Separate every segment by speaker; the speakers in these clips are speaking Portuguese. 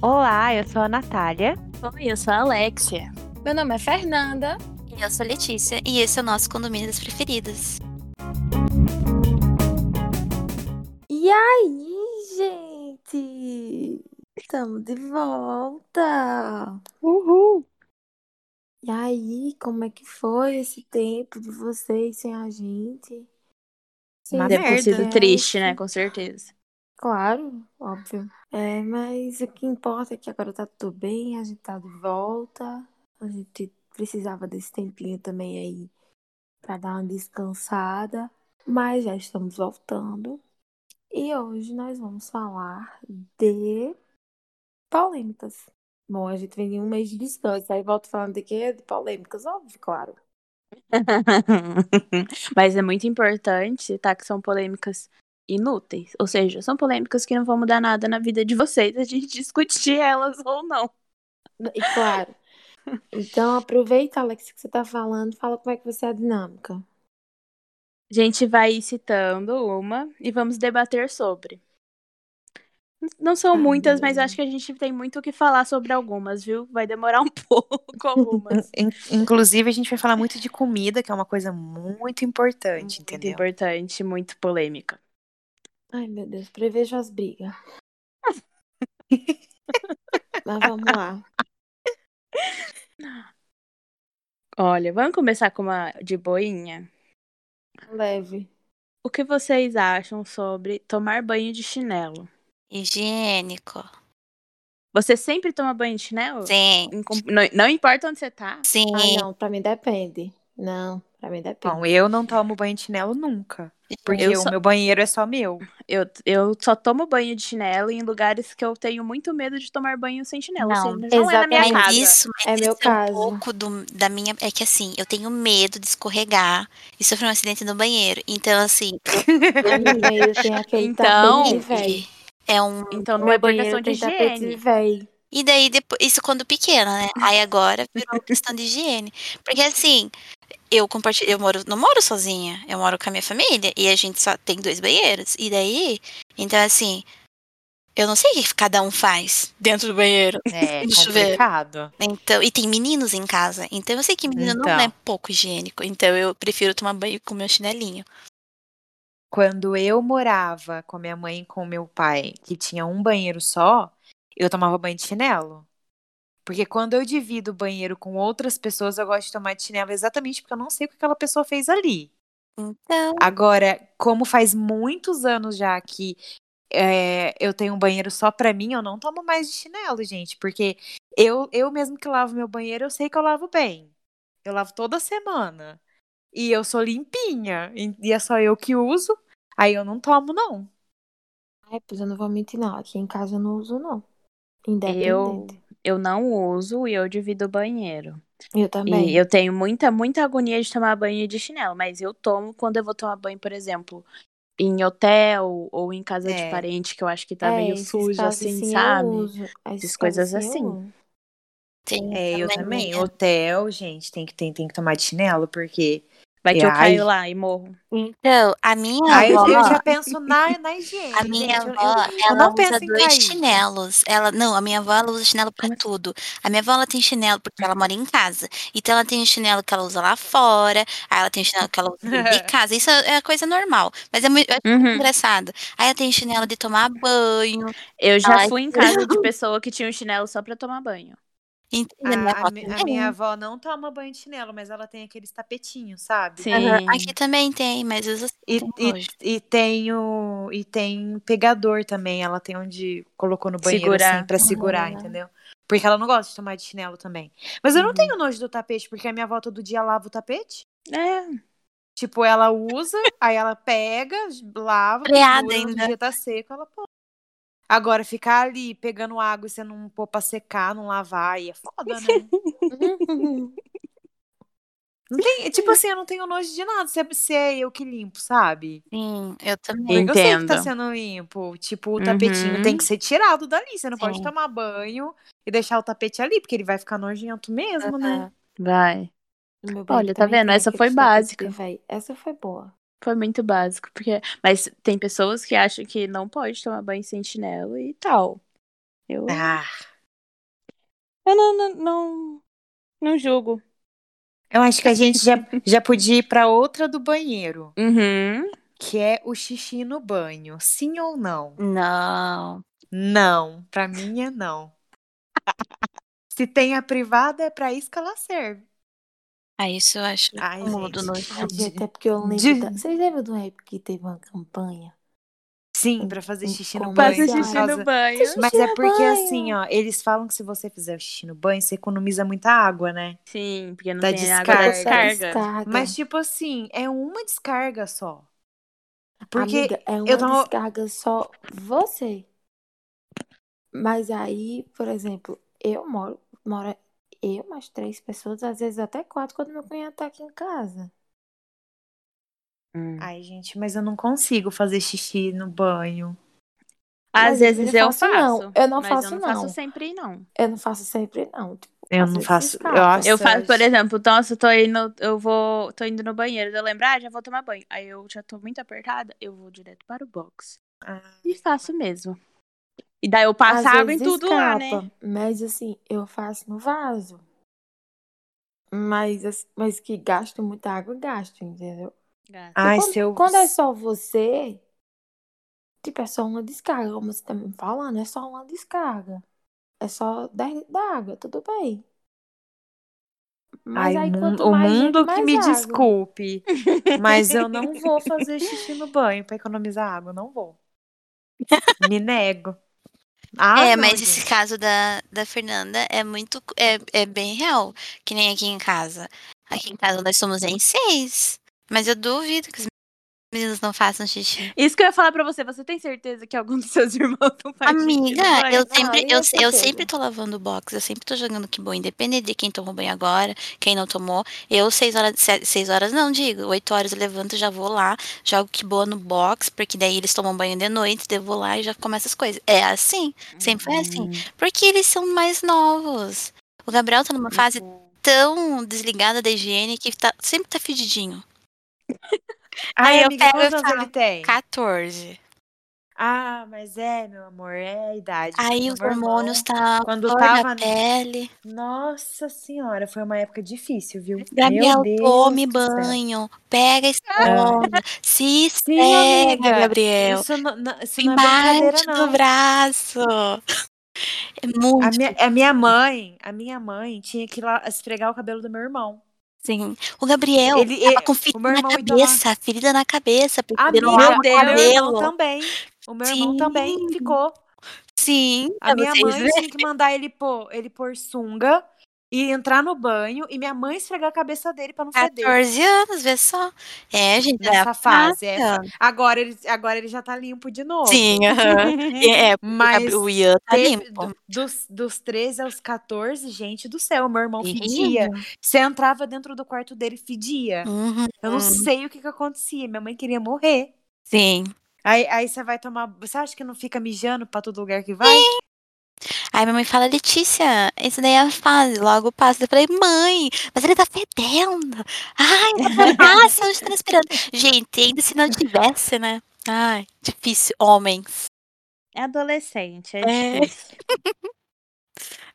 Speaker 1: Olá, eu sou a Natália.
Speaker 2: Oi, eu sou a Alexia.
Speaker 3: Meu nome é Fernanda.
Speaker 4: E eu sou Letícia, e esse é o nosso Condomínio das Preferidas.
Speaker 5: E aí, gente? Estamos de volta!
Speaker 1: Uhul!
Speaker 5: E aí, como é que foi esse tempo de vocês sem a gente? Sem
Speaker 2: Deve ter sido é triste, né? Com certeza.
Speaker 5: Claro, óbvio. É, mas o que importa é que agora tá tudo bem, a gente tá de volta. A gente precisava desse tempinho também aí pra dar uma descansada. Mas já estamos voltando. E hoje nós vamos falar de polêmicas. Bom, a gente vem de um mês de descanso, aí volta falando de quê? De polêmicas, óbvio, claro.
Speaker 2: Mas é muito importante citar que são polêmicas inúteis. Ou seja, são polêmicas que não vão mudar nada na vida de vocês, a gente discutir elas ou não.
Speaker 5: E claro. Então aproveita, Alex, que você tá falando, fala como é que vai ser a dinâmica.
Speaker 2: A gente vai citando uma e vamos debater sobre. Não são
Speaker 5: Ai,
Speaker 2: muitas,
Speaker 5: meu
Speaker 2: mas acho que a gente tem muito o que falar sobre algumas, viu? Vai demorar um pouco algumas.
Speaker 6: In- Inclusive, a gente vai falar muito de comida, que é uma coisa muito importante,
Speaker 2: Muito
Speaker 6: entendeu?
Speaker 2: importante, muito polêmica.
Speaker 5: Ai, meu Deus, prevejo as brigas. Mas vamos lá.
Speaker 2: Olha, vamos começar com uma de boinha.
Speaker 5: Leve.
Speaker 2: O que vocês acham sobre tomar banho de chinelo?
Speaker 4: Higiênico.
Speaker 2: Você sempre toma banho de chinelo?
Speaker 4: Sim.
Speaker 2: Incom- Não, não importa onde você tá?
Speaker 4: Sim.
Speaker 5: Ah, não, pra mim depende. Não, pra mim depende.
Speaker 6: Bom, eu não tomo banho de chinelo nunca, porque
Speaker 2: Eu
Speaker 6: o
Speaker 2: só-
Speaker 6: meu banheiro é só meu.
Speaker 2: Eu, eu só tomo banho de chinelo em lugares que eu tenho muito medo de tomar banho sem chinelo.
Speaker 4: Não,
Speaker 2: assim, não é na minha
Speaker 5: exatamente.
Speaker 2: casa.
Speaker 4: Mas isso, mas
Speaker 5: É
Speaker 4: isso
Speaker 5: meu caso.
Speaker 4: um pouco do- da minha. É que assim, eu tenho medo de escorregar e sofrer um acidente no banheiro. Então, assim,
Speaker 5: Aí no meio tem aquele
Speaker 2: Então,
Speaker 5: tapete de véi.
Speaker 4: é um.
Speaker 2: Então não
Speaker 5: Meu
Speaker 2: é por questão
Speaker 5: banheiro
Speaker 2: de
Speaker 5: tem tapete de
Speaker 2: higiene.
Speaker 5: véi.
Speaker 4: E daí, depois, isso quando pequena, né?
Speaker 6: Uhum.
Speaker 4: Aí agora virou questão de higiene. Porque assim, eu compartilho, eu moro, não moro sozinha, eu moro com a minha família e a gente só tem dois banheiros. E daí, então assim, eu não sei o que cada um faz dentro do banheiro.
Speaker 6: É
Speaker 4: Deixa eu ver.
Speaker 6: complicado.
Speaker 4: Então, e tem meninos em casa. Então eu sei que menino não
Speaker 6: Então.
Speaker 4: é pouco higiênico. Então eu prefiro tomar banho com meu chinelinho.
Speaker 6: Quando eu morava com a minha mãe e com meu pai, que tinha um banheiro só, eu tomava banho de chinelo. Porque quando eu divido o banheiro com outras pessoas, eu gosto de tomar de chinelo exatamente porque eu não sei o que aquela pessoa fez ali.
Speaker 4: Então,
Speaker 6: Agora, como faz muitos anos já que é, eu tenho um banheiro só pra mim, eu não tomo mais de chinelo, gente, porque eu, eu mesmo que lavo meu banheiro, eu sei que eu lavo bem. Eu lavo toda semana. E eu sou limpinha, e, e é só eu que uso, aí eu não tomo, não.
Speaker 5: Ai, pois eu não vou mentir, não. Aqui em casa eu não uso, não. Independente.
Speaker 2: Eu,
Speaker 5: Eu,
Speaker 2: eu não uso e eu divido o banheiro.
Speaker 5: também.
Speaker 2: E eu tenho muita, muita agonia de tomar banho de chinelo, mas eu tomo quando eu vou tomar banho, por exemplo, em hotel ou em casa de
Speaker 6: É.
Speaker 2: parente, que eu acho que tá
Speaker 5: É,
Speaker 2: meio
Speaker 5: esses
Speaker 2: sujo,
Speaker 5: casos
Speaker 2: assim,
Speaker 5: sim eu
Speaker 2: sabe?
Speaker 5: uso. Esses
Speaker 2: coisas
Speaker 5: casos sim eu
Speaker 2: assim.
Speaker 5: uso.
Speaker 4: tem
Speaker 6: É, eu
Speaker 4: essa
Speaker 6: também.
Speaker 4: mania.
Speaker 6: Hotel, gente, tem que, tem, tem que tomar de chinelo, porque.
Speaker 2: Vai que eu
Speaker 6: Ai.
Speaker 2: caio lá e morro.
Speaker 4: Então, a minha
Speaker 6: Aí eu,
Speaker 4: avó,
Speaker 6: eu já penso na, na higiene.
Speaker 4: a minha
Speaker 6: gente, eu-
Speaker 4: avó,
Speaker 6: eu
Speaker 4: ela
Speaker 6: não
Speaker 4: usa
Speaker 6: penso em
Speaker 4: dois
Speaker 6: cair.
Speaker 4: chinelos. Ela, não, a minha avó ela usa chinelo
Speaker 6: Hum.
Speaker 4: pra tudo. A minha avó ela tem chinelo porque ela mora em casa. Então ela tem o chinelo que ela usa lá fora, aí ela tem o chinelo que ela usa dentro de casa. Isso é é coisa normal, mas é muito, é muito
Speaker 2: Uhum.
Speaker 4: engraçado. Aí ela tem chinelo de tomar banho.
Speaker 2: Eu já
Speaker 4: Ai.
Speaker 2: fui em casa de pessoa que tinha um chinelo só pra tomar banho.
Speaker 4: Entende?
Speaker 6: A,
Speaker 4: minha avó
Speaker 6: Ah, a mi- a
Speaker 4: Né, também. é.
Speaker 6: minha avó não toma banho de chinelo, mas ela tem aqueles tapetinhos, sabe?
Speaker 2: Sim.
Speaker 4: Aham, Aqui também tem, mas usa assim,
Speaker 6: E,
Speaker 4: tem
Speaker 6: e,
Speaker 4: nojo.
Speaker 6: e tem o, e tem pegador também, ela tem onde colocou no banheiro
Speaker 2: Segurar.
Speaker 6: assim pra
Speaker 4: Ah.
Speaker 6: segurar, entendeu? Porque ela não gosta de tomar de chinelo também. Mas
Speaker 4: Uhum.
Speaker 6: eu não tenho nojo do tapete, porque a minha avó todo dia lava o tapete.
Speaker 2: É.
Speaker 6: Tipo, ela usa, aí ela pega, lava,
Speaker 4: Freada
Speaker 6: pendura, no
Speaker 4: ainda.
Speaker 6: dia tá seco, ela põe. Agora, ficar ali pegando água e você não pôr pra secar, não lavar, aí é foda, né? Não tem, tipo assim, eu não tenho nojo de nada, se é, se é eu que limpo, sabe?
Speaker 4: Sim, assim, eu também.
Speaker 6: Porque eu sei que tá
Speaker 2: Entendo.
Speaker 6: sendo limpo. Tipo, o
Speaker 2: Uhum.
Speaker 6: tapetinho tem que ser tirado dali. Você não pode
Speaker 4: Sim.
Speaker 6: tomar banho e deixar o tapete ali, porque ele vai ficar nojento mesmo, né?
Speaker 2: Vai.
Speaker 5: No meu
Speaker 2: Olha,
Speaker 5: banheiro
Speaker 2: tá
Speaker 5: também
Speaker 2: vendo?
Speaker 5: tem
Speaker 2: Essa foi
Speaker 5: aqueles tapetes
Speaker 2: básica.
Speaker 5: de véi. Essa foi boa.
Speaker 2: Foi muito básico, porque. Mas tem pessoas que acham que não pode tomar banho sem chinelo e tal. Eu,
Speaker 5: É.
Speaker 6: Ah,
Speaker 2: eu não, não, não, não julgo.
Speaker 6: eu acho que a gente já, já podia ir pra outra do banheiro,
Speaker 2: Uhum.
Speaker 6: que é o xixi no banho. Sim ou não?
Speaker 4: Não.
Speaker 6: Não, pra mim é não. Se tem a privada, é pra isso que ela serve.
Speaker 4: Ah, isso eu acho
Speaker 6: Ai,
Speaker 4: mudo
Speaker 6: gente.
Speaker 4: no
Speaker 5: Gente, Até porque eu lembro.
Speaker 6: De-
Speaker 5: da- Vocês lembram de uma época que teve uma campanha?
Speaker 6: Sim, pra fazer xixi no
Speaker 5: Como
Speaker 6: banho.
Speaker 2: Faço
Speaker 5: Mas,
Speaker 6: por
Speaker 2: xixi
Speaker 6: causa-
Speaker 2: no banho.
Speaker 6: Mas
Speaker 5: Xixi
Speaker 6: é
Speaker 5: no
Speaker 6: porque
Speaker 5: banho.
Speaker 6: assim, ó, eles falam que se você fizer xixi no banho, você economiza muita água, né?
Speaker 2: Sim, porque não
Speaker 5: Tá
Speaker 6: Da
Speaker 2: tem água da
Speaker 6: descarga.
Speaker 2: descarga.
Speaker 5: Descarga.
Speaker 6: Mas tipo assim, é uma descarga só. Porque
Speaker 5: Amiga, é uma
Speaker 6: eu tava-
Speaker 5: descarga só você. Mas aí, por exemplo, eu moro, moro eu mais três pessoas, às vezes até quatro, quando meu cunhado tá aqui em casa.
Speaker 2: Hum.
Speaker 6: Ai, gente, mas eu não consigo fazer xixi no banho.
Speaker 5: Mas
Speaker 2: Às vezes
Speaker 5: eu
Speaker 2: eu
Speaker 5: não
Speaker 2: faço.
Speaker 5: faço, não. Eu não
Speaker 2: mas
Speaker 5: faço,
Speaker 2: eu não,
Speaker 5: não.
Speaker 6: assim."
Speaker 2: faço sempre, não.
Speaker 5: Eu não faço sempre, não. Tipo,
Speaker 6: Eu
Speaker 5: às
Speaker 6: não
Speaker 5: vezes
Speaker 6: faço.
Speaker 5: escapa.
Speaker 6: Eu acho-
Speaker 2: Eu faço, por
Speaker 6: Sérgio.
Speaker 2: exemplo, nossa, eu tô indo, eu vou, tô indo no banheiro, eu lembrar, ah, já vou tomar banho. Aí eu já tô muito apertada, eu vou direto para o box.
Speaker 6: Ah.
Speaker 2: E faço mesmo. E daí eu
Speaker 5: Às
Speaker 2: passo água em
Speaker 5: vezes
Speaker 2: tudo lá, né?
Speaker 5: escapa, Mas assim, eu faço no vaso. Mas, assim, mas que gasto muita água, gasto, entendeu? Porque
Speaker 6: Ai,
Speaker 5: quando,
Speaker 6: se eu-
Speaker 5: quando é só você, tipo, é só uma descarga, como você tá me falando, é só uma descarga. É só 10 litros d'água, tudo bem. Mas
Speaker 6: Ai,
Speaker 5: aí
Speaker 6: o
Speaker 5: quanto
Speaker 6: mundo, o
Speaker 5: mais
Speaker 6: mundo
Speaker 5: gente,
Speaker 6: que
Speaker 5: mais
Speaker 6: me
Speaker 5: água.
Speaker 6: desculpe, mas eu não vou fazer xixi no banho pra economizar água, não vou. Me nego. Ah,
Speaker 4: é,
Speaker 6: não,
Speaker 4: mas
Speaker 6: gente.
Speaker 4: esse caso da, da Fernanda é muito. É, é bem real. Que nem aqui em casa. Aqui em casa nós somos em seis. Mas eu duvido que os meninos não façam xixi.
Speaker 2: Isso que eu ia falar pra você, você tem certeza que algum dos seus irmãos não faz xixi no
Speaker 4: Amiga,
Speaker 2: banho?
Speaker 4: eu
Speaker 5: Não,
Speaker 4: sempre,
Speaker 5: aí
Speaker 4: eu,
Speaker 5: é
Speaker 4: eu
Speaker 5: certeza.
Speaker 4: sempre tô lavando o box, eu sempre tô jogando que bom, independente de quem tomou banho agora, quem não tomou. Eu, seis horas, se- seis horas não, digo, oito horas eu levanto, já vou lá, jogo que boa no box, porque daí eles tomam banho de noite, daí eu vou lá e já começa as coisas. É assim, sempre foi
Speaker 6: Uhum.
Speaker 4: assim. Porque eles são mais novos. O Gabriel tá numa fase
Speaker 6: Uhum.
Speaker 4: tão desligada da higiene que tá, sempre tá fedidinho.
Speaker 6: Ai,
Speaker 4: Aí eu
Speaker 6: amiga,
Speaker 4: pego
Speaker 6: quantos
Speaker 4: e
Speaker 6: anos
Speaker 4: falo,
Speaker 6: ele tem?
Speaker 4: 14.
Speaker 6: Ah, mas é, meu amor, é a idade.
Speaker 4: Aí
Speaker 6: meu
Speaker 4: os
Speaker 6: irmão-
Speaker 4: hormônios tá
Speaker 6: Quando
Speaker 4: flor
Speaker 6: tava- né?
Speaker 4: da pele.
Speaker 6: Nossa senhora, foi uma época difícil, viu? meu
Speaker 4: Gabriel,
Speaker 6: Deus
Speaker 4: tome
Speaker 6: do céu. Ah,
Speaker 4: banho, pega a escova, se
Speaker 6: Sim,
Speaker 4: esfrega,
Speaker 6: amiga.
Speaker 4: Gabriel,
Speaker 6: Isso não, não- isso não é brincadeira,
Speaker 4: embaixo do
Speaker 6: não.
Speaker 4: braço. É
Speaker 6: A
Speaker 4: muito,
Speaker 6: minha, a minha mãe, a minha mãe tinha que ir lá esfregar o cabelo do meu irmão.
Speaker 4: assim. O Gabriel
Speaker 6: Ele-
Speaker 4: tava
Speaker 6: ele-
Speaker 4: com
Speaker 6: o
Speaker 4: ferida
Speaker 6: meu
Speaker 4: na
Speaker 6: irmão ia tomar-
Speaker 4: cabeça, ferida na cabeça, porque ele não
Speaker 6: Amiga,
Speaker 4: lava o
Speaker 6: o meu irmão
Speaker 4: cabelo.
Speaker 6: também. O meu irmão
Speaker 4: Sim.
Speaker 6: também ficou.
Speaker 4: Sim,
Speaker 6: A
Speaker 4: pra
Speaker 6: minha
Speaker 4: vocês
Speaker 6: mãe
Speaker 4: verem.
Speaker 6: tinha que mandar ele pôr, ele pôr sunga e entrar no banho e minha mãe esfregar a cabeça dele pra não feder.
Speaker 4: 14 anos, vê só. É, gente, é
Speaker 6: Nessa
Speaker 4: a
Speaker 6: fase, é.
Speaker 4: fase.
Speaker 6: Agora ele, agora ele já tá limpo de novo.
Speaker 4: Sim, aham. É, porque o
Speaker 6: Mas
Speaker 4: Gabri- o Ian tá
Speaker 6: Teve,
Speaker 4: limpo.
Speaker 6: do- dos, dos 13 aos 14, gente do céu, meu irmão fedia.
Speaker 4: Terrível.
Speaker 6: Você entrava dentro do quarto dele, fedia.
Speaker 4: Uhum.
Speaker 6: Eu não sei o que, que acontecia. Minha mãe queria morrer.
Speaker 4: Sim.
Speaker 6: Aí, aí você vai tomar. Você acha que não fica mijando pra todo lugar que vai?
Speaker 4: Aí minha mãe fala, Letícia, isso daí é a fase, logo passa. Eu falei, mãe, mas ele tá fedendo. Ai, logo passa, onde tá respirando. Gente, ainda se não tivesse, né? Ai, difícil, homens.
Speaker 2: É adolescente, é,
Speaker 4: É.
Speaker 2: difícil.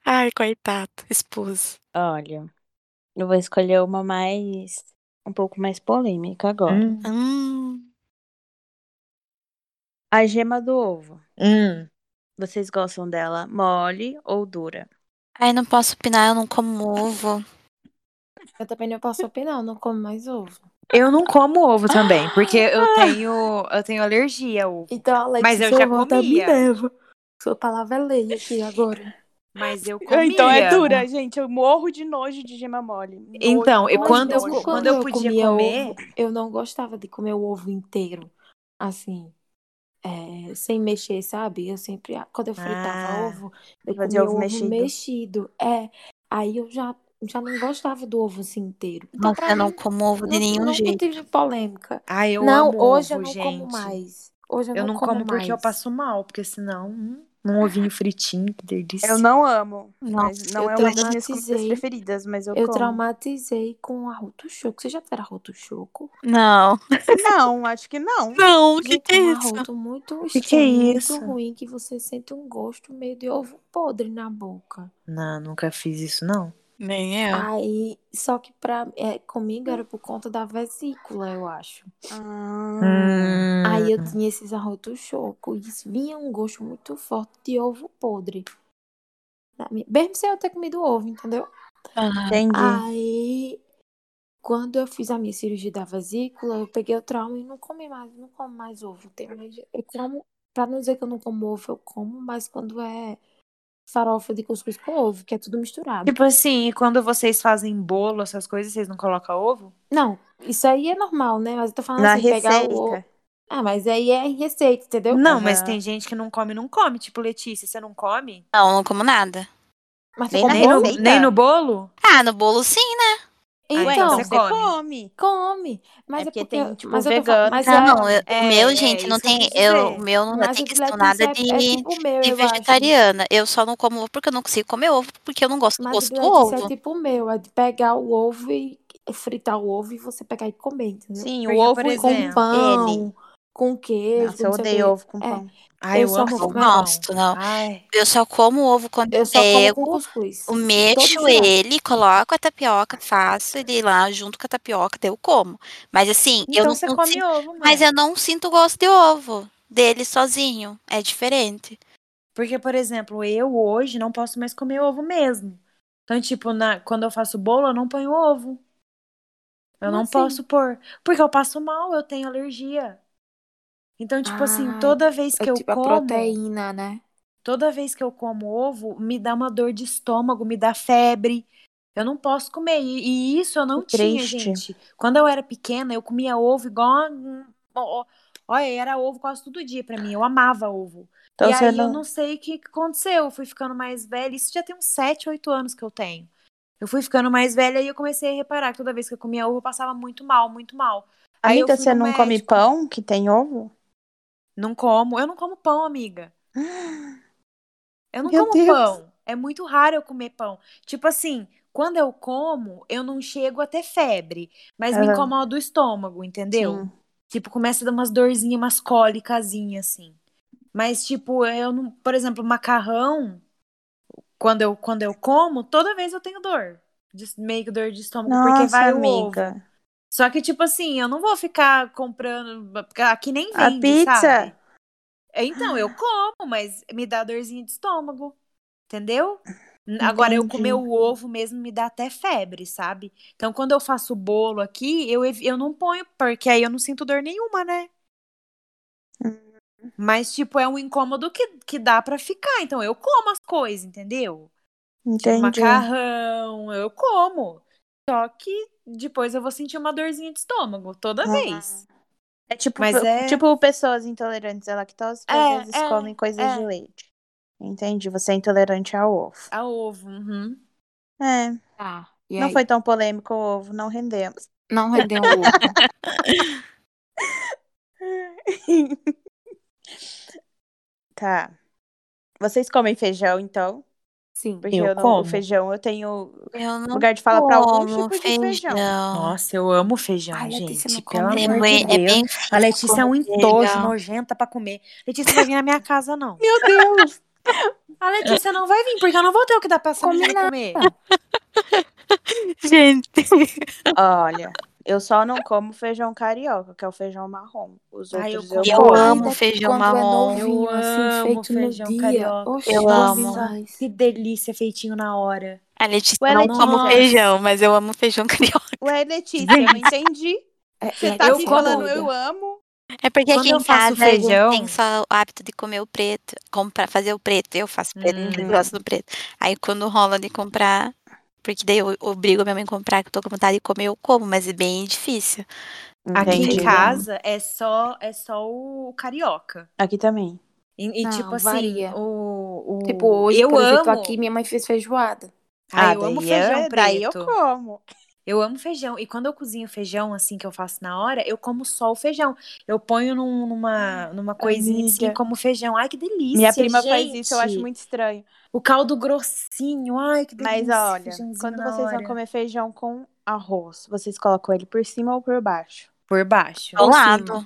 Speaker 4: Ai, coitado, esposo.
Speaker 2: Olha, eu vou escolher uma mais, um pouco mais polêmica agora.
Speaker 4: Hum,
Speaker 2: A gema do ovo.
Speaker 6: Hum.
Speaker 2: Vocês gostam dela mole ou dura?
Speaker 4: ai, não posso opinar, eu não como ovo.
Speaker 5: Eu também não posso opinar, eu não como mais ovo.
Speaker 6: Eu não como ovo
Speaker 4: Ah!
Speaker 6: também, porque eu tenho, eu tenho alergia a ovo.
Speaker 5: Então, Alex,
Speaker 6: Mas eu
Speaker 5: sua
Speaker 6: já
Speaker 5: voz tá
Speaker 6: comia.
Speaker 5: Minerva. Sua palavra é lei aqui agora.
Speaker 6: Mas eu comia.
Speaker 2: Então é dura, gente. Eu morro de nojo de gema mole. Nojo,
Speaker 6: Então, eu-
Speaker 2: nojo,
Speaker 6: quando eu-
Speaker 2: nojo.
Speaker 6: quando eu podia comer-
Speaker 5: ovo, eu não gostava de comer o ovo inteiro, assim, é, sem mexer, sabe? Eu sempre, quando eu fritava
Speaker 6: Ah,
Speaker 5: ovo, eu
Speaker 2: fazia
Speaker 5: comia
Speaker 2: ovo
Speaker 5: ovo
Speaker 2: mexido.
Speaker 5: mexido. É, aí eu já, já não gostava do ovo assim inteiro. Então,
Speaker 4: Nossa,
Speaker 5: pra
Speaker 4: eu não
Speaker 5: mim,
Speaker 4: como ovo de
Speaker 5: nu-
Speaker 4: nenhum
Speaker 5: nunca
Speaker 4: jeito.
Speaker 5: tive polêmica.
Speaker 6: Ai, eu
Speaker 5: não,
Speaker 6: amo
Speaker 5: hoje
Speaker 6: ovo,
Speaker 5: eu não
Speaker 6: gente.
Speaker 5: como mais. Hoje eu,
Speaker 6: Eu não como, porque eu
Speaker 5: mais.
Speaker 6: passo mal, porque senão. hum. Um ovinho fritinho, que delícia.
Speaker 2: Eu não amo.
Speaker 4: Nossa,
Speaker 2: mas não
Speaker 4: eu
Speaker 2: é
Speaker 4: tô
Speaker 2: uma das minhas
Speaker 5: traumatizei.
Speaker 2: comidas preferidas, mas eu,
Speaker 5: Eu
Speaker 2: como.
Speaker 5: traumatizei com arroto choco. Você já tiveram arroto choco?
Speaker 4: Não.
Speaker 2: Não, acho que não.
Speaker 4: Não,
Speaker 5: Gente, é um arroto muito
Speaker 6: que é
Speaker 5: estranho,
Speaker 6: isso?
Speaker 5: muito ruim, que você sente um gosto meio de ovo podre na boca.
Speaker 6: Não, nunca fiz isso, não.
Speaker 4: Nem
Speaker 6: É.
Speaker 4: eu.
Speaker 5: Aí, só que pra, é, comigo era por conta da vesícula, eu acho.
Speaker 6: Hum.
Speaker 2: Ah,
Speaker 5: Aí
Speaker 6: Uhum.
Speaker 5: eu tinha esses arrotos choco e isso vinha um gosto muito forte de ovo podre. Na minha- Mesmo sem eu ter comido ovo, entendeu?
Speaker 4: Ah.
Speaker 2: entendi.
Speaker 6: Ah,
Speaker 5: Aí, quando eu fiz a minha cirurgia da vesícula, eu peguei o trauma e não comi mais, não como mais ovo. Tem mais- Eu como, pra não dizer que eu não como ovo, eu como, mas quando é farofa de cuscuz com ovo, que é tudo misturado.
Speaker 6: Tipo assim, e quando vocês fazem bolo, essas coisas, vocês não colocam ovo?
Speaker 5: Não, isso aí é normal, né? Mas eu tô falando
Speaker 2: Na
Speaker 5: assim, pegar o ovo.
Speaker 2: receita.
Speaker 5: Ah, mas aí é receita, entendeu?
Speaker 6: Não,
Speaker 2: Aham.
Speaker 6: mas tem gente que não come, não come. Tipo, Letícia, você não come?
Speaker 4: Não, não como nada.
Speaker 5: Mas
Speaker 2: Nem
Speaker 5: tu come
Speaker 6: Nem no,
Speaker 5: bolo?
Speaker 2: receita?
Speaker 6: nem no bolo?
Speaker 4: Ah, no bolo sim, né?
Speaker 5: Então,
Speaker 2: Ué, então
Speaker 6: você
Speaker 2: você
Speaker 6: come.
Speaker 2: come.
Speaker 5: come. Mas é
Speaker 2: É
Speaker 5: porque,
Speaker 2: porque tem, tipo,
Speaker 5: mas eu tô falando,
Speaker 2: vegano,
Speaker 5: mas
Speaker 4: então Não,
Speaker 5: é,
Speaker 4: não, eu- o
Speaker 6: é,
Speaker 4: meu,
Speaker 6: é,
Speaker 4: gente, não
Speaker 6: isso que eu
Speaker 4: tem.
Speaker 6: quis
Speaker 4: Eu, o
Speaker 6: dizer.
Speaker 4: meu não, não
Speaker 5: mas
Speaker 4: tem
Speaker 5: o de
Speaker 4: questão nada
Speaker 5: Letícia
Speaker 4: de,
Speaker 5: é, é tipo o meu,
Speaker 4: de
Speaker 5: eu acho.
Speaker 4: vegetariana. Eu só não como ovo porque eu não consigo comer ovo, porque eu não gosto do
Speaker 5: Mas o
Speaker 4: gosto
Speaker 5: de
Speaker 4: do
Speaker 5: Letícia é
Speaker 4: ovo.
Speaker 5: tipo o meu, é de pegar o ovo e fritar o ovo e você pegar e comer, entendeu?
Speaker 2: Sim, o
Speaker 6: Porque, por
Speaker 2: ovo
Speaker 5: Com
Speaker 6: exemplo,
Speaker 5: pão,
Speaker 2: ele.
Speaker 5: com queijo,
Speaker 2: Nossa, eu
Speaker 5: não sei o
Speaker 2: odeio
Speaker 5: quê.
Speaker 2: ovo com
Speaker 5: É,
Speaker 2: pão.
Speaker 6: Ai, eu,
Speaker 5: eu só
Speaker 6: amo
Speaker 5: não-
Speaker 6: ovo com
Speaker 4: Não
Speaker 5: mas-
Speaker 6: pão.
Speaker 4: gosto, não.
Speaker 6: Ai.
Speaker 4: Eu só como ovo quando eu
Speaker 5: Eu só como com
Speaker 4: pego,
Speaker 5: cuscuz,
Speaker 4: eu
Speaker 5: todo
Speaker 4: mexo
Speaker 5: misturado.
Speaker 4: ele, coloco a tapioca, faço ele lá junto com a tapioca, daí eu como. Mas assim, eu
Speaker 6: Então
Speaker 4: não,
Speaker 6: você
Speaker 4: não
Speaker 6: come
Speaker 4: sinto.
Speaker 6: ovo, é? mano.
Speaker 4: Mas eu não sinto gosto de ovo dele sozinho. É diferente.
Speaker 6: Porque, por exemplo, eu hoje não posso mais comer ovo mesmo. Então, tipo, na, quando eu faço bolo, eu não ponho ovo. Eu
Speaker 5: Como
Speaker 6: não
Speaker 5: assim?
Speaker 6: posso pôr. Porque eu passo mal, eu tenho alergia. Então, tipo assim,
Speaker 5: Ah,
Speaker 6: toda vez que
Speaker 5: É
Speaker 6: eu
Speaker 5: tipo a
Speaker 6: como,
Speaker 5: proteína, né?
Speaker 6: toda vez que eu como ovo, me dá uma dor de estômago, me dá febre. Eu não posso comer. E, e isso eu não
Speaker 2: Que
Speaker 6: tinha,
Speaker 2: triste.
Speaker 6: gente. Quando eu era pequena, eu comia ovo igual. a- um, ó, ó, Olha, era ovo quase todo dia pra mim. Eu amava ovo.
Speaker 2: Então
Speaker 6: e
Speaker 2: você
Speaker 6: aí eu
Speaker 2: não.
Speaker 6: não sei o que que aconteceu. Eu fui ficando mais velha. Isso já tem uns 7, 8 anos que eu tenho. Eu fui ficando mais velha e eu comecei a reparar que toda vez que eu comia ovo, eu passava muito mal, muito mal. Aí eu
Speaker 2: Amiga,
Speaker 6: fui
Speaker 2: você
Speaker 6: no
Speaker 2: não come
Speaker 6: médico.
Speaker 2: pão que tem ovo?
Speaker 6: Não como. Eu não como pão, amiga. Eu não
Speaker 2: Meu
Speaker 6: como
Speaker 2: Deus.
Speaker 6: pão. É muito raro eu comer pão. Tipo assim, quando eu como, eu não chego a ter febre, mas me
Speaker 2: Aham.
Speaker 6: incomoda o estômago, entendeu?
Speaker 2: Sim.
Speaker 6: Tipo, começa a dar umas dorzinhas, umas cólicazinhas, assim. Mas, tipo, eu não. Por exemplo, macarrão, quando eu, quando eu como, toda vez eu tenho dor. De, meio que dor de estômago, porque
Speaker 2: Nossa,
Speaker 6: vai o ovo.
Speaker 2: amiga.
Speaker 6: Só que, tipo assim, eu não vou ficar comprando. Aqui nem
Speaker 2: A
Speaker 6: vende,
Speaker 2: pizza?
Speaker 6: sabe? É, Então, eu como, mas me dá dorzinha de estômago, entendeu? N- Agora, eu
Speaker 2: Entendi.
Speaker 6: comer o ovo mesmo me dá até febre, sabe? Então, quando eu faço bolo aqui, eu, ev- eu não ponho, porque aí eu não sinto dor nenhuma, né?
Speaker 2: Hum.
Speaker 6: Mas, tipo, é um incômodo que, que dá pra ficar. Então, eu como as coisas, entendeu? Tipo,
Speaker 2: Entendi.
Speaker 6: macarrão, eu como. Só que depois eu vou sentir uma dorzinha de estômago toda
Speaker 2: Ah.
Speaker 6: vez.
Speaker 2: É tipo,
Speaker 6: Mas é-
Speaker 2: tipo pessoas intolerantes à lactose que
Speaker 6: É,
Speaker 2: às vezes
Speaker 6: é,
Speaker 2: comem coisas
Speaker 6: é.
Speaker 2: de leite. Entendi, você é intolerante ao ovo.
Speaker 6: A ovo, uhum.
Speaker 2: É,
Speaker 5: Tá. E
Speaker 2: não
Speaker 5: aí?
Speaker 2: foi tão polêmico o ovo, não rendemos.
Speaker 5: Não rendeu o ovo.
Speaker 2: Tá. Vocês comem feijão, então?
Speaker 5: Sim.
Speaker 2: Porque
Speaker 6: Eu
Speaker 2: eu não, o
Speaker 6: como.
Speaker 2: feijão eu tenho
Speaker 4: Eu não
Speaker 2: lugar de falar pra algum
Speaker 4: como
Speaker 2: tipo de feijão.
Speaker 4: feijão.
Speaker 6: Nossa, eu amo feijão,
Speaker 5: Ai, Letícia,
Speaker 6: gente.
Speaker 5: não
Speaker 6: Pelo
Speaker 5: come
Speaker 4: Ele é,
Speaker 6: amor
Speaker 4: bem-
Speaker 6: de
Speaker 4: é
Speaker 6: Deus. A
Speaker 4: bem difícil
Speaker 6: Letícia é um
Speaker 4: comer
Speaker 6: entojo,
Speaker 4: feijão.
Speaker 6: nojenta pra comer. Letícia não vai vir na minha casa, não.
Speaker 2: Meu Deus!
Speaker 6: A Letícia não vai vir, porque eu não vou ter o que dar pra essa
Speaker 5: Come
Speaker 6: menina
Speaker 5: nada.
Speaker 6: comer.
Speaker 4: Gente.
Speaker 2: Olha, eu só não como feijão carioca, que é o feijão marrom. Os
Speaker 6: Ai, eu
Speaker 2: outros eu
Speaker 6: como.
Speaker 4: Eu
Speaker 2: como.
Speaker 4: amo
Speaker 5: Ainda
Speaker 4: feijão
Speaker 5: quando é
Speaker 4: marrom.
Speaker 5: novinho,
Speaker 6: Eu
Speaker 5: assim,
Speaker 6: amo
Speaker 5: feito no
Speaker 6: feijão
Speaker 5: dia.
Speaker 6: carioova.
Speaker 5: Oxe,
Speaker 4: Eu
Speaker 5: bom
Speaker 4: amo.
Speaker 5: demais.
Speaker 6: Que delícia, feitinho na hora.
Speaker 4: A Letícia
Speaker 2: Ué,
Speaker 4: não como
Speaker 2: Letícia.
Speaker 4: feijão, mas eu amo feijão carioca.
Speaker 2: Ué, Letícia, eu não entendi.
Speaker 5: É,
Speaker 2: Você tá
Speaker 5: Letícia
Speaker 6: Eu
Speaker 2: aqui
Speaker 5: é
Speaker 6: como-
Speaker 2: falando
Speaker 5: doida.
Speaker 2: eu amo.
Speaker 4: É porque
Speaker 6: Quando
Speaker 4: aqui
Speaker 6: eu
Speaker 4: em
Speaker 6: faço
Speaker 4: casa a gente tem
Speaker 6: feijão.
Speaker 4: só o hábito de comer o preto, comprar, fazer o preto. Eu faço preto, porque eu
Speaker 6: Hum,
Speaker 4: gosto do preto. Aí quando rola de comprar, porque daí eu obrigo a minha mãe a comprar, que eu tô com vontade de comer, eu como, mas é bem difícil.
Speaker 6: aqui em
Speaker 2: Entendi.
Speaker 6: casa é só, é só o carioca.
Speaker 2: Aqui também.
Speaker 6: E, e,
Speaker 5: Não,
Speaker 6: tipo assim,
Speaker 5: varia.
Speaker 6: o, o...
Speaker 5: Tipo, hoje,
Speaker 6: eu
Speaker 5: por exemplo,
Speaker 6: amo.
Speaker 5: aqui minha mãe fez feijoada.
Speaker 6: Ai, eu amo
Speaker 2: Ah, daí
Speaker 6: feijão
Speaker 2: eu,
Speaker 6: preto.
Speaker 2: daí eu como.
Speaker 6: Eu amo feijão. E quando eu cozinho feijão, assim, que eu faço na hora, eu como só o feijão. Eu ponho num- numa, numa coisinha assim,
Speaker 2: Amiga.
Speaker 6: como feijão. Ai, que delícia,
Speaker 2: Minha prima faz
Speaker 6: gente.
Speaker 2: isso, eu acho muito estranho.
Speaker 6: O caldo grossinho, ai, que delícia.
Speaker 2: Mas olha,
Speaker 6: feijãozinho
Speaker 2: quando
Speaker 6: na
Speaker 2: vocês vão
Speaker 6: hora.
Speaker 2: comer feijão com arroz, vocês colocam ele por cima ou por baixo?
Speaker 6: Por baixo.
Speaker 4: Do
Speaker 2: Ou
Speaker 4: lado.
Speaker 6: então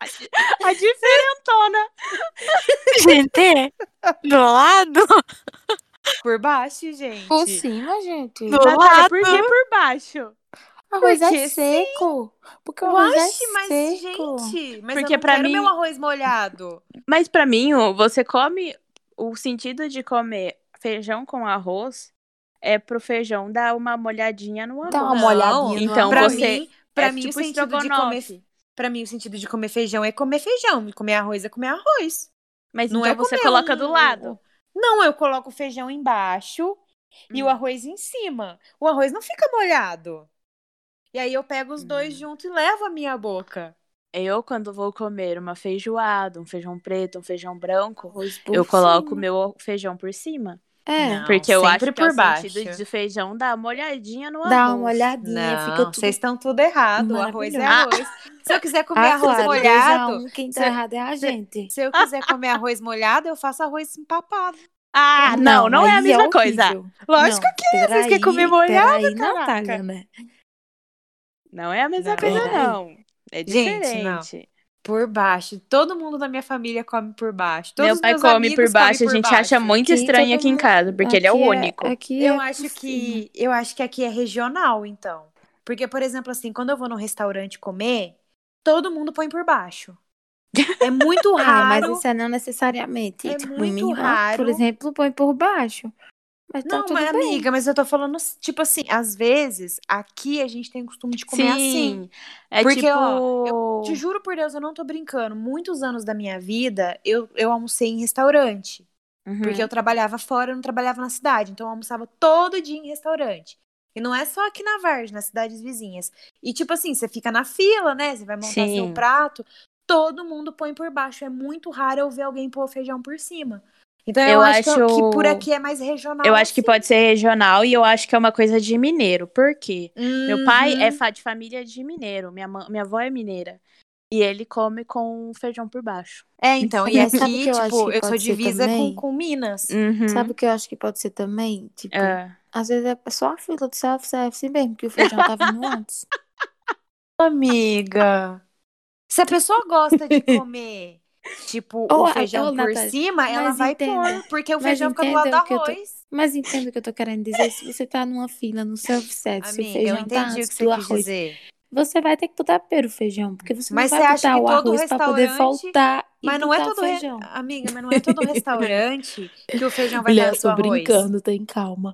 Speaker 2: A
Speaker 6: É
Speaker 2: diferentona!
Speaker 7: é
Speaker 4: Gente, do lado?
Speaker 6: Por baixo, gente.
Speaker 5: Por cima, Tipo assim, né, gente.
Speaker 4: Do
Speaker 2: Natália,
Speaker 4: lado.
Speaker 2: por que por baixo?
Speaker 5: Arroz
Speaker 2: porque
Speaker 5: é
Speaker 6: assim.
Speaker 2: sim.
Speaker 5: seco. Porque o arroz
Speaker 6: Oxe,
Speaker 5: é
Speaker 6: mas,
Speaker 5: seco.
Speaker 6: gente, mas
Speaker 2: Porque
Speaker 6: eu não
Speaker 2: pra
Speaker 6: quero
Speaker 2: mim-
Speaker 6: meu arroz molhado.
Speaker 2: Mas pra mim, o- você come. O sentido de comer feijão com arroz é pro feijão dar uma molhadinha no arroz.
Speaker 5: Dá uma
Speaker 6: Não,
Speaker 5: molhadinha. no arroz.
Speaker 2: então
Speaker 6: pra
Speaker 2: você-
Speaker 6: mim, pra
Speaker 2: é
Speaker 6: mim
Speaker 2: tipo
Speaker 6: o sentido de
Speaker 2: estrogonofe.
Speaker 6: comer... Pra mim, o sentido de comer feijão é comer feijão. e Comer arroz é comer arroz.
Speaker 2: Mas
Speaker 6: Não
Speaker 2: então
Speaker 6: é
Speaker 2: você
Speaker 6: comer
Speaker 2: coloca
Speaker 6: um-
Speaker 2: do lado.
Speaker 6: Não, eu coloco o feijão embaixo e
Speaker 2: Hum.
Speaker 6: o arroz em cima. O arroz não fica molhado. E aí eu pego os dois
Speaker 2: Hum.
Speaker 6: junto e levo à minha boca.
Speaker 2: Eu, quando vou comer uma feijoada, um feijão preto, um feijão branco,
Speaker 5: Arroz por
Speaker 2: eu coloco o
Speaker 5: cima.
Speaker 2: meu feijão por cima.
Speaker 5: É.
Speaker 6: Não,
Speaker 2: porque eu acho
Speaker 6: sempre
Speaker 2: que é o
Speaker 6: por baixo.
Speaker 2: sentido de feijão dar uma olhadinha no
Speaker 5: Dá
Speaker 2: arroz.
Speaker 5: uma olhadinha,
Speaker 6: Não,
Speaker 5: fica tudo.
Speaker 6: vocês estão tudo errado. O arroz é arroz. Se eu quiser comer
Speaker 5: Ah,
Speaker 6: arroz
Speaker 5: claro, dois
Speaker 6: molhado,
Speaker 5: a um, quem tá
Speaker 6: Cê-
Speaker 5: errado é a gente.
Speaker 6: se eu quiser comer arroz molhado, eu faço arroz empapado.
Speaker 2: Ah, não, não, é a
Speaker 5: aí
Speaker 2: mesma coisa.
Speaker 5: horrível.
Speaker 6: Lógico
Speaker 5: Não,
Speaker 6: que é, vocês querem comer
Speaker 5: peraí,
Speaker 6: molhado,
Speaker 5: peraí,
Speaker 6: caraca.
Speaker 5: Natália, né?
Speaker 2: Não é a mesma
Speaker 6: Não.
Speaker 2: coisa,
Speaker 5: Peraí.
Speaker 2: não. É
Speaker 6: Gente,
Speaker 2: diferente.
Speaker 6: não. Por baixo. Todo mundo da minha família come por baixo. Todos
Speaker 2: Meu
Speaker 6: os
Speaker 2: pai
Speaker 6: meus
Speaker 2: come
Speaker 6: amigos
Speaker 2: por baixo,
Speaker 6: comem
Speaker 2: a
Speaker 6: por
Speaker 2: gente acha
Speaker 6: baixo.
Speaker 2: muito
Speaker 5: Aqui
Speaker 2: estranho
Speaker 5: todo
Speaker 2: aqui em
Speaker 5: mundo-
Speaker 2: casa, porque ele é o
Speaker 5: Aqui
Speaker 2: único.
Speaker 5: aqui
Speaker 6: Eu
Speaker 5: é
Speaker 6: acho
Speaker 5: por cima.
Speaker 6: que eu acho que aqui é regional, então. Porque, por exemplo, assim, quando eu vou num restaurante comer, todo mundo põe por baixo. É muito
Speaker 5: Ah, mas
Speaker 6: raro.
Speaker 5: isso é não necessariamente.
Speaker 6: É
Speaker 5: tipo,
Speaker 6: muito
Speaker 5: minha irmã,
Speaker 6: raro.
Speaker 5: por exemplo, põe por baixo. Mas tá
Speaker 6: Não,
Speaker 5: tudo
Speaker 6: mas
Speaker 5: bem.
Speaker 6: amiga, mas eu tô falando, tipo assim, às vezes, aqui a gente tem o costume de comer assim.
Speaker 2: Sim. É
Speaker 6: Porque,
Speaker 2: tipo.
Speaker 6: ó, Te juro por Deus, eu não tô brincando. Muitos anos da minha vida, eu, eu almocei em restaurante.
Speaker 2: Uhum.
Speaker 6: Porque eu trabalhava fora, eu não trabalhava na cidade. Então eu almoçava todo dia em restaurante. E não é só aqui na Vargem, nas cidades vizinhas. E tipo assim, você fica na fila, né? Você vai montar seu
Speaker 2: Sim.
Speaker 6: prato, todo mundo põe por baixo. É muito raro eu ver alguém pôr feijão por cima. Então eu,
Speaker 2: Eu
Speaker 6: acho, que-
Speaker 2: acho-
Speaker 6: que por aqui é mais regional.
Speaker 2: Eu acho que pode ser regional e eu acho que é uma coisa de mineiro. Por quê?
Speaker 6: assim.
Speaker 2: Meu pai é
Speaker 6: Uhum.
Speaker 2: fa- de família de mineiro. Minha, mã- minha avó é mineira. E ele come com feijão por baixo.
Speaker 6: É, então, e
Speaker 5: Mas sabe o
Speaker 6: aqui,
Speaker 5: que eu acho
Speaker 6: tipo,
Speaker 5: que
Speaker 6: eu sou
Speaker 5: pode ser
Speaker 6: divisa com,
Speaker 5: também?
Speaker 6: com Minas.
Speaker 2: Uhum.
Speaker 5: Sabe o que eu acho que pode ser também? Tipo,
Speaker 2: É.
Speaker 5: às vezes é só a fila do self-service mesmo, que o feijão tá vindo antes.
Speaker 6: Amiga, se a pessoa gosta de comer, tipo,
Speaker 5: Ô,
Speaker 6: o
Speaker 5: a-
Speaker 6: feijão
Speaker 5: ô,
Speaker 6: por
Speaker 5: Natália,
Speaker 6: cima, ela
Speaker 5: mas
Speaker 6: vai
Speaker 5: entenda,
Speaker 6: pôr, porque o
Speaker 5: mas
Speaker 6: feijão fica do lado do
Speaker 5: entenda o que eu tô-
Speaker 6: arroz.
Speaker 5: Mas entenda o que eu tô querendo dizer. Se você tá numa fila no self-service, e o
Speaker 6: Amiga, eu
Speaker 5: feijão tá
Speaker 6: entendi o
Speaker 5: antes
Speaker 6: que
Speaker 5: do
Speaker 6: você quis
Speaker 5: arroz,
Speaker 6: dizer.
Speaker 5: você vai ter que botar primeiro o feijão, porque você
Speaker 6: Mas
Speaker 5: não
Speaker 6: você
Speaker 5: vai
Speaker 6: acha que
Speaker 5: botar o
Speaker 6: todo
Speaker 5: arroz pra poder
Speaker 6: restaurante-
Speaker 5: voltar e
Speaker 6: Mas não é
Speaker 5: botar o
Speaker 6: todo re-
Speaker 5: feijão.
Speaker 6: amiga, mas não é todo restaurante que é o feijão vai
Speaker 5: Mulher,
Speaker 6: estar
Speaker 5: eu
Speaker 6: antes do
Speaker 5: tô
Speaker 6: arroz.
Speaker 5: brincando, tem calma.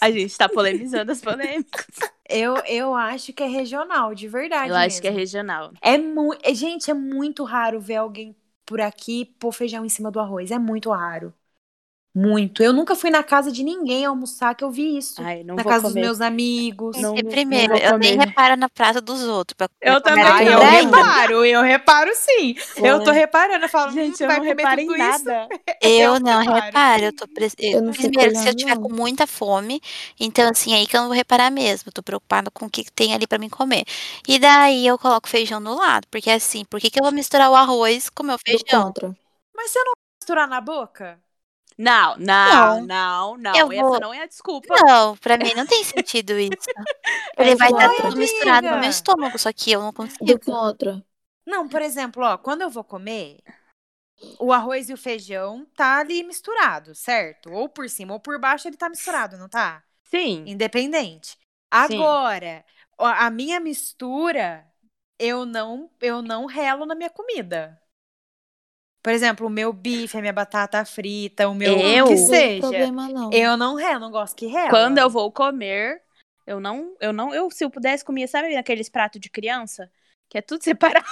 Speaker 2: A gente tá polemizando as polêmicas.
Speaker 6: Eu, eu acho que é regional, de verdade
Speaker 2: Eu acho que é
Speaker 6: mesmo.
Speaker 2: regional.
Speaker 6: É mu... é, Gente, é muito raro ver alguém por aqui pôr feijão em cima do arroz. É muito raro. Muito. Eu nunca fui na casa de ninguém almoçar que eu vi isso.
Speaker 2: Ai, não
Speaker 6: na
Speaker 2: vou
Speaker 6: casa dos
Speaker 2: comer.
Speaker 6: meus amigos.
Speaker 2: Não-
Speaker 4: É
Speaker 2: não
Speaker 4: primeiro,
Speaker 2: vou
Speaker 4: eu nem
Speaker 2: comer.
Speaker 4: reparo na prato dos outros. pra- pra
Speaker 2: Eu
Speaker 4: comer
Speaker 2: também
Speaker 4: a
Speaker 6: Ai,
Speaker 4: comida
Speaker 6: eu
Speaker 2: não.
Speaker 4: dela.
Speaker 6: reparo, eu reparo sim. Eu tô
Speaker 5: Fora.
Speaker 6: reparando, eu falo,
Speaker 2: Gente,
Speaker 6: gente,
Speaker 2: eu
Speaker 6: vai
Speaker 2: não
Speaker 6: comer
Speaker 2: reparo em
Speaker 6: tudo isso?
Speaker 2: nada.
Speaker 4: Eu
Speaker 6: Eu
Speaker 4: não
Speaker 6: reparo.
Speaker 4: reparo, eu tô pres- eu-
Speaker 5: Eu não fico
Speaker 4: primeiro que se eu
Speaker 5: olhando,
Speaker 4: tiver
Speaker 5: não.
Speaker 4: com muita fome, então assim, aí que eu não vou reparar mesmo, eu tô preocupada com o que que tem ali pra mim comer. E daí eu coloco feijão no lado, porque assim, por que que eu vou misturar o arroz com o meu
Speaker 5: Do
Speaker 4: feijão?
Speaker 5: contra.
Speaker 6: Mas você não vai misturar na boca?
Speaker 2: Não, não, não, não.
Speaker 4: Eu
Speaker 2: Essa
Speaker 4: vou-
Speaker 2: não é a desculpa.
Speaker 4: Não, pra mim não tem sentido isso. Ele
Speaker 5: É
Speaker 4: vai estar
Speaker 5: contra.
Speaker 4: tudo misturado no meu
Speaker 6: amiga.
Speaker 4: estômago, só que eu não
Speaker 5: Do
Speaker 4: consigo.
Speaker 5: contra.
Speaker 6: Não, por exemplo, ó, quando eu vou comer, o arroz e o feijão tá ali misturado, certo? Ou por cima ou por baixo ele tá misturado, não tá?
Speaker 2: Sim.
Speaker 6: Independente. Agora, ó, a minha mistura, eu não, eu não relo na minha comida. Por exemplo, o meu bife, a minha batata frita, o meu
Speaker 2: Eu?
Speaker 6: o que
Speaker 5: Não tem
Speaker 6: seja.
Speaker 5: é problema, não.
Speaker 6: Eu não relo, não gosto que rela.
Speaker 2: Quando eu vou comer, eu não, eu não, eu se eu pudesse comer, sabe aqueles pratos de criança que é tudo separado?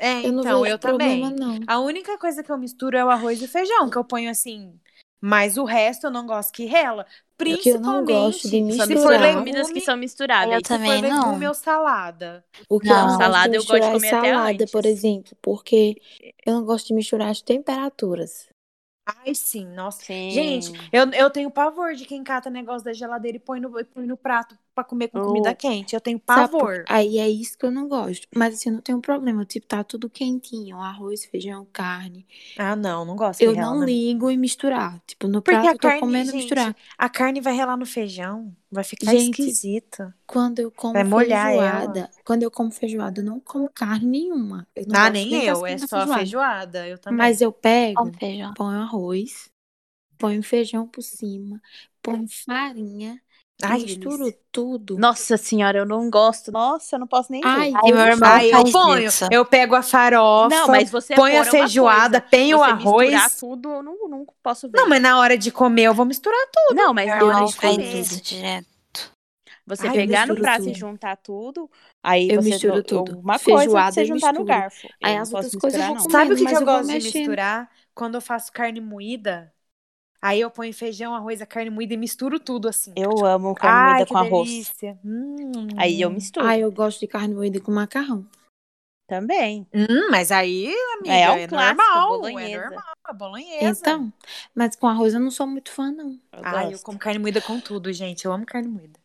Speaker 6: É,
Speaker 5: Eu não
Speaker 6: então,
Speaker 5: vejo
Speaker 6: eu também.
Speaker 5: problema, não.
Speaker 6: A única coisa que eu misturo é o arroz e o feijão, que eu ponho assim. Mas o resto eu não gosto que rela.
Speaker 5: É que eu não
Speaker 6: Principalmente
Speaker 5: gosto de
Speaker 6: se for
Speaker 2: Misturar
Speaker 5: Misturar.
Speaker 6: legume,
Speaker 2: comidas que são
Speaker 4: Eu
Speaker 2: misturáveis.
Speaker 6: se for
Speaker 4: também não.
Speaker 6: legume ou salada.
Speaker 5: O que eu
Speaker 4: Não.
Speaker 5: não gosto
Speaker 2: Salada
Speaker 5: de
Speaker 2: eu gosto
Speaker 5: misturar
Speaker 2: de
Speaker 5: é
Speaker 2: comer até
Speaker 5: salada, por
Speaker 2: antes.
Speaker 5: exemplo, porque eu não gosto de misturar as temperaturas.
Speaker 6: Ai, sim, nossa.
Speaker 2: Sim.
Speaker 6: Gente, eu, eu tenho pavor de quem cata negócio da geladeira e põe no, e põe no prato pra comer com
Speaker 2: Oh.
Speaker 6: comida quente. Eu tenho
Speaker 5: Sabe por-
Speaker 6: pavor.
Speaker 5: Aí é isso que eu não gosto. Mas assim, eu não tenho problema. Tipo, tá tudo quentinho. Arroz, feijão, carne.
Speaker 6: Ah, não, não gosto. né?
Speaker 5: Eu
Speaker 6: que rela
Speaker 5: não
Speaker 6: na-
Speaker 5: ligo em misturar. Tipo, no
Speaker 6: Porque
Speaker 5: prato
Speaker 6: a
Speaker 5: eu tô
Speaker 6: carne,
Speaker 5: comendo
Speaker 6: gente,
Speaker 5: misturar.
Speaker 6: A carne vai relar no feijão, vai ficar
Speaker 5: Gente,
Speaker 6: esquisita.
Speaker 5: Quando eu como
Speaker 6: Vai molhar ela.
Speaker 5: feijoada, quando eu como feijoada, eu não como carne nenhuma. Eu não
Speaker 6: Ah,
Speaker 5: gosto
Speaker 6: nem
Speaker 5: nem das
Speaker 6: eu, é
Speaker 5: comidas da
Speaker 6: só a feijoada. Eu também.
Speaker 5: Mas eu pego,
Speaker 4: Como feijão.
Speaker 5: ponho arroz, ponho feijão por cima, ponho farinha,
Speaker 6: Ai, que
Speaker 5: misturo
Speaker 6: delícia.
Speaker 5: tudo.
Speaker 2: Nossa senhora, eu não gosto. Nossa, eu não posso nem
Speaker 5: Ai,
Speaker 2: ver.
Speaker 4: Aí meu irmão
Speaker 6: Aí eu
Speaker 4: faz
Speaker 6: ponho,
Speaker 4: isso.
Speaker 6: eu pego a farofa,
Speaker 2: Não, mas você
Speaker 6: ponho a
Speaker 2: pôr é uma
Speaker 6: feijoada,
Speaker 2: coisa.
Speaker 6: penho o
Speaker 2: Você
Speaker 6: arroz.
Speaker 2: misturar tudo, eu não, não posso ver.
Speaker 6: Não, mas na hora de comer eu vou misturar tudo.
Speaker 2: Não, mas na
Speaker 4: Meu
Speaker 2: hora
Speaker 4: irmão
Speaker 2: de
Speaker 6: é
Speaker 4: faz
Speaker 2: comer,
Speaker 4: isso direto.
Speaker 2: você
Speaker 6: Ai, eu
Speaker 2: pegar no
Speaker 5: misturo
Speaker 2: prato e
Speaker 5: tudo.
Speaker 2: juntar tudo, aí
Speaker 5: Eu
Speaker 2: você
Speaker 5: misturo
Speaker 2: eu-
Speaker 5: tudo.
Speaker 2: uma coisa é
Speaker 5: Feijoada,
Speaker 2: você
Speaker 5: eu
Speaker 2: juntar no
Speaker 5: misturo.
Speaker 2: garfo. Eu
Speaker 5: Aí
Speaker 2: não
Speaker 5: as
Speaker 2: posso
Speaker 5: outras coisas eu
Speaker 2: misturar
Speaker 5: vou
Speaker 2: não.
Speaker 5: comer.
Speaker 6: Sabe o que,
Speaker 5: mas
Speaker 6: que eu,
Speaker 5: eu vou
Speaker 6: gosto de
Speaker 5: mexendo.
Speaker 6: misturar? Quando eu faço carne moída, aí eu ponho feijão, arroz, a carne moída e misturo tudo assim.
Speaker 2: Eu amo carne
Speaker 6: Ai,
Speaker 2: moída
Speaker 6: que
Speaker 2: com arroz.
Speaker 6: delícia. Hum.
Speaker 2: Aí eu misturo
Speaker 5: Ah, eu gosto de carne moída com macarrão.
Speaker 2: também.
Speaker 6: Hum, mas aí, amiga,
Speaker 2: É
Speaker 6: é,
Speaker 2: um clássico,
Speaker 6: normal. É
Speaker 2: bolonhesa.
Speaker 6: normal, é bolonhesa.
Speaker 5: Então, mas com arroz eu não sou muito fã, não.
Speaker 2: Eu
Speaker 6: Ai, eu
Speaker 2: gosto.
Speaker 6: como carne moída com tudo, gente. Eu amo carne moída.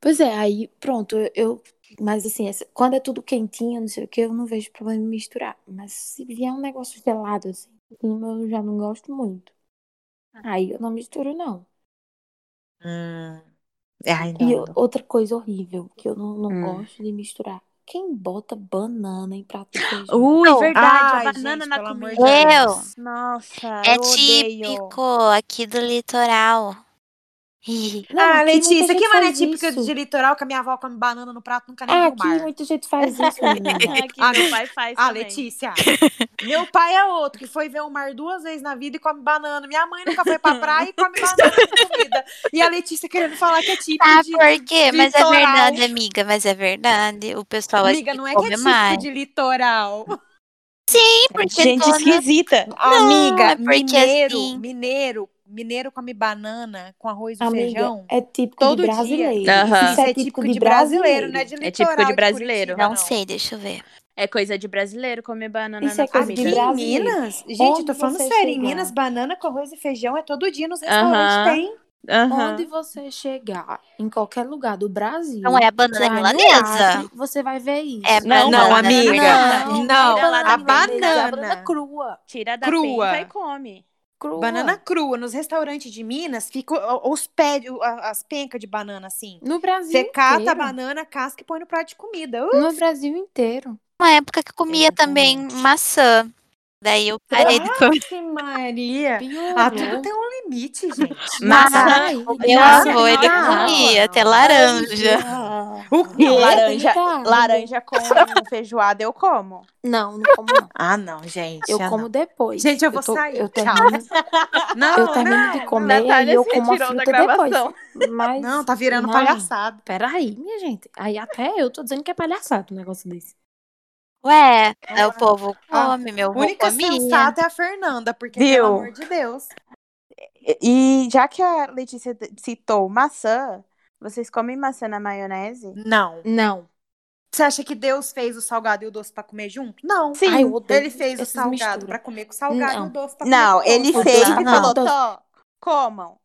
Speaker 5: Pois é, aí pronto, eu- eu. Mas assim, essa- quando é tudo quentinho, não sei o que, eu não vejo problema em misturar. Mas se vier um negócio gelado, assim, eu já não gosto muito.
Speaker 6: Ah.
Speaker 5: Aí eu não misturo, não.
Speaker 6: Hum. Ai,
Speaker 5: E
Speaker 6: não.
Speaker 5: o- outra coisa horrível que eu não, não
Speaker 2: Hum.
Speaker 5: gosto de misturar. Quem bota banana em prato de feijão?
Speaker 2: Ui,
Speaker 4: Não.
Speaker 2: verdade, a
Speaker 6: Ai,
Speaker 2: banana
Speaker 6: gente,
Speaker 2: na
Speaker 6: pelo amor de
Speaker 2: comida.
Speaker 6: Deus.
Speaker 2: Nossa,
Speaker 4: É
Speaker 2: eu odeio.
Speaker 4: típico aqui do litoral. Ih,
Speaker 5: Não,
Speaker 6: ah,
Speaker 5: aqui muita
Speaker 6: Letícia, que
Speaker 5: gente
Speaker 6: mané
Speaker 5: faz
Speaker 6: típica de
Speaker 5: isso.
Speaker 6: litoral que a minha avó come banana no prato, nunca nem
Speaker 5: Ah,
Speaker 6: viu o
Speaker 5: aqui
Speaker 6: mar.
Speaker 5: muita gente faz isso, menina.
Speaker 2: Aqui
Speaker 6: Ah,
Speaker 2: É meu
Speaker 6: não.
Speaker 2: pai faz
Speaker 6: Ah,
Speaker 2: também.
Speaker 6: Letícia. Meu pai é outro que foi ver o mar duas vezes na vida e come banana. Minha mãe nunca foi pra praia e come banana com comida. E a Letícia querendo falar que é típico
Speaker 5: Tá
Speaker 4: Sabe
Speaker 6: de.
Speaker 4: Ah, por quê? Mas é
Speaker 6: litoral.
Speaker 4: verdade, amiga. Mas é verdade. O pessoal acha
Speaker 6: Amiga,
Speaker 4: que
Speaker 6: não é que é
Speaker 4: come
Speaker 6: típico
Speaker 4: mais.
Speaker 6: de litoral.
Speaker 4: Sim, porque
Speaker 2: Gente
Speaker 4: tô na
Speaker 2: esquisita.
Speaker 4: Não,
Speaker 6: Amiga,
Speaker 4: é porque
Speaker 6: mineiro,
Speaker 4: assim-
Speaker 6: mineiro, mineiro come banana com arroz e
Speaker 5: Amiga,
Speaker 6: feijão
Speaker 5: é típico de
Speaker 6: todo dia.
Speaker 5: brasileiro.
Speaker 2: Aham.
Speaker 5: Isso
Speaker 6: Isso
Speaker 5: é
Speaker 6: é
Speaker 5: típico
Speaker 6: típico
Speaker 5: de
Speaker 6: de brasileiro, não é
Speaker 5: brasileiro.
Speaker 6: de litoral
Speaker 2: É típico de brasileiro.
Speaker 6: Curitiba,
Speaker 4: Não sei, deixa eu ver.
Speaker 2: É coisa de brasileiro comer banana
Speaker 5: Isso
Speaker 2: na
Speaker 5: é coisa de
Speaker 2: comida.
Speaker 6: Aqui em
Speaker 5: brasileiro.
Speaker 6: Minas, gente,
Speaker 5: Onde
Speaker 6: eu tô falando
Speaker 5: você
Speaker 6: sério, em
Speaker 5: chegar?
Speaker 6: Minas, banana com arroz e feijão é todo dia nos restaurantes,
Speaker 2: Aham.
Speaker 6: tem.
Speaker 2: Aham.
Speaker 5: Onde você chegar, em qualquer lugar do Brasil,
Speaker 4: Não é a banana
Speaker 5: lá no
Speaker 4: milanesa.
Speaker 5: Acre, você vai ver isso.
Speaker 4: É
Speaker 2: Não,
Speaker 6: Não,
Speaker 4: banana
Speaker 6: amiga,
Speaker 4: milanesa.
Speaker 6: não,
Speaker 2: tira lá da
Speaker 6: a
Speaker 2: milanesa,
Speaker 5: milanesa, a
Speaker 6: banana.
Speaker 5: crua.
Speaker 2: Tira da
Speaker 6: Crua.
Speaker 2: penca e come.
Speaker 5: Crua.
Speaker 6: Banana crua, nos restaurantes de Minas, fica o- os pés, o- a- as pencas de banana assim.
Speaker 5: No Brasil
Speaker 6: Você cata a
Speaker 5: inteiro.
Speaker 6: banana, casca e põe no prato de comida. Uh!
Speaker 5: No Brasil inteiro.
Speaker 4: Uma é época que eu comia também
Speaker 6: Exatamente.
Speaker 4: maçã. Daí eu parei de
Speaker 6: Uhum.
Speaker 4: comer.
Speaker 6: Ave
Speaker 5: É.
Speaker 6: Maria! Ah, tudo
Speaker 5: Piorou.
Speaker 6: tem um limite, gente.
Speaker 7: Ah,
Speaker 4: Maçã.
Speaker 5: Ai,
Speaker 4: O meu
Speaker 5: não,
Speaker 4: avô, ele
Speaker 5: não.
Speaker 4: comia até
Speaker 2: Laranja.
Speaker 4: laranja.
Speaker 6: O
Speaker 2: Não,
Speaker 6: quê?
Speaker 2: laranja,
Speaker 5: Coitado.
Speaker 2: laranja com feijoada eu como.
Speaker 5: Não, não como não.
Speaker 6: Ah, não, gente.
Speaker 5: Eu
Speaker 6: ah,
Speaker 5: como
Speaker 6: não.
Speaker 5: depois.
Speaker 6: Gente, eu vou
Speaker 5: tô-
Speaker 6: sair.
Speaker 5: Eu
Speaker 6: Tchau.
Speaker 5: termino,
Speaker 6: Não,
Speaker 5: eu termino de
Speaker 6: não,
Speaker 5: comer e
Speaker 2: Natália
Speaker 5: eu
Speaker 2: se
Speaker 5: como a
Speaker 2: retirou da
Speaker 5: fruta depois.
Speaker 2: gravação.
Speaker 5: Mas.
Speaker 6: Não, tá virando
Speaker 5: não.
Speaker 6: palhaçada.
Speaker 5: Peraí, minha gente. Aí até eu tô dizendo que é palhaçado um negócio desse.
Speaker 4: Ué, daí o
Speaker 6: Ah,
Speaker 4: povo
Speaker 6: ah,
Speaker 4: come, meu
Speaker 6: A
Speaker 4: avô
Speaker 6: única
Speaker 4: comia.
Speaker 6: sensata é a Fernanda, porque,
Speaker 2: Viu?
Speaker 6: pelo amor de Deus.
Speaker 2: E e já que a Letícia d- citou maçã, vocês comem maçã na maionese?
Speaker 6: Não.
Speaker 5: Não.
Speaker 6: Você acha que Deus fez o salgado e o doce pra comer junto? Não.
Speaker 2: Sim.
Speaker 5: Ai, eu odeio
Speaker 6: Ele fez o
Speaker 5: essas
Speaker 6: salgado
Speaker 5: misturas.
Speaker 6: pra comer com o salgado
Speaker 5: Não.
Speaker 6: e o doce pra
Speaker 2: Não,
Speaker 6: comer com o
Speaker 2: ele
Speaker 6: doce.
Speaker 4: doce.
Speaker 2: fez
Speaker 4: Ah,
Speaker 2: e
Speaker 4: não.
Speaker 2: falou, Tó, comam.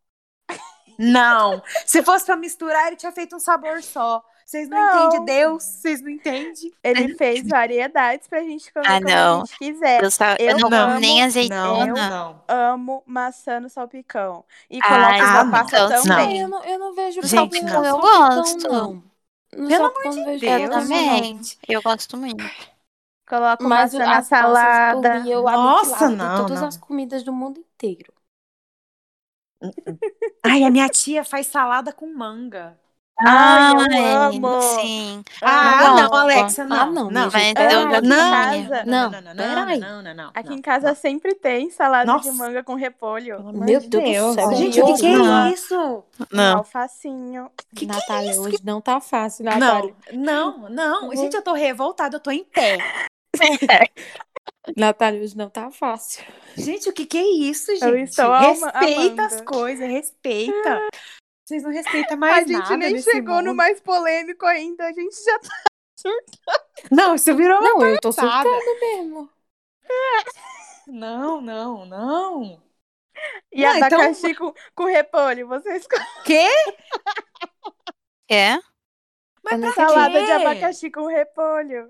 Speaker 6: Não. Se fosse pra misturar, ele tinha feito um sabor só. Vocês não,
Speaker 2: Não.
Speaker 6: entendem Deus, vocês não entendem.
Speaker 2: Ele fez variedades pra gente comer
Speaker 4: Ah,
Speaker 2: como
Speaker 4: não.
Speaker 2: a gente quiser.
Speaker 4: Eu, só, eu
Speaker 2: é Eu
Speaker 4: não como
Speaker 2: amo-
Speaker 4: nem
Speaker 6: Não,
Speaker 4: azeitona.
Speaker 6: não.
Speaker 2: Amo maçã no salpicão. E
Speaker 4: Ah,
Speaker 2: coloco
Speaker 6: não.
Speaker 2: na
Speaker 6: Ah,
Speaker 2: pasta
Speaker 4: não.
Speaker 5: Ai,
Speaker 2: também.
Speaker 5: eu não, eu não vejo
Speaker 4: No
Speaker 6: Gente,
Speaker 5: problema
Speaker 4: salpicão
Speaker 5: no
Speaker 4: eu
Speaker 5: salpicão,
Speaker 4: gosto.
Speaker 5: não. No
Speaker 6: Pelo
Speaker 5: salpicão eu não vejo
Speaker 6: Deus.
Speaker 4: Eu
Speaker 5: problema, não.
Speaker 4: também. Eu gosto muito.
Speaker 2: Coloco
Speaker 5: Mas
Speaker 2: maçã na
Speaker 5: as passas por
Speaker 2: salada.
Speaker 5: mim, eu
Speaker 6: Nossa,
Speaker 5: aniquilava de
Speaker 6: não,
Speaker 5: todas
Speaker 6: não.
Speaker 5: as comidas do mundo inteiro.
Speaker 6: Ai, a minha tia faz salada com manga.
Speaker 2: Ai, eu
Speaker 4: Ai,
Speaker 2: amo.
Speaker 4: Sim.
Speaker 6: Ah,
Speaker 4: não,
Speaker 6: não,
Speaker 4: não.
Speaker 6: Alexa, não.
Speaker 5: Ah,
Speaker 6: não. é um
Speaker 5: não, minha gente,
Speaker 4: Mas eu
Speaker 5: peraí.
Speaker 4: já
Speaker 2: Aqui em
Speaker 6: Não, não,
Speaker 2: casa-
Speaker 5: Não,
Speaker 6: não, não, não,
Speaker 5: peraí.
Speaker 6: não, não, não.
Speaker 2: Aqui em
Speaker 6: não.
Speaker 2: casa sempre tem salada
Speaker 6: Nossa.
Speaker 2: de manga com repolho.
Speaker 6: Pelo amor
Speaker 5: Meu
Speaker 6: de
Speaker 5: Deus do céu,
Speaker 6: Gente, o que, que
Speaker 4: Não.
Speaker 6: é isso?
Speaker 2: Um
Speaker 4: Não.
Speaker 2: alfacinho.
Speaker 6: Que que é
Speaker 5: Natália, hoje não tá fácil, Natália.
Speaker 6: Não, não, não. Gente, eu tô revoltada, eu tô em pé.
Speaker 5: Natália, hoje não tá fácil.
Speaker 6: Gente, o que que é isso, gente?
Speaker 2: Eu estou ama-
Speaker 6: respeita as
Speaker 2: amando.
Speaker 6: coisas, respeita. Vocês não respeitam mais
Speaker 2: a gente
Speaker 6: nada
Speaker 2: nem
Speaker 6: nesse
Speaker 2: chegou
Speaker 6: mundo.
Speaker 2: no mais polêmico ainda. A gente já tá.
Speaker 6: Não, isso virou uma
Speaker 5: Não, eu tô
Speaker 6: palhaçada.
Speaker 5: surtando mesmo.
Speaker 6: Não, não, não.
Speaker 2: E
Speaker 6: Ah, então-
Speaker 2: abacaxi com, com repolho, você escolhe.
Speaker 4: É?
Speaker 5: Mas pra
Speaker 2: Salada
Speaker 6: quê?
Speaker 2: de abacaxi com repolho.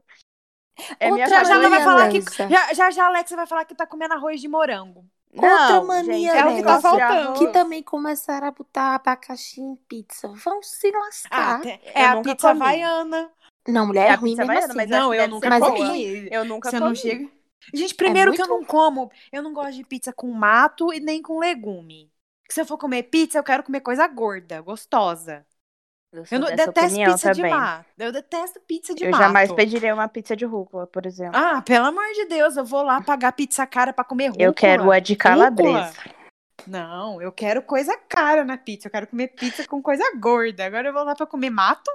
Speaker 2: É minha
Speaker 6: é? Outra já ela vai
Speaker 2: favorita.
Speaker 6: falar que-
Speaker 5: Nossa.
Speaker 6: Já, já já a Alexa vai falar que tá comendo arroz de morango.
Speaker 5: Outra
Speaker 2: Não,
Speaker 5: mania,
Speaker 2: gente,
Speaker 6: é o que
Speaker 2: eu
Speaker 6: tá
Speaker 2: gosto de
Speaker 6: faltando.
Speaker 2: arroz.
Speaker 5: Que também começaram a botar abacaxi em pizza. Vão se
Speaker 6: Ah,
Speaker 5: lascar.
Speaker 6: te-
Speaker 2: eu
Speaker 6: é a
Speaker 2: nunca
Speaker 6: pizza
Speaker 2: comi.
Speaker 6: havaiana.
Speaker 5: Não,
Speaker 2: É
Speaker 5: mulher é
Speaker 2: a
Speaker 5: ruim
Speaker 2: pizza
Speaker 5: mesmo
Speaker 2: havaiana,
Speaker 5: assim.
Speaker 2: mas
Speaker 6: não,
Speaker 2: acho
Speaker 6: eu
Speaker 2: que deve
Speaker 6: nunca
Speaker 2: ser
Speaker 5: mas
Speaker 2: boa.
Speaker 5: aqui,
Speaker 2: Eu nunca
Speaker 6: Você
Speaker 2: comi.
Speaker 6: não chega. É Gente, primeiro que eu
Speaker 5: muito-
Speaker 6: não como, eu não gosto de pizza com mato e nem com legume. Que Se eu for comer pizza, eu quero comer coisa gorda, gostosa. Eu não- detesto pizza de mato. Eu detesto pizza de
Speaker 2: Eu
Speaker 6: mato.
Speaker 2: jamais pediria uma pizza de rúcula, por exemplo.
Speaker 6: Ah, pelo amor de Deus, eu vou lá pagar pizza cara pra comer rúcula.
Speaker 2: eu quero a de calabresa.
Speaker 6: Não, eu quero coisa cara na pizza. Eu quero comer pizza com coisa gorda. Agora eu vou lá pra comer mato?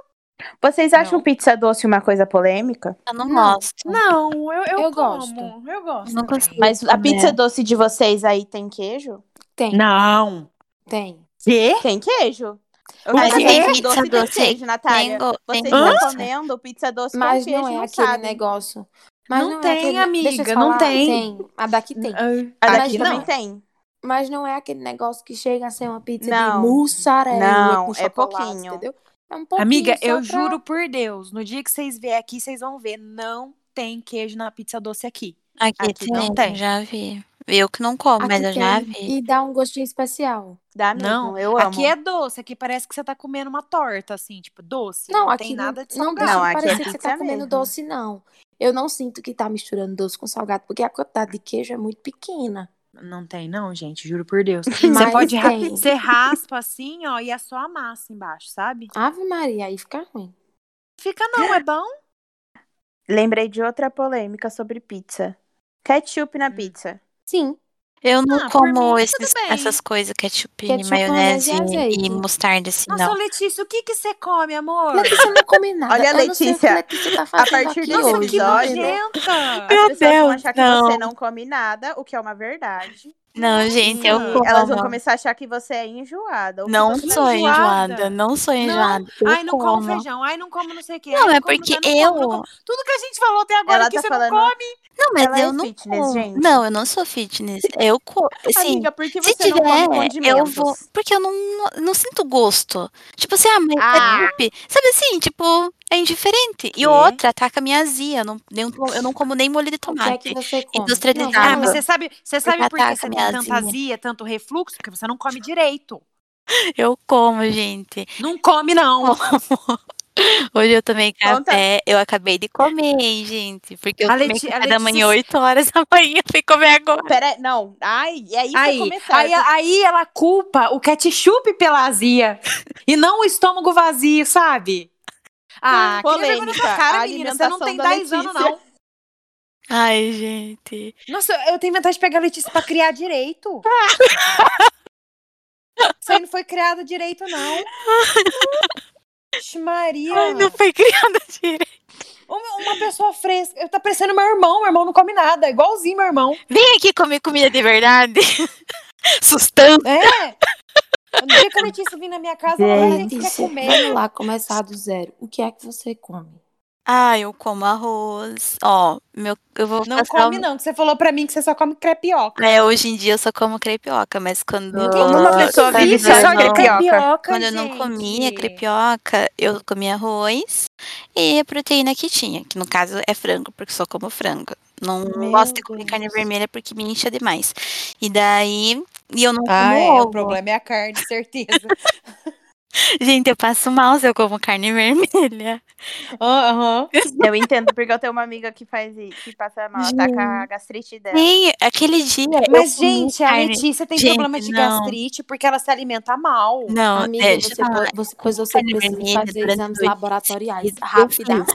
Speaker 2: Vocês acham
Speaker 6: Não.
Speaker 2: pizza doce uma coisa polêmica?
Speaker 4: Eu não,
Speaker 5: Não.
Speaker 4: gosto.
Speaker 6: Não, eu, eu, como.
Speaker 5: Eu gosto.
Speaker 6: Eu gosto.
Speaker 4: Não
Speaker 6: também.
Speaker 4: consigo.
Speaker 2: Mas a
Speaker 4: comer.
Speaker 6: É.
Speaker 2: pizza doce de vocês aí tem queijo?
Speaker 5: Tem,
Speaker 6: Não.
Speaker 5: tem.
Speaker 6: Quê?
Speaker 2: Tem queijo. Eu
Speaker 6: Mas
Speaker 2: tava
Speaker 6: tem
Speaker 2: comendo
Speaker 4: pizza
Speaker 2: doce
Speaker 4: doce,
Speaker 2: tem queijo,
Speaker 4: Tem,
Speaker 2: Natália.
Speaker 4: go- tem
Speaker 2: Vocês
Speaker 4: gosto.
Speaker 2: estão comendo pizza doce
Speaker 5: Mas
Speaker 2: com queijo,
Speaker 5: não é
Speaker 2: não
Speaker 5: aquele
Speaker 2: sabem.
Speaker 5: negócio. Mas é
Speaker 6: Não tem,
Speaker 5: aquele... Deixa eu
Speaker 6: amiga, não
Speaker 5: falar,
Speaker 6: tem.
Speaker 5: Tem, a daqui tem.
Speaker 6: Ah,
Speaker 2: A
Speaker 5: Mas
Speaker 2: daqui
Speaker 5: também
Speaker 2: não tem. um
Speaker 5: Mas não é aquele negócio que chega a ser uma pizza
Speaker 2: Não.
Speaker 5: de mussarela
Speaker 2: Não,
Speaker 5: com
Speaker 2: é
Speaker 5: chocolate,
Speaker 2: pouquinho.
Speaker 5: entendeu? É um pouquinho
Speaker 6: Amiga,
Speaker 5: só
Speaker 6: eu
Speaker 5: pra-
Speaker 6: juro por Deus, no dia que vocês vier aqui, vocês vão ver, não tem queijo na pizza doce aqui.
Speaker 4: Aqui,
Speaker 6: Aqui
Speaker 4: tem,
Speaker 6: não tem.
Speaker 4: já vi. Eu que não como, mas
Speaker 5: Aqui
Speaker 4: eu já
Speaker 5: tem,
Speaker 4: vi.
Speaker 5: E dá um gostinho especial.
Speaker 2: Dá mesmo,
Speaker 6: Não,
Speaker 2: eu amo.
Speaker 6: aqui é doce, aqui parece que você tá comendo uma torta, assim, tipo, doce.
Speaker 5: Não,
Speaker 6: Não,
Speaker 5: aqui
Speaker 6: tem
Speaker 5: não-
Speaker 6: nada de
Speaker 5: não
Speaker 6: salgado.
Speaker 5: deixa
Speaker 2: Não, aqui é
Speaker 5: parecer que você tá
Speaker 2: pizza
Speaker 5: comendo
Speaker 2: mesmo.
Speaker 5: doce, não. Eu não sinto que tá misturando doce com salgado, porque a quantidade de queijo é muito pequena.
Speaker 6: Não tem, não, gente, juro por Deus. Você
Speaker 5: Mas
Speaker 6: pode ra-
Speaker 5: tem.
Speaker 6: você raspa assim, ó, e é só a massa embaixo, sabe?
Speaker 5: Ave Maria, aí fica ruim.
Speaker 6: Fica não, é bom.
Speaker 2: Lembrei de outra polêmica sobre pizza. Ketchup na
Speaker 6: Hum.
Speaker 2: pizza.
Speaker 5: Sim,
Speaker 4: Eu não
Speaker 6: Ah, por
Speaker 4: como
Speaker 6: mim,
Speaker 4: esses-
Speaker 6: tudo bem.
Speaker 4: essas coisas, ketchup,
Speaker 5: Ketchup,
Speaker 4: maionese
Speaker 5: maionese e
Speaker 4: e
Speaker 5: azeite.
Speaker 4: mostarda, assim,
Speaker 6: Nossa,
Speaker 4: não.
Speaker 6: Letícia, o que que você come, amor?
Speaker 5: Letícia não come nada.
Speaker 2: Olha,
Speaker 5: eu não sei o que
Speaker 2: Letícia,
Speaker 5: Letícia tá fazendo
Speaker 2: partir
Speaker 5: aqui
Speaker 2: desse
Speaker 6: Nossa,
Speaker 5: hoje.
Speaker 6: que
Speaker 2: episódio,
Speaker 6: nojenta!
Speaker 4: Meu
Speaker 2: As pessoas vão
Speaker 4: Deus,
Speaker 2: achar
Speaker 4: não.
Speaker 2: que você não come nada, o que é uma verdade. Hum,
Speaker 4: Não, gente, eu
Speaker 6: Nossa.
Speaker 4: como.
Speaker 2: Elas vão começar a achar que você é enjoada. ou que
Speaker 4: Não
Speaker 2: você é
Speaker 6: Não
Speaker 4: sou
Speaker 6: enjoada.
Speaker 4: enjoada, não sou enjoada. eu
Speaker 6: Ai, não como
Speaker 4: como.
Speaker 6: feijão, ai, não como não sei o que.
Speaker 4: Não, é porque eu-
Speaker 6: Tudo que a gente falou até agora
Speaker 2: Ela
Speaker 6: que
Speaker 2: tá
Speaker 6: você
Speaker 2: falando-
Speaker 6: não come.
Speaker 4: Não, mas
Speaker 2: Ela é
Speaker 4: eu não
Speaker 2: fitness,
Speaker 4: como.
Speaker 2: gente.
Speaker 4: Não, eu não sou fitness. Eu como. Assim,
Speaker 2: Amiga, por que
Speaker 4: se
Speaker 2: você
Speaker 4: tiver,
Speaker 2: não come condimentos?
Speaker 4: eu vou. Porque eu não, não sinto gosto. Tipo assim, ah, mas
Speaker 2: Ah.
Speaker 4: ketchup. Sabe assim, tipo, é indiferente.
Speaker 6: Quê?
Speaker 4: E outra, ataca a minha azia. Não, nem- eu não como nem molho de
Speaker 5: O que é que
Speaker 4: tomate.
Speaker 5: você come? é
Speaker 4: Industrializado.
Speaker 5: Não,
Speaker 6: Ah,
Speaker 5: fala.
Speaker 6: mas você sabe, você sabe por que
Speaker 4: ataca
Speaker 6: você
Speaker 4: minha
Speaker 6: tem tanta azia, tanto refluxo? Porque você não come direito.
Speaker 4: Eu como, gente.
Speaker 6: Não come, não.
Speaker 4: Hoje eu tomei
Speaker 2: Conta.
Speaker 4: café. Eu acabei de comer, hein, gente. Porque eu
Speaker 6: A
Speaker 4: tomei
Speaker 6: Leti- a
Speaker 4: café da
Speaker 6: Letícia-
Speaker 4: manhã 8 horas da manhã. Fui comer agora.
Speaker 2: Pera, não. Ai, é isso que
Speaker 6: Aí,
Speaker 2: começar.
Speaker 6: aí, aí ela culpa o ketchup pela azia. e não o estômago vazio, sabe? Ah, que vergonha na
Speaker 2: Polêmica.
Speaker 6: sua cara,
Speaker 2: A
Speaker 6: menina. Você não
Speaker 2: alimentação
Speaker 6: tem
Speaker 2: da
Speaker 6: 10 anos,
Speaker 2: Letícia.
Speaker 6: não.
Speaker 4: Ai, gente.
Speaker 6: Nossa, eu tenho vontade de pegar a Letícia pra criar direito. Isso aí não foi criado direito, não. Ixi, Maria.
Speaker 4: Ai, não foi criada direito.
Speaker 6: Uma, uma pessoa fresca. Eu tá parecendo meu irmão. Meu irmão não come nada. Igualzinho meu irmão.
Speaker 4: Vem aqui comer comida de verdade. Sustando.
Speaker 6: É. No dia que a Letícia vir na minha casa, ela vai ter que quer
Speaker 5: Letícia, vamos
Speaker 6: comer. né?
Speaker 5: lá começar do zero. O que é que você come?
Speaker 4: Ah, eu como arroz. Ó, meu, eu vou
Speaker 6: Não
Speaker 4: passar um
Speaker 6: come, não. Que você falou pra mim que você só come crepioca.
Speaker 4: o- É, hoje em dia eu só como crepioca, mas quando.
Speaker 5: Meu Deus, como
Speaker 2: uma pessoa
Speaker 4: quando
Speaker 2: vive
Speaker 4: eu
Speaker 2: só de
Speaker 4: não-
Speaker 2: crepioca?
Speaker 4: Quando eu não comia
Speaker 6: gente.
Speaker 4: crepioca, eu comia arroz e a proteína que tinha, que no caso é frango, porque só como frango. Não
Speaker 6: Meu
Speaker 4: gosto de comer
Speaker 6: Deus.
Speaker 4: carne vermelha porque me incha demais. E daí, e eu não
Speaker 6: Ah,
Speaker 4: como
Speaker 6: é. O
Speaker 4: ovo.
Speaker 6: problema é a carne, certeza.
Speaker 4: Gente, eu passo mal se eu como carne vermelha.
Speaker 6: Aham.
Speaker 2: Eu entendo, porque eu tenho uma amiga que faz isso, que passa mal, ataca a gastrite dela.
Speaker 4: Nem aquele dia. eu
Speaker 6: É. Mas,
Speaker 4: comi
Speaker 6: gente, a
Speaker 4: carne-
Speaker 6: Letícia tem
Speaker 4: Gente,
Speaker 6: problema de
Speaker 4: não.
Speaker 6: gastrite porque ela se alimenta mal.
Speaker 4: Não,
Speaker 5: Amiga,
Speaker 4: é, deixa
Speaker 5: você,
Speaker 4: eu falar.
Speaker 5: po- você, pois você
Speaker 4: carne
Speaker 5: precisa
Speaker 4: vermelha
Speaker 5: fazer
Speaker 4: durante
Speaker 5: exames
Speaker 4: dois dias
Speaker 5: laboratoriais
Speaker 4: seguidos, eu
Speaker 5: rapidamente.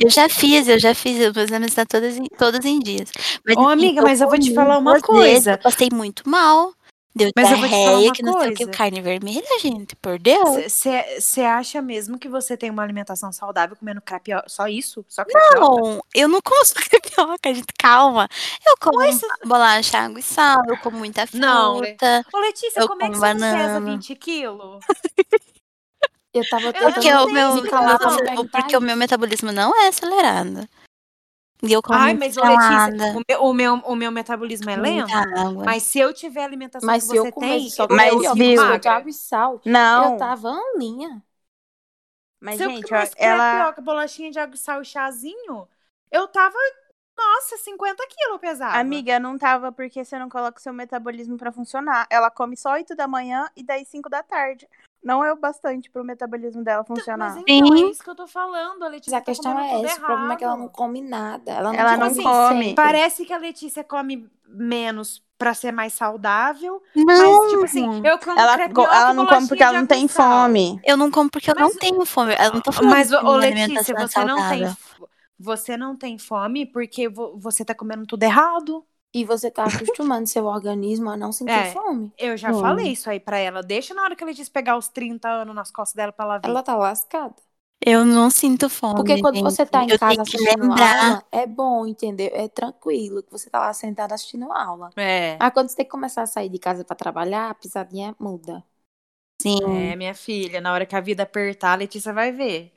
Speaker 4: Eu já fiz, eu já fiz, os meus exames estão todos em, todos em dias. Mas, assim,
Speaker 6: Ô, amiga, mas eu vou te
Speaker 4: comi
Speaker 6: falar uma
Speaker 4: duas vezes,
Speaker 6: coisa.
Speaker 4: eu passei muito mal. Deu
Speaker 6: Mas eu vou te falar
Speaker 4: diarreia,
Speaker 6: uma
Speaker 4: que não sei o que,
Speaker 6: coisa.
Speaker 4: carne vermelha, gente, por Deus.
Speaker 6: Você acha mesmo que você tem uma alimentação saudável comendo crepioca? Só isso? Só crepioca?
Speaker 4: Não, eu não como só crepioca, gente, calma. Eu como
Speaker 6: Mas-
Speaker 4: bolacha, água e sal, eu como muita fruta.
Speaker 6: Não, Le- Ô, Letícia,
Speaker 4: Eu
Speaker 6: como é que
Speaker 4: como
Speaker 6: você não pesa
Speaker 4: banana.
Speaker 6: 20 quilos?
Speaker 5: Eu
Speaker 6: Eu
Speaker 5: tava
Speaker 6: não
Speaker 5: tentando
Speaker 4: Porque,
Speaker 6: tenho
Speaker 4: o meu,
Speaker 5: me calar pra
Speaker 6: explicação.
Speaker 5: não
Speaker 4: o-
Speaker 5: perguntar
Speaker 4: porque o meu
Speaker 5: isso.
Speaker 4: metabolismo não é acelerado. E eu como
Speaker 6: Ai,
Speaker 4: muito
Speaker 6: mas ô, Letícia,
Speaker 4: salada,
Speaker 6: o meu, o, meu, o meu metabolismo é lento.
Speaker 4: muita água.
Speaker 6: Mas se eu tiver a alimentação
Speaker 5: Mas
Speaker 6: que
Speaker 5: se
Speaker 6: você
Speaker 5: eu
Speaker 6: tem,
Speaker 5: comesse só
Speaker 6: eu
Speaker 2: mas
Speaker 5: eu
Speaker 6: fico
Speaker 5: só
Speaker 2: viu?
Speaker 5: com
Speaker 6: magra.
Speaker 5: água e sal,
Speaker 2: Não,
Speaker 5: eu tava aninha.
Speaker 2: mas
Speaker 6: se
Speaker 2: gente,
Speaker 6: eu
Speaker 2: ó,
Speaker 6: começo
Speaker 2: ela...
Speaker 6: crepioca, bolachinha de água e sal e chazinho, eu tava, nossa, 50 quilos pesado.
Speaker 2: Amiga, não tava porque você não coloca o seu metabolismo pra funcionar. Ela come só 8 da manhã e daí 5 da tarde. Não é o bastante pro metabolismo dela funcionar.
Speaker 6: Mas então,
Speaker 4: Sim.
Speaker 6: é isso que eu tô falando. A Letícia
Speaker 5: Mas a questão
Speaker 6: tá comendo
Speaker 5: é
Speaker 6: tudo
Speaker 5: essa, o problema é que ela
Speaker 6: errado.
Speaker 5: não come nada. Ela não, tipo assim,
Speaker 2: Ela
Speaker 6: não
Speaker 2: come.
Speaker 5: sempre.
Speaker 6: Parece que a Letícia come menos pra ser mais saudável,
Speaker 4: Não,
Speaker 6: mas tipo assim, eu como
Speaker 2: Ela, co-
Speaker 6: crepioca,
Speaker 2: ela não come porque
Speaker 6: bolachinha de
Speaker 2: ela não
Speaker 6: água e
Speaker 2: tem
Speaker 6: sal.
Speaker 2: fome.
Speaker 4: eu não como porque eu
Speaker 6: Mas-
Speaker 4: não tenho fome. Eu não tô falando
Speaker 6: Mas,
Speaker 4: que
Speaker 6: ô, ô,
Speaker 4: minha
Speaker 6: Letícia,
Speaker 4: alimentação é
Speaker 6: você não tem
Speaker 4: saudável.
Speaker 6: f- você não tem fome porque vo- você tá comendo tudo errado.
Speaker 5: E você tá acostumando seu organismo a não sentir
Speaker 6: É.
Speaker 5: fome.
Speaker 6: Eu já
Speaker 4: Hum.
Speaker 6: falei isso aí pra ela. Deixa na hora que a Letícia pegar os 30 anos nas costas dela pra ela ver.
Speaker 5: Ela tá lascada.
Speaker 4: Eu não sinto fome.
Speaker 5: Porque quando você tá em
Speaker 4: gente. eu
Speaker 5: casa
Speaker 4: tenho que
Speaker 5: assistindo
Speaker 4: lembrar.
Speaker 5: aula, é bom, entendeu? É tranquilo que você tá lá sentada assistindo aula.
Speaker 6: É.
Speaker 5: Mas quando você tem que começar a sair de casa pra trabalhar, a pisadinha muda.
Speaker 4: Sim.
Speaker 6: É, minha filha, na hora que a vida apertar, a Letícia vai ver.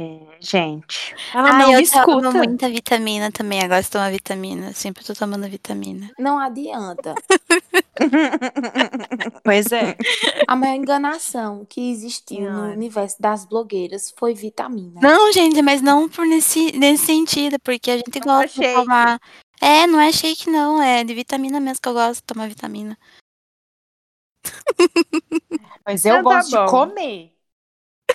Speaker 2: É, gente.
Speaker 6: Ela
Speaker 4: Ah,
Speaker 6: não
Speaker 4: eu
Speaker 6: me escuta.
Speaker 4: tomo muita vitamina também. Agora estou tomando vitamina. Sempre tô tomando vitamina.
Speaker 5: Não adianta.
Speaker 6: Pois é.
Speaker 5: A maior enganação que existiu
Speaker 6: Não,
Speaker 5: no
Speaker 6: é.
Speaker 5: universo das blogueiras foi vitamina.
Speaker 4: Não, gente, mas não por nesse, nesse sentido, porque a gente
Speaker 2: Não é
Speaker 4: gosta de
Speaker 2: shake.
Speaker 4: tomar. É, não é shake, não. É de vitamina mesmo que eu gosto de tomar vitamina.
Speaker 6: Mas
Speaker 2: eu
Speaker 6: eu
Speaker 2: gosto
Speaker 6: gosto
Speaker 2: de
Speaker 6: de comer.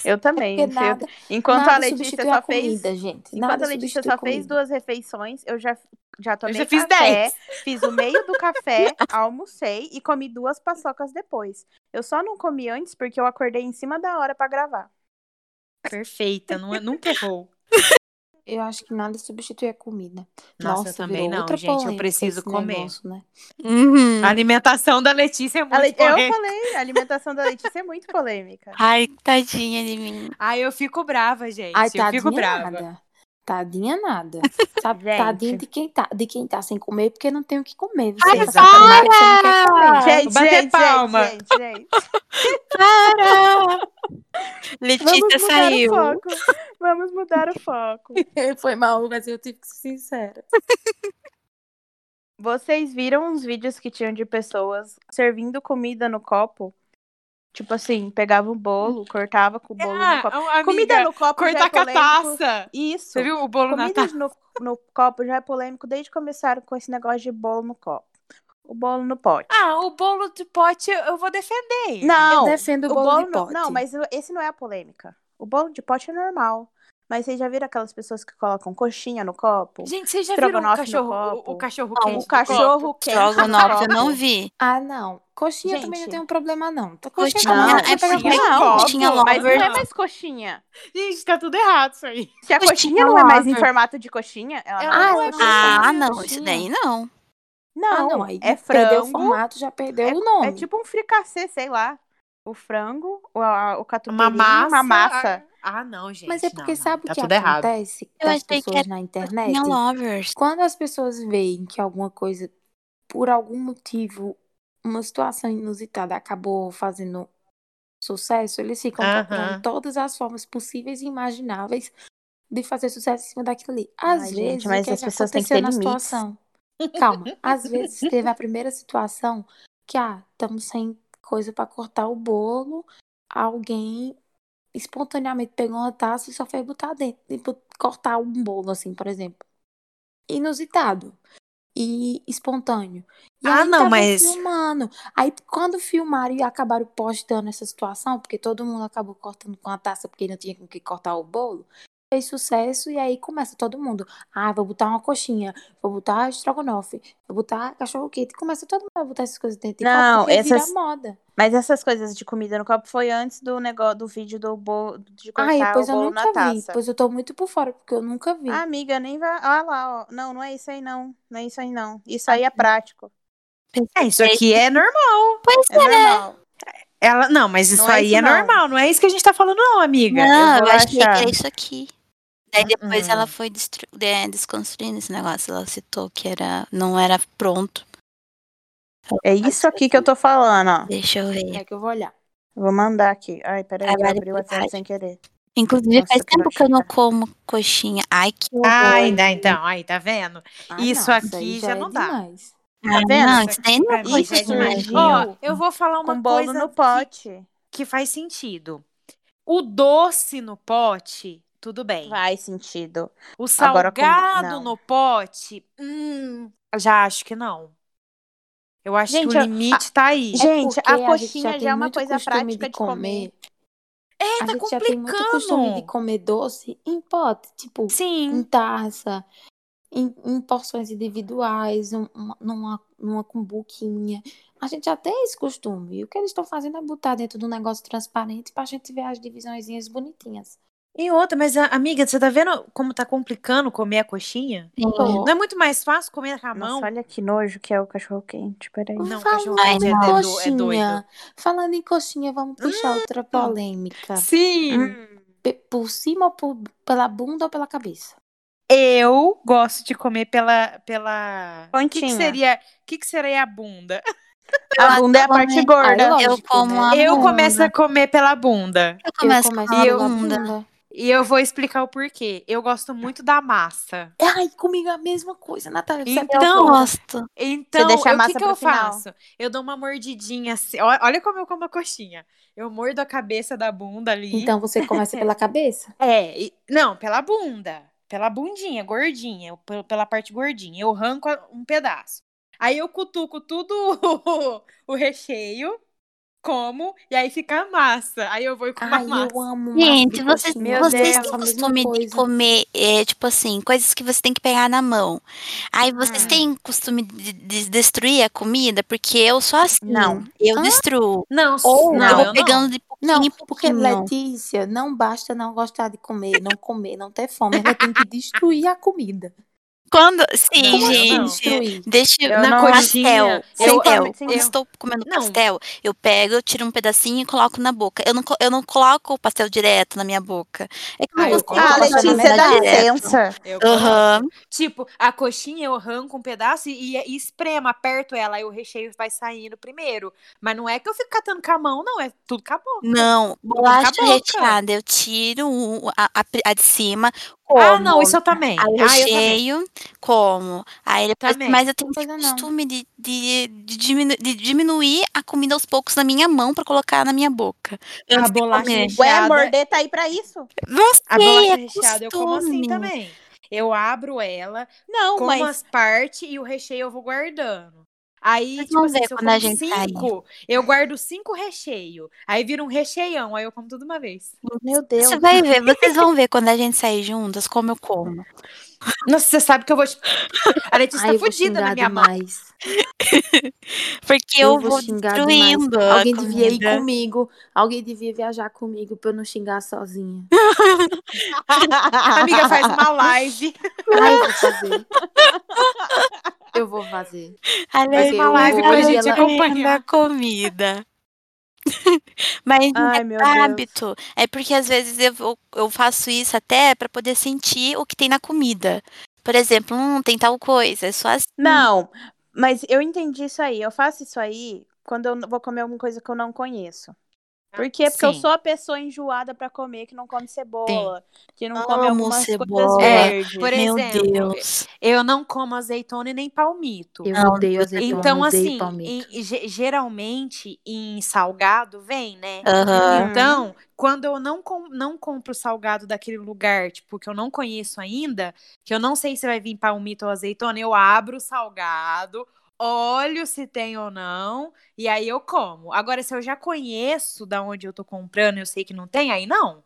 Speaker 2: Eu também.
Speaker 5: Porque
Speaker 2: não sei, eu-
Speaker 5: nada,
Speaker 2: enquanto
Speaker 5: nada
Speaker 2: a Letícia
Speaker 5: substitui
Speaker 2: só
Speaker 5: a
Speaker 2: fez.
Speaker 5: comida, gente.
Speaker 2: Enquanto
Speaker 5: Nada
Speaker 2: a Letícia
Speaker 5: substitui
Speaker 2: só fez
Speaker 5: comida.
Speaker 2: duas refeições, eu já, já tomei
Speaker 6: já fiz
Speaker 2: café,
Speaker 6: 10.
Speaker 2: fiz o meio do café, almocei e comi duas paçocas depois. Eu só não comi antes porque eu acordei em cima da hora pra gravar.
Speaker 6: Perfeita, não, é, nunca vou.
Speaker 5: Eu acho que nada substitui a comida.
Speaker 6: Nossa, eu também
Speaker 5: virou
Speaker 6: não,
Speaker 5: outra
Speaker 6: gente. Eu
Speaker 5: polêmica
Speaker 6: preciso
Speaker 5: esse
Speaker 6: comer.
Speaker 5: negócio, né?
Speaker 4: Uhum.
Speaker 6: A alimentação da Letícia é
Speaker 2: A
Speaker 6: muito
Speaker 2: Le- Eu
Speaker 6: correta.
Speaker 2: falei, a alimentação da Letícia é muito polêmica.
Speaker 4: Ai, tadinha de mim.
Speaker 6: Ai, eu fico brava, gente.
Speaker 5: Ai, tá
Speaker 6: eu fico
Speaker 5: tadinha
Speaker 6: brava.
Speaker 5: nada. Tadinha nada. Sabe,
Speaker 2: Gente.
Speaker 5: tadinha de quem, tá, de quem tá sem comer porque não tem o que comer. Você
Speaker 6: Ai,
Speaker 5: tá sem comer porque você não quer comer.
Speaker 4: para!
Speaker 2: Gente,
Speaker 6: bater
Speaker 2: gente,
Speaker 6: palma.
Speaker 2: gente, gente, gente.
Speaker 4: Para!
Speaker 2: Vamos
Speaker 4: Letícia
Speaker 2: mudar
Speaker 4: saiu.
Speaker 2: o foco. Vamos mudar o foco.
Speaker 5: Foi mal, mas eu tive que ser sincera.
Speaker 2: Vocês viram uns vídeos que tinham de pessoas servindo comida no copo? Tipo assim, pegava um bolo, cortava com o bolo no copo. Comida no copo já é
Speaker 6: Ah, um, cortar com a
Speaker 2: polêmico.
Speaker 6: taça.
Speaker 2: Isso.
Speaker 6: Você viu o bolo na taça?
Speaker 2: Comidas no, no copo já é polêmico desde que começaram com esse negócio de bolo no copo. O bolo no pote.
Speaker 6: Ah, o bolo de pote eu eu vou defender.
Speaker 2: não. é
Speaker 5: Eu defendo o bolo, de
Speaker 2: no-
Speaker 5: pote.
Speaker 2: Não, mas o- esse não é a polêmica. O bolo de pote é normal. Mas vocês já viram aquelas pessoas que colocam coxinha no copo?
Speaker 6: Gente, vocês já viram o
Speaker 2: Estrogonofe no
Speaker 6: cachorro, o-
Speaker 2: copo.
Speaker 6: o, cachorro
Speaker 4: Não,
Speaker 6: quente?
Speaker 2: o
Speaker 6: do
Speaker 2: cachorro
Speaker 6: copo?
Speaker 2: quente no
Speaker 4: Estrogonofe, eu
Speaker 2: copo.
Speaker 4: não vi.
Speaker 5: Ah, não. Coxinha também
Speaker 2: Gente.
Speaker 5: não tem um problema, não. Tô coxinha
Speaker 4: Coxinha,
Speaker 5: também
Speaker 2: Não,
Speaker 5: dá pra
Speaker 4: é
Speaker 5: pegar
Speaker 4: porque
Speaker 5: qualquer
Speaker 2: não,
Speaker 5: coisa.
Speaker 4: coxinha
Speaker 6: copo,
Speaker 2: Mas não
Speaker 4: lover.
Speaker 2: é mais coxinha.
Speaker 6: Gente, tá tudo errado isso aí.
Speaker 2: Se a
Speaker 4: Coxinha
Speaker 2: coxinha não é mais em
Speaker 4: lover.
Speaker 2: formato de coxinha, ela não
Speaker 6: Ela
Speaker 2: é
Speaker 5: Ah,
Speaker 2: mais
Speaker 5: ela
Speaker 2: coxinha.
Speaker 5: chama
Speaker 4: Ah,
Speaker 5: de
Speaker 4: não,
Speaker 5: coxinha.
Speaker 4: isso daí não.
Speaker 2: Não,
Speaker 5: Ah, não. Aí
Speaker 2: é
Speaker 5: perdeu o
Speaker 2: frango.
Speaker 5: formato, já perdeu o nome.
Speaker 2: É tipo um fricassê, sei lá. O frango, o, a- o
Speaker 6: Uma
Speaker 2: catupiry,
Speaker 6: massa.
Speaker 2: uma massa.
Speaker 6: Ah, não, gente.
Speaker 5: Mas é porque
Speaker 6: não, não.
Speaker 5: sabe
Speaker 6: tá
Speaker 5: o que
Speaker 6: tudo errado.
Speaker 5: acontece
Speaker 4: Eu
Speaker 5: das
Speaker 4: achei que
Speaker 5: pessoas
Speaker 4: era tipo assim,
Speaker 5: na internet?
Speaker 4: Coxinha lovers.
Speaker 5: Quando as pessoas veem que alguma coisa, por algum motivo, uma situação inusitada acabou fazendo sucesso, eles ficam
Speaker 6: Aham.
Speaker 5: procurando todas as formas possíveis e imagináveis de fazer sucesso em cima daquilo ali. Às
Speaker 2: Ai, gente,
Speaker 5: vezes,
Speaker 2: mas
Speaker 5: o que, é
Speaker 2: as
Speaker 5: que
Speaker 2: pessoas têm que ter
Speaker 5: aconteceu na
Speaker 2: limites.
Speaker 5: situação? Calma, às vezes teve a primeira situação que, ah, estamos sem coisa para cortar o bolo, alguém espontaneamente pegou uma taça e só fez botar dentro, tipo, cortar um bolo, assim, por exemplo. Inusitado e espontâneo. E
Speaker 6: Ah,
Speaker 5: aí
Speaker 6: não,
Speaker 5: estavam
Speaker 6: mas-
Speaker 5: filmando. Aí quando filmaram e acabaram postando essa situação, porque todo mundo acabou cortando com a taça porque não tinha com que cortar o bolo, fez sucesso e aí começa todo mundo. Ah, vou botar uma coxinha, vou botar estrogonofe, vou botar cachorro quente. Começa todo mundo a botar essas coisas dentro de copo,
Speaker 2: Não,
Speaker 5: porque
Speaker 2: essas-
Speaker 5: vira moda.
Speaker 2: Mas essas coisas de comida no copo foi antes do negócio do vídeo do bolo de
Speaker 5: Ah,
Speaker 2: cortar o
Speaker 5: pois eu
Speaker 2: bolo na
Speaker 5: nunca vi.
Speaker 2: taça.
Speaker 5: Pois eu tô muito por fora, porque eu nunca vi.
Speaker 2: Ah, amiga, nem vai. Olha lá, ó. Não, não é isso aí, não. Não é isso aí, não. Isso aí é prático.
Speaker 6: É, isso aqui é normal.
Speaker 4: Pois
Speaker 2: É normal.
Speaker 6: Ela, não, mas isso
Speaker 2: Não é
Speaker 6: aí
Speaker 2: isso,
Speaker 6: é
Speaker 2: não.
Speaker 6: normal. Não é isso que a gente tá falando, não, amiga.
Speaker 4: Não,
Speaker 2: vou
Speaker 4: eu achei que
Speaker 2: achar. Hum.
Speaker 4: era isso aqui. Daí depois
Speaker 6: Uhum.
Speaker 4: ela foi destru- de- desconstruindo esse negócio. Ela citou que era, não era pronto.
Speaker 2: É isso aqui que eu tô falando, ó.
Speaker 4: Deixa eu ver.
Speaker 5: É que eu vou olhar.
Speaker 2: Vou mandar aqui. Ai, peraí, eu
Speaker 4: Trabalho
Speaker 2: abri o
Speaker 4: por
Speaker 2: WhatsApp
Speaker 4: parte.
Speaker 2: sem querer.
Speaker 4: Inclusive,
Speaker 5: Nossa,
Speaker 4: faz
Speaker 5: que
Speaker 4: tempo que eu não
Speaker 5: nojenta.
Speaker 4: como coxinha. Ai, que horror.
Speaker 6: Ai, né, então, aí, tá vendo?
Speaker 5: Ah,
Speaker 6: Isso
Speaker 5: não,
Speaker 6: aqui
Speaker 5: aí
Speaker 6: já não dá.
Speaker 5: demais.
Speaker 6: Tá
Speaker 4: Ah,
Speaker 6: vendo?
Speaker 4: Não,
Speaker 6: Isso
Speaker 4: isso daí não é
Speaker 6: pra mim já é
Speaker 4: coxinha.
Speaker 6: demais.
Speaker 2: surgiu
Speaker 6: Ó, eu vou falar uma
Speaker 2: com bolo
Speaker 6: coisa
Speaker 2: no
Speaker 6: que-
Speaker 2: pote.
Speaker 6: que faz sentido. O doce no pote, tudo bem.
Speaker 2: Faz sentido.
Speaker 6: O
Speaker 2: Agora com-
Speaker 6: salgado
Speaker 2: não.
Speaker 6: no pote, hum, já acho que não. Eu acho
Speaker 2: Gente,
Speaker 6: que o
Speaker 2: eu-
Speaker 6: limite tá aí.
Speaker 5: É
Speaker 2: Gente,
Speaker 5: porque
Speaker 2: a
Speaker 5: gente
Speaker 2: coxinha já
Speaker 5: tem
Speaker 2: é uma
Speaker 5: muito
Speaker 2: coisa
Speaker 5: costume
Speaker 2: prática de comer.
Speaker 6: É,
Speaker 5: A
Speaker 6: tá
Speaker 5: gente já tem muito costume de
Speaker 6: complicando.
Speaker 5: comer doce em pote, tipo, em
Speaker 6: Sim,
Speaker 5: taça, em, em porções individuais, um- uma- numa, numa cumbuquinha. A gente já tem esse costume. E o que eles estão fazendo é botar dentro de um negócio transparente pra gente ver as divisõezinhas bonitinhas.
Speaker 6: e outra, mas a- amiga, você tá vendo como tá complicando comer a coxinha?
Speaker 5: Pô,
Speaker 6: Não é muito mais fácil comer com a mão?
Speaker 2: Nossa, olha que nojo que é o cachorro quente. Peraí.
Speaker 6: Não,
Speaker 5: falando
Speaker 6: cachorro
Speaker 5: em
Speaker 6: quente é do- é doido. Hum,
Speaker 5: coxinha, falando em coxinha, vamos puxar outra polêmica.
Speaker 6: Sim.
Speaker 2: Hum.
Speaker 5: Pe- Por cima ou por, pela bunda ou pela cabeça?
Speaker 6: Eu gosto de comer pela pela. O que, que
Speaker 2: Pontinha.
Speaker 6: seria? O que, que seria a bunda?
Speaker 2: A bunda é a
Speaker 4: adoro,
Speaker 2: parte
Speaker 4: né?
Speaker 5: Aí,
Speaker 2: gorda.
Speaker 5: lógico,
Speaker 4: como
Speaker 5: né?
Speaker 4: a
Speaker 6: eu
Speaker 4: bunda.
Speaker 6: começo a comer pela bunda
Speaker 4: Ah, Eu começo com
Speaker 5: começo
Speaker 4: a
Speaker 5: pela
Speaker 4: bunda.
Speaker 6: e eu vou explicar o porquê. Eu gosto muito da massa.
Speaker 5: Ai, comigo é a mesma coisa, Natália. você é
Speaker 4: Eu
Speaker 6: Então,
Speaker 4: gosto.
Speaker 6: então
Speaker 2: deixa a
Speaker 6: eu- o que,
Speaker 2: massa
Speaker 6: que eu
Speaker 2: pro final.
Speaker 6: faço? Eu dou uma mordidinha assim. ó- Olha como eu como a coxinha. Eu mordo a cabeça da bunda ali.
Speaker 5: Então você começa pela cabeça?
Speaker 6: É, e- não, pela bunda. Pela bundinha, gordinha, eu- pe- pela parte gordinha. Eu arranco a- um pedaço. Aí eu cutuco tudo o, recheio, como, e aí fica a massa. Aí eu vou com uma
Speaker 5: Ai,
Speaker 6: massa.
Speaker 5: eu amo massa
Speaker 4: Gente,
Speaker 5: de
Speaker 4: vocês,
Speaker 5: coxinha.
Speaker 2: Meu
Speaker 4: vocês
Speaker 2: Deus,
Speaker 4: têm
Speaker 5: a mesma
Speaker 4: costume de
Speaker 5: coisa.
Speaker 4: comer, é, tipo assim, coisas que você tem que pegar na mão. Aí vocês
Speaker 6: Hum.
Speaker 4: têm costume de, de destruir a comida? Porque eu sou assim.
Speaker 2: Não.
Speaker 4: Eu destruo.
Speaker 6: Não, s-
Speaker 4: Ou eu
Speaker 6: não,
Speaker 4: vou
Speaker 6: eu
Speaker 4: pegando
Speaker 6: não.
Speaker 4: de pouquinho
Speaker 5: Não,
Speaker 4: em
Speaker 5: porque
Speaker 4: pouquinho.
Speaker 5: Letícia, não basta não gostar de comer, não comer, não ter fome. Ela tem que destruir a comida.
Speaker 4: Quando.
Speaker 6: Não,
Speaker 4: Sim,
Speaker 6: eu não.
Speaker 5: Assim,
Speaker 4: gente.
Speaker 5: destruir.
Speaker 4: Deixa eu.
Speaker 2: Eu
Speaker 6: Na
Speaker 2: não-
Speaker 6: coxinha,
Speaker 4: Pastel.
Speaker 6: eu,
Speaker 2: come-
Speaker 6: eu,
Speaker 4: Pastel.
Speaker 2: sim.
Speaker 4: Quando eu estou comendo
Speaker 6: Não.
Speaker 4: pastel, eu pego, eu tiro um pedacinho e coloco na boca. Eu não, co- eu não coloco o pastel direto na minha boca. É que eu
Speaker 6: Ah,
Speaker 4: não
Speaker 6: eu
Speaker 4: consigo
Speaker 5: coloco
Speaker 2: Ah,
Speaker 5: o pastel na
Speaker 4: é
Speaker 2: Letícia, dá
Speaker 5: metade.
Speaker 2: licença.
Speaker 6: eu coloco.
Speaker 4: Aham.
Speaker 6: Tipo, a coxinha eu arranco um pedaço e, e espremo, aperto ela, aí o recheio vai saindo primeiro. Mas não é que eu fico catando com a mão, não, é tudo com a boca.
Speaker 4: Não,
Speaker 6: a
Speaker 4: bolacha
Speaker 6: boca.
Speaker 4: recheada, eu tiro o- a, a pri- a de cima, como,
Speaker 6: Ah, não, isso eu também.
Speaker 4: aí o
Speaker 6: Ah, eu também.
Speaker 4: recheio, como, aí depois,
Speaker 6: Também.
Speaker 4: mas eu tenho esse
Speaker 5: Coisa não.
Speaker 4: costume de, de, de diminu- de diminuir a comida aos poucos na minha mão pra colocar na minha boca,
Speaker 6: A
Speaker 4: antes de
Speaker 6: bolacha
Speaker 4: comer.
Speaker 2: Ué,
Speaker 6: recheada.
Speaker 2: morder tá aí pra isso?
Speaker 4: Não
Speaker 6: A
Speaker 4: sei,
Speaker 6: bolacha
Speaker 4: é
Speaker 6: recheada eu como assim
Speaker 4: costume. assim?
Speaker 6: também. Eu abro ela,
Speaker 2: Não,
Speaker 6: como
Speaker 2: mas.
Speaker 6: as partes e o recheio eu vou guardando. Aí,
Speaker 4: Vocês
Speaker 6: tipo
Speaker 4: vão
Speaker 6: assim,
Speaker 4: ver
Speaker 6: se eu
Speaker 4: quando a
Speaker 6: como
Speaker 4: gente sair.
Speaker 6: cinco, eu guardo cinco recheio. Aí vira um recheião, aí eu como tudo de uma vez.
Speaker 2: Meu
Speaker 4: Você
Speaker 2: Deus.
Speaker 4: vai ver, vocês vão ver quando a gente sair juntas como eu como.
Speaker 6: Nossa, você sabe que eu vou. te- A Letícia
Speaker 5: Ai,
Speaker 6: tá
Speaker 5: eu vou
Speaker 6: fudida na
Speaker 5: xingar
Speaker 6: minha mão.
Speaker 5: demais.
Speaker 4: Porque eu,
Speaker 5: Eu vou xingar demais.
Speaker 4: destruindo a
Speaker 5: Alguém devia ir
Speaker 4: comida.
Speaker 5: comigo. Alguém devia viajar comigo pra eu não xingar sozinha.
Speaker 6: Amiga, faz uma live.
Speaker 5: Ai, eu vou fazer. Eu vou fazer.
Speaker 4: Além
Speaker 5: Porque
Speaker 6: uma
Speaker 5: eu
Speaker 6: live pra
Speaker 5: hoje
Speaker 6: gente
Speaker 5: ela-
Speaker 4: da
Speaker 6: acompanhar.
Speaker 4: comida. Mas não
Speaker 2: Ai,
Speaker 4: é
Speaker 2: meu
Speaker 4: hábito. É porque às vezes eu, vou- eu faço isso até pra poder sentir o que tem na comida. Por exemplo, hum, tem tal coisa. É só assim.
Speaker 6: Hum.
Speaker 2: Não, mas eu entendi isso aí. Eu faço isso aí quando eu vou comer alguma coisa que eu não conheço. Por quê? Porque eu
Speaker 6: Ah, Sim.
Speaker 2: sou a pessoa enjoada pra comer, que não come cebola, que não come
Speaker 4: Amo
Speaker 2: algumas coisas
Speaker 4: cebola.
Speaker 6: É,
Speaker 2: verdes.
Speaker 6: por
Speaker 4: Meu
Speaker 6: exemplo,
Speaker 4: Deus.
Speaker 6: eu não como azeitona e nem palmito.
Speaker 5: Eu
Speaker 4: Não,
Speaker 5: odeio
Speaker 4: eu
Speaker 5: azeitona,
Speaker 6: Então,
Speaker 5: odeio
Speaker 6: assim,
Speaker 5: palmito.
Speaker 6: em- ge- geralmente em salgado vem, né?
Speaker 4: Aham.
Speaker 6: Então, quando eu não, com, não compro salgado daquele lugar, tipo, que eu não conheço ainda, que eu não sei se vai vir palmito ou azeitona, eu abro o salgado, olho se tem ou não, e aí eu como. Agora, se eu já conheço da onde eu tô comprando, eu sei que não tem, aí não.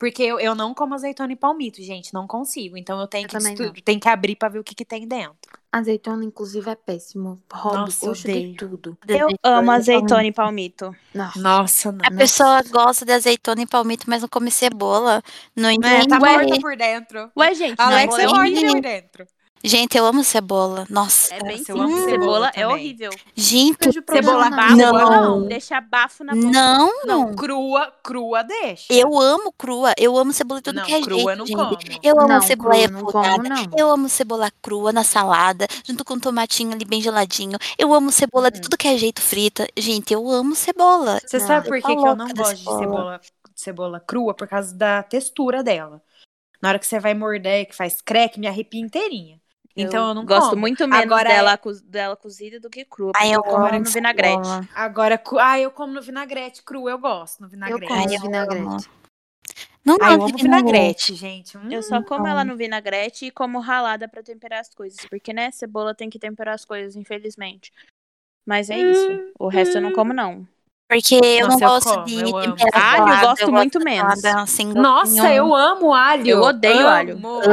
Speaker 6: Porque eu, eu não como azeitona e palmito, gente, não consigo. Então eu tenho
Speaker 5: Eu
Speaker 6: que,
Speaker 5: também
Speaker 6: destu-
Speaker 5: não.
Speaker 6: tenho que abrir pra ver o que, que tem dentro.
Speaker 5: Azeitona, inclusive, é péssimo. Rouba o
Speaker 6: Nossa, eu
Speaker 5: gosto de
Speaker 6: odeio.
Speaker 5: tudo.
Speaker 2: Eu amo azeitona e palmito.
Speaker 5: Nossa.
Speaker 6: Nossa, não.
Speaker 4: A pessoa gosta de azeitona e palmito, mas não come cebola. Não
Speaker 6: É,
Speaker 4: entendi.
Speaker 6: tá morta por dentro.
Speaker 2: Ué, gente,
Speaker 6: Alex
Speaker 2: cebola
Speaker 6: é
Speaker 2: é
Speaker 6: morta
Speaker 2: horrível.
Speaker 6: por dentro.
Speaker 4: Gente, eu amo cebola. Nossa.
Speaker 2: É bem
Speaker 6: Nossa, eu amo
Speaker 2: simples.
Speaker 6: cebola
Speaker 2: Cebola é
Speaker 6: também.
Speaker 2: horrível.
Speaker 4: Gente,
Speaker 5: Vejo
Speaker 6: Cebola
Speaker 5: problema na
Speaker 6: baba,
Speaker 4: não.
Speaker 5: cebola.
Speaker 6: não.
Speaker 2: Deixa bafo na boca.
Speaker 4: não.
Speaker 6: Não, crua, crua deixa.
Speaker 4: Eu amo crua, eu amo cebola de tudo que
Speaker 6: Não,
Speaker 4: é
Speaker 6: crua eu
Speaker 4: jeito,
Speaker 6: não
Speaker 4: gente.
Speaker 6: como.
Speaker 4: Eu amo
Speaker 5: Não,
Speaker 4: cebola
Speaker 5: crua, não como,
Speaker 4: refogada,
Speaker 5: não.
Speaker 4: eu amo cebola crua na salada, junto com um tomatinho ali bem geladinho. Eu amo
Speaker 6: Hum.
Speaker 4: cebola de tudo que é jeito frita. Gente, eu amo cebola.
Speaker 6: Você
Speaker 5: Não.
Speaker 6: sabe
Speaker 4: Eu
Speaker 6: por
Speaker 4: tô
Speaker 6: que, que eu
Speaker 4: louca
Speaker 6: não
Speaker 4: da
Speaker 6: gosto de cebola cebola crua por causa da textura dela. Na hora que você vai morder, que faz crack, me arrepia inteirinha. Então eu não
Speaker 2: gosto
Speaker 6: como.
Speaker 2: muito menos
Speaker 6: Agora é
Speaker 2: dela, co- dela cozida do que crua.
Speaker 4: Ai,
Speaker 2: porque
Speaker 4: eu
Speaker 2: como
Speaker 4: amo
Speaker 2: no vinagrete.
Speaker 5: Toma.
Speaker 6: Agora, cu- ah, eu como no vinagrete cru, eu gosto no
Speaker 5: Eu
Speaker 6: vinagrete.
Speaker 5: como
Speaker 4: Ai, eu
Speaker 5: vinagrete.
Speaker 4: Não,
Speaker 6: Ah, eu
Speaker 4: não,
Speaker 6: amo vinagrete, gente. Hum.
Speaker 2: Eu só como
Speaker 5: Então
Speaker 2: ela no vinagrete e como ralada pra temperar as coisas. Porque, né, cebola tem que temperar as coisas, infelizmente. Mas é isso. O resto eu não como, não.
Speaker 4: porque
Speaker 6: Nossa,
Speaker 4: eu não
Speaker 6: eu
Speaker 4: gosto
Speaker 6: como,
Speaker 4: de
Speaker 6: eu amo.
Speaker 4: temperar
Speaker 2: Alho eu
Speaker 4: salada,
Speaker 2: gosto muito menos.
Speaker 4: salada Assim,
Speaker 6: Nossa, eu amo alho.
Speaker 2: Eu odeio
Speaker 6: amo,
Speaker 2: alho.
Speaker 4: amo
Speaker 5: gosto de
Speaker 4: alho,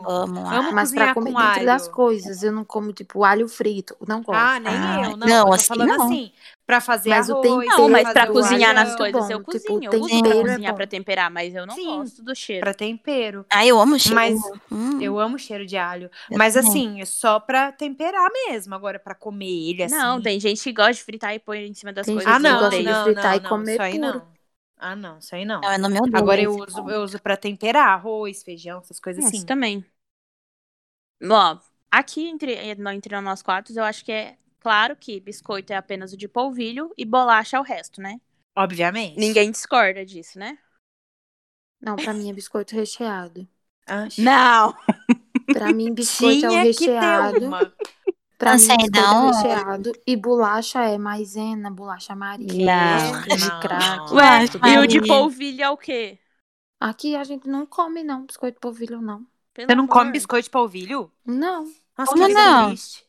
Speaker 6: alho.
Speaker 4: amo alho.
Speaker 6: Amo
Speaker 5: Mas
Speaker 6: cozinhar
Speaker 5: pra comer
Speaker 6: com
Speaker 5: dentro
Speaker 6: alho.
Speaker 5: das coisas, eu não como, tipo, alho frito. Não gosto.
Speaker 6: Ah, nem
Speaker 4: Ah,
Speaker 6: eu, não.
Speaker 4: não,
Speaker 6: eu tô
Speaker 4: assim,
Speaker 6: falando
Speaker 4: não.
Speaker 6: assim, pra fazer
Speaker 5: Mas o
Speaker 6: arroz,
Speaker 5: tempero
Speaker 2: Não, mas
Speaker 5: Sim,
Speaker 2: pra
Speaker 5: do
Speaker 2: coisas,
Speaker 5: alho
Speaker 2: cozinhar
Speaker 5: é
Speaker 2: nas
Speaker 5: muito
Speaker 2: coisas
Speaker 5: bom,
Speaker 2: eu
Speaker 5: tipo,
Speaker 2: cozinho. eu uso pra
Speaker 5: tempero é
Speaker 2: cozinhar
Speaker 5: bom.
Speaker 2: pra temperar, mas eu não
Speaker 6: Sim.
Speaker 2: gosto do cheiro.
Speaker 6: pra tempero.
Speaker 4: Ah, eu amo o cheiro.
Speaker 6: Mas
Speaker 4: Hum,
Speaker 6: eu amo o cheiro de alho.
Speaker 4: eu
Speaker 6: Mas
Speaker 4: também.
Speaker 6: assim, é só pra temperar mesmo. Agora, pra comer ele assim.
Speaker 2: Não, tem gente que gosta de fritar e põe em cima das
Speaker 5: Tem
Speaker 2: coisas.
Speaker 6: Ah,
Speaker 5: gente que
Speaker 2: eu
Speaker 6: não,
Speaker 5: gosta de
Speaker 2: odeio.
Speaker 6: não,
Speaker 5: fritar
Speaker 6: não,
Speaker 5: e
Speaker 6: não.
Speaker 5: comer
Speaker 6: isso aí
Speaker 5: puro.
Speaker 6: não. Ah, não, isso aí não.
Speaker 4: Não, é eu não me odeio.
Speaker 6: Agora eu uso, eu uso pra temperar arroz, feijão, essas coisas
Speaker 2: Nossa,
Speaker 6: assim.
Speaker 2: também. Ó, aqui entre, eh, no- entre nós quatro, eu acho que é claro que biscoito é apenas o de polvilho e bolacha é o resto, né?
Speaker 6: Obviamente.
Speaker 2: Ninguém discorda disso, né?
Speaker 5: Não, pra mim é biscoito recheado.
Speaker 6: Ah,
Speaker 2: Não!
Speaker 5: Pra mim, biscoito é o
Speaker 6: tinha que um ter
Speaker 5: recheado.
Speaker 6: uma.
Speaker 5: Pra
Speaker 4: Não
Speaker 5: mim,
Speaker 4: sei
Speaker 5: biscoito
Speaker 4: não.
Speaker 5: é recheado. E bolacha é maisena, bolacha
Speaker 6: Não,
Speaker 5: maria, de
Speaker 6: não,
Speaker 5: crack,
Speaker 6: não.
Speaker 2: Ué,
Speaker 5: tudo
Speaker 2: e o
Speaker 5: bem.
Speaker 2: de
Speaker 4: Maria.
Speaker 2: polvilho é o quê?
Speaker 5: Aqui a gente não come, não, biscoito de polvilho, não.
Speaker 2: Pelo
Speaker 6: Você não
Speaker 2: amor.
Speaker 6: come biscoito de polvilho?
Speaker 5: Não,
Speaker 6: Nossa,
Speaker 4: Como
Speaker 6: que vida
Speaker 4: não?
Speaker 6: triste.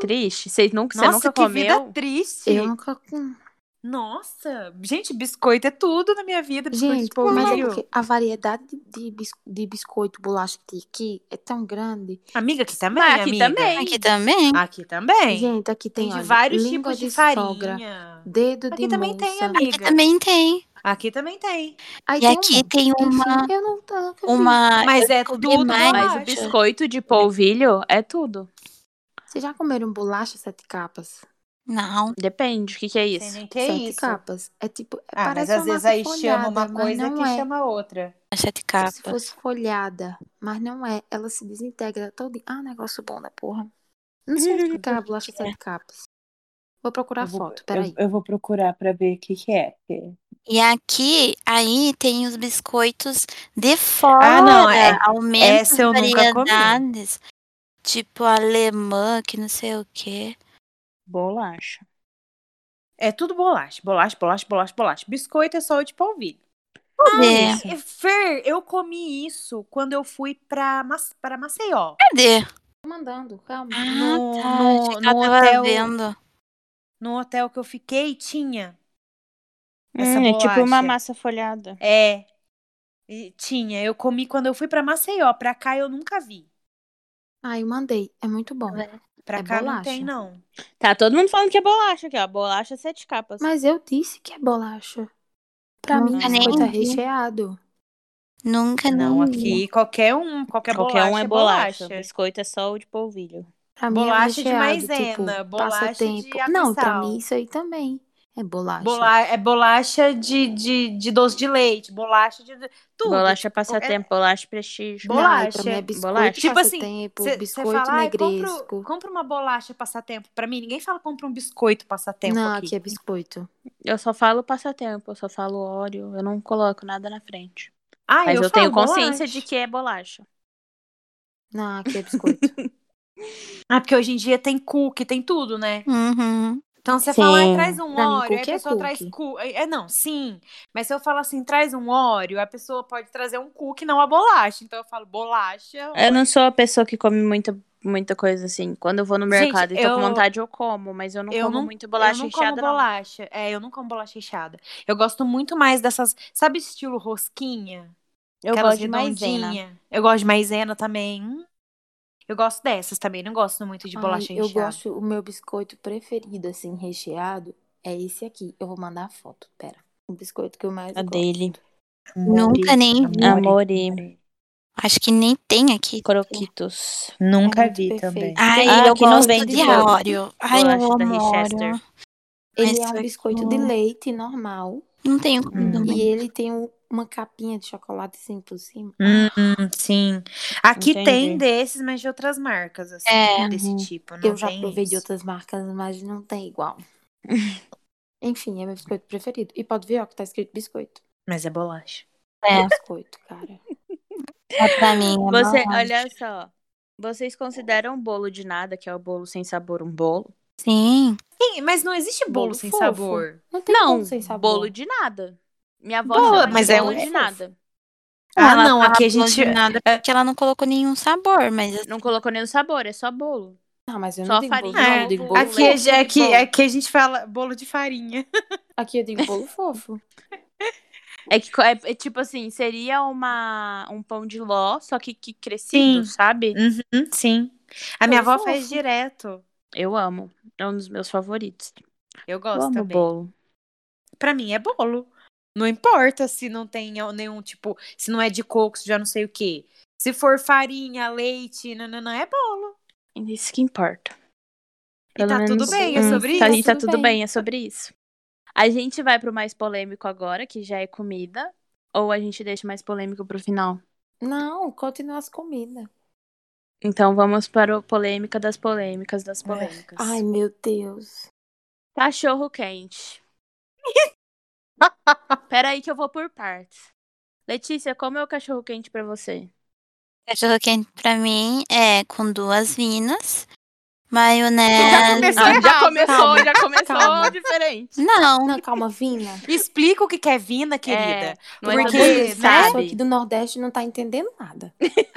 Speaker 2: Triste. Vocês nunca, você
Speaker 6: Nossa,
Speaker 2: nunca
Speaker 6: que
Speaker 2: comeu?
Speaker 6: vida triste.
Speaker 5: eu nunca com.
Speaker 6: Nossa, gente, biscoito é tudo na minha vida, biscoito de
Speaker 5: Gente, mas é
Speaker 6: polvilho.
Speaker 5: porque a variedade de, de bis- de biscoito, bolacha que tem aqui é tão grande.
Speaker 6: Amiga, aqui também,
Speaker 2: Mas aqui
Speaker 6: amiga.
Speaker 2: também.
Speaker 4: Aqui também.
Speaker 6: Aqui também.
Speaker 5: Gente, aqui tem,
Speaker 6: Tem de
Speaker 5: olha,
Speaker 6: vários
Speaker 5: língua
Speaker 6: tipos de,
Speaker 5: sogra,
Speaker 6: farinha.
Speaker 5: dedo
Speaker 6: Aqui
Speaker 5: de
Speaker 6: também tem,
Speaker 5: moça.
Speaker 4: Aqui
Speaker 6: amiga.
Speaker 4: também tem.
Speaker 6: Aqui também tem.
Speaker 5: Aí
Speaker 4: E
Speaker 5: tem um
Speaker 4: aqui
Speaker 5: monte.
Speaker 4: tem
Speaker 5: Enfim,
Speaker 4: uma.
Speaker 5: eu não eu nunca vi.
Speaker 4: uma
Speaker 6: Mas
Speaker 4: eu
Speaker 6: é
Speaker 4: descobri
Speaker 6: tudo
Speaker 4: mais.
Speaker 2: Mas o
Speaker 6: bolacha.
Speaker 2: biscoito de polvilho é tudo.
Speaker 5: Vocês já comeram bolacha sete capas?
Speaker 4: Não.
Speaker 2: Depende. O que, que é
Speaker 6: Sei
Speaker 2: isso?
Speaker 6: nem que é
Speaker 5: sete
Speaker 6: isso.
Speaker 5: capas. É tipo, é,
Speaker 6: Ah, mas
Speaker 5: parece
Speaker 6: às
Speaker 5: uma
Speaker 6: vezes
Speaker 5: massa
Speaker 6: aí chama uma
Speaker 5: folhada, mas
Speaker 6: coisa
Speaker 5: não
Speaker 6: que
Speaker 5: é.
Speaker 6: chama outra.
Speaker 4: As sete
Speaker 5: Como
Speaker 4: capas.
Speaker 5: se fosse folhada, mas não é. Ela se desintegra toda. Ah, negócio bom da porra. Não sei explicar a bolacha sete capas. Vou procurar a foto, peraí.
Speaker 3: vou procurar pra ver o que, que é. porque-
Speaker 4: E aqui, aí tem os biscoitos de
Speaker 6: Ah,
Speaker 4: fora.
Speaker 6: não, é-
Speaker 4: Aumenta
Speaker 6: essa
Speaker 4: as
Speaker 6: eu nunca comi.
Speaker 4: variedades. Tipo alemã, que não sei o quê.
Speaker 2: Bolacha.
Speaker 6: É tudo bolacha. Bolacha, bolacha, bolacha, bolacha. Biscoito é só o de polvilho.
Speaker 4: Cadê?
Speaker 5: É.
Speaker 2: Isso.
Speaker 6: E, Fer, eu comi isso quando eu fui pra, Mas- pra Maceió.
Speaker 4: Cadê?
Speaker 5: Tô mandando, calma.
Speaker 4: Ah,
Speaker 6: No,
Speaker 4: tá.
Speaker 6: no-
Speaker 4: achei que
Speaker 6: no
Speaker 4: ela tava
Speaker 6: hotel,
Speaker 4: vendo.
Speaker 6: no hotel que eu fiquei, tinha essa
Speaker 2: Hum, é
Speaker 6: bolacha.
Speaker 2: tipo uma massa folhada.
Speaker 6: É. E tinha. Eu comi quando eu fui pra Maceió. Pra cá eu nunca vi.
Speaker 5: Ai, eu mandei. É muito bom.
Speaker 6: Pra
Speaker 5: É
Speaker 6: cá não
Speaker 5: bolacha.
Speaker 6: tem, não.
Speaker 2: Tá todo mundo falando que é bolacha aqui, ó. Bolacha sete capas.
Speaker 5: Mas eu disse que é bolacha. Pra mim,
Speaker 4: Nunca nem
Speaker 5: biscoito é
Speaker 4: vi.
Speaker 5: recheado.
Speaker 4: Nunca
Speaker 6: Não,
Speaker 4: nem vi.
Speaker 6: aqui qualquer um, qualquer,
Speaker 2: Hum. Qualquer
Speaker 6: bolacha
Speaker 2: um é bolacha. Biscoito é só o de polvilho.
Speaker 5: Pra mim
Speaker 6: Bolacha de
Speaker 5: é um recheado,
Speaker 6: maisena,
Speaker 5: tipo,
Speaker 6: bolacha
Speaker 5: passatempo.
Speaker 6: de água e
Speaker 5: Não, pra
Speaker 6: sal.
Speaker 5: mim isso aí também é bolacha.
Speaker 6: Bola- é bolacha de, de, de doce de leite, bolacha de. Tudo.
Speaker 2: Bolacha é
Speaker 6: tipo,
Speaker 2: passatempo, bolacha prestígio.
Speaker 5: Não, aí pra
Speaker 6: bolacha,
Speaker 5: mim é biscoito,
Speaker 2: bolacha.
Speaker 6: Tipo assim,
Speaker 5: passatempo,
Speaker 6: Você
Speaker 5: biscoito
Speaker 6: fala, ai, compra, um,
Speaker 5: negresco.
Speaker 6: compra uma bolacha passatempo. Pra mim, ninguém fala compra um biscoito passatempo
Speaker 5: Não,
Speaker 6: aqui.
Speaker 5: aqui é biscoito.
Speaker 2: Eu só falo passatempo, eu só falo óleo, eu não coloco nada na frente.
Speaker 6: Ah,
Speaker 2: Mas eu,
Speaker 6: falo
Speaker 2: tenho
Speaker 6: bolacha.
Speaker 2: consciência de que é bolacha.
Speaker 5: Não, aqui é biscoito.
Speaker 6: Ah, porque hoje em dia tem cookie, tem tudo, né?
Speaker 4: Uhum.
Speaker 6: Então você
Speaker 2: Sim.
Speaker 6: fala, ai, traz um
Speaker 5: Pra mim,
Speaker 6: óleo, aí a
Speaker 5: cookie é
Speaker 6: pessoa traz
Speaker 5: cookie.
Speaker 6: cu. É, não, sim. Mas se eu falar assim, traz um óleo, a pessoa pode trazer um cookie, não a bolacha. Então eu falo, bolacha. um
Speaker 2: Eu
Speaker 6: óleo.
Speaker 2: não sou a pessoa que come muita, muita coisa assim. Quando eu vou no
Speaker 6: Gente,
Speaker 2: mercado e tô
Speaker 6: eu-
Speaker 2: com vontade, eu como, mas eu não
Speaker 6: eu
Speaker 2: como
Speaker 6: não-
Speaker 2: muito bolacha
Speaker 6: eu não
Speaker 2: recheada,
Speaker 6: como bolacha. É, eu não como bolacha recheada. Eu gosto muito mais dessas, sabe, estilo rosquinha?
Speaker 2: não. Eu
Speaker 6: Aquelas
Speaker 2: gosto de maisena.
Speaker 6: redondinha. Eu gosto de maisena também. Hum. Eu gosto dessas também. Não gosto muito de
Speaker 5: Ai,
Speaker 6: bolacha
Speaker 5: eu
Speaker 6: recheada.
Speaker 5: gosto, o meu biscoito preferido, assim, recheado, é esse aqui. Eu vou mandar a foto, pera. O biscoito que eu mais
Speaker 2: A
Speaker 5: gosto.
Speaker 2: dele.
Speaker 4: Nunca nem vi.
Speaker 2: Amore.
Speaker 4: Acho que nem tem aqui.
Speaker 2: Croquitos.
Speaker 3: Nunca
Speaker 5: É muito
Speaker 3: vi
Speaker 5: perfeito.
Speaker 3: também.
Speaker 4: Ai,
Speaker 2: Ah,
Speaker 4: eu
Speaker 2: que não
Speaker 4: gosto
Speaker 2: vende
Speaker 4: de
Speaker 2: bolo.
Speaker 4: Oreo. Ai, eu
Speaker 2: Bolacha da
Speaker 4: amo
Speaker 2: Richester.
Speaker 4: Oreo.
Speaker 5: Ele
Speaker 4: Mas
Speaker 5: é um
Speaker 4: isso
Speaker 5: biscoito
Speaker 4: aqui
Speaker 5: de leite normal.
Speaker 4: Não tenho
Speaker 6: Hum.
Speaker 4: comido
Speaker 5: E
Speaker 4: muito.
Speaker 5: ele tem um- uma capinha de chocolate assim por cima.
Speaker 6: Hum, sim. Aqui
Speaker 2: Entendi.
Speaker 6: tem desses, mas de outras marcas, assim,
Speaker 4: É.
Speaker 6: desse tipo. Não
Speaker 5: Eu já
Speaker 6: tem
Speaker 5: provei de
Speaker 6: esse.
Speaker 5: outras marcas, mas não tem igual. Enfim, é meu biscoito preferido. E pode ver, ó, que tá escrito biscoito.
Speaker 6: Mas é bolacha.
Speaker 4: É.
Speaker 5: Biscoito, cara.
Speaker 4: É pra mim. é
Speaker 2: Você,
Speaker 4: bolacha.
Speaker 2: olha só. Vocês consideram o bolo de nada, que é o bolo sem sabor, um bolo?
Speaker 4: Sim.
Speaker 6: Sim, mas não existe bolo,
Speaker 5: Bolo
Speaker 6: sem
Speaker 5: fofo.
Speaker 6: sabor.
Speaker 5: Não tem
Speaker 2: Não,
Speaker 5: como sem sabor.
Speaker 2: bolo de nada. Minha avó
Speaker 6: Bolo,
Speaker 2: chama de
Speaker 6: mas é
Speaker 2: bolo
Speaker 6: um-
Speaker 2: de nada.
Speaker 6: Ah,
Speaker 4: Ela
Speaker 6: não,
Speaker 4: fala
Speaker 6: aqui a
Speaker 4: bolo
Speaker 6: gente- é,
Speaker 4: de Nada porque ela não colocou nenhum sabor, mas
Speaker 2: Não colocou nem o sabor, é só bolo.
Speaker 5: Não, mas eu
Speaker 2: Só
Speaker 5: não digo bolo,
Speaker 2: farinha,
Speaker 5: não,
Speaker 6: ovo,
Speaker 5: eu digo bolo
Speaker 6: Aqui,
Speaker 5: fofo.
Speaker 2: leite
Speaker 6: é, aqui,
Speaker 5: bolo.
Speaker 6: aqui a gente fala bolo de farinha.
Speaker 5: Aqui eu digo bolo fofo.
Speaker 2: É que co- é, é tipo assim, seria uma um pão de ló, só que, que
Speaker 6: Sim.
Speaker 2: crescido, sabe?
Speaker 6: Uhum, sim. A minha
Speaker 5: Bolo
Speaker 6: avó faz
Speaker 5: fofo.
Speaker 6: direto.
Speaker 2: Eu amo. É um dos meus favoritos.
Speaker 6: Eu
Speaker 2: Eu
Speaker 6: gosto
Speaker 2: amo
Speaker 6: também.
Speaker 2: bolo.
Speaker 6: Pra mim é bolo. Não importa se não tem nenhum tipo, se não é de coco, se já não sei o quê. Se for farinha, leite, nananã, é bolo.
Speaker 2: É Isso que importa.
Speaker 6: E tá tudo
Speaker 2: menos-
Speaker 6: bem, é
Speaker 2: Hum,
Speaker 6: sobre
Speaker 2: tá,
Speaker 6: isso.
Speaker 2: E tá
Speaker 5: Tudo
Speaker 2: tudo
Speaker 5: bem.
Speaker 2: bem, é sobre isso. A gente vai pro mais polêmico agora, que já é comida. Ou a gente deixa mais polêmico pro final?
Speaker 5: Não, continua as comidas.
Speaker 2: Então vamos para o polêmica das polêmicas das polêmicas.
Speaker 5: Ai, meu Deus.
Speaker 2: Cachorro quente. Peraí que eu vou por partes. Letícia, como é o cachorro quente pra você?
Speaker 4: Cachorro quente É pra mim é com duas vinas, É,
Speaker 6: Já
Speaker 4: maionese.
Speaker 6: comecei errado.
Speaker 5: Calma,
Speaker 2: Ah, começou
Speaker 5: calma.
Speaker 2: diferente.
Speaker 4: Não,
Speaker 5: Não, calma, Vina.
Speaker 6: Explica o que que é vina, querida.
Speaker 2: Não é
Speaker 6: Porque,
Speaker 2: todo mundo que
Speaker 6: né,
Speaker 5: A pessoa
Speaker 2: sabe?
Speaker 5: aqui do Nordeste não tá entendendo nada.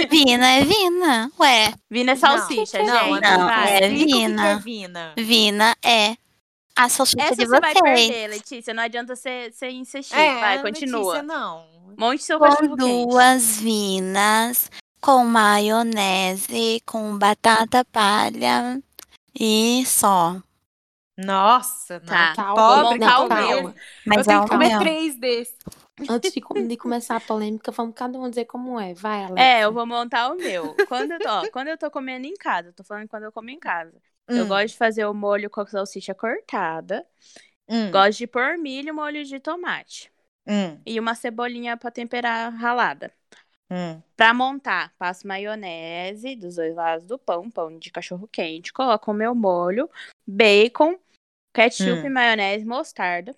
Speaker 4: vina é vina. Ué,
Speaker 2: Vina é salsicha,
Speaker 5: Não,
Speaker 2: gente.
Speaker 4: não,
Speaker 2: vai.
Speaker 4: é
Speaker 6: Explica o que que é
Speaker 4: vina.
Speaker 6: vina.
Speaker 4: vina é a salsicha
Speaker 2: Essa
Speaker 4: de
Speaker 2: você vai
Speaker 4: vocês.
Speaker 2: perder, Letícia. Não adianta você você insistir.
Speaker 6: É, Letícia,
Speaker 2: vai, continua.
Speaker 6: não.
Speaker 2: Monte seu
Speaker 4: Com
Speaker 2: cachorro quente.
Speaker 4: duas vinas, com maionese, com batata palha e só.
Speaker 6: Nossa, não.
Speaker 2: Tá.
Speaker 6: que
Speaker 5: Calma,
Speaker 6: pobre
Speaker 5: não,
Speaker 2: calma,
Speaker 6: que eu.
Speaker 5: calma.
Speaker 4: Mas
Speaker 6: Eu tenho
Speaker 4: é
Speaker 6: que comer
Speaker 4: o meu.
Speaker 6: três desses.
Speaker 5: Antes de, com- de começar a polêmica, vamos cada um dizer como é. Vai, Alex.
Speaker 2: É, eu vou montar o meu. Quando eu tô, ó, quando eu tô comendo em casa, eu tô falando quando eu como em casa. Eu
Speaker 6: Hum,
Speaker 2: gosto de fazer o molho com a salsicha cortada.
Speaker 6: hum,
Speaker 2: Gosto de pôr milho e molho de tomate.
Speaker 6: hum,
Speaker 2: E uma cebolinha pra temperar ralada.
Speaker 6: hum.
Speaker 2: Pra montar, passo maionese dos dois lados do pão, pão de cachorro quente, coloco o meu molho, bacon, ketchup,
Speaker 6: Hum.
Speaker 2: maionese, mostarda,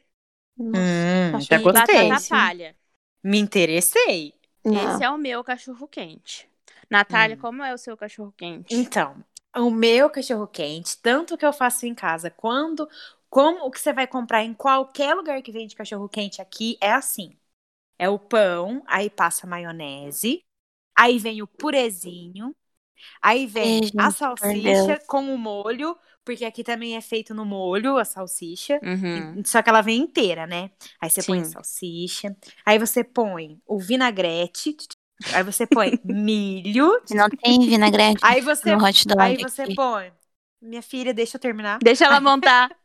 Speaker 5: Nossa,
Speaker 6: Hum,
Speaker 5: acho
Speaker 6: já
Speaker 5: que-
Speaker 6: gostei.
Speaker 2: batata palha.
Speaker 6: Me interessei.
Speaker 5: não.
Speaker 2: Esse é o meu cachorro quente. Natália,
Speaker 6: Hum.
Speaker 2: como é o seu cachorro quente?
Speaker 6: Então, o meu cachorro quente, tanto que eu faço em casa, quando, como o que você vai comprar em qualquer lugar que vende cachorro quente aqui é assim. É o pão, aí passa a maionese, aí vem o purezinho, aí vem
Speaker 4: Ai, gente,
Speaker 6: a
Speaker 4: meu
Speaker 6: salsicha com o molho, porque aqui também é feito no molho a salsicha.
Speaker 2: Uhum.
Speaker 6: Só que ela vem inteira, né? Aí você põe
Speaker 2: Sim.
Speaker 6: salsicha, aí você põe o vinagrete, aí você põe milho,
Speaker 4: Não tem vinagrete
Speaker 6: aí você,
Speaker 4: no hot dog.
Speaker 6: aí você
Speaker 4: aqui.
Speaker 6: põe. Minha filha, deixa eu terminar.
Speaker 2: Deixa ela montar.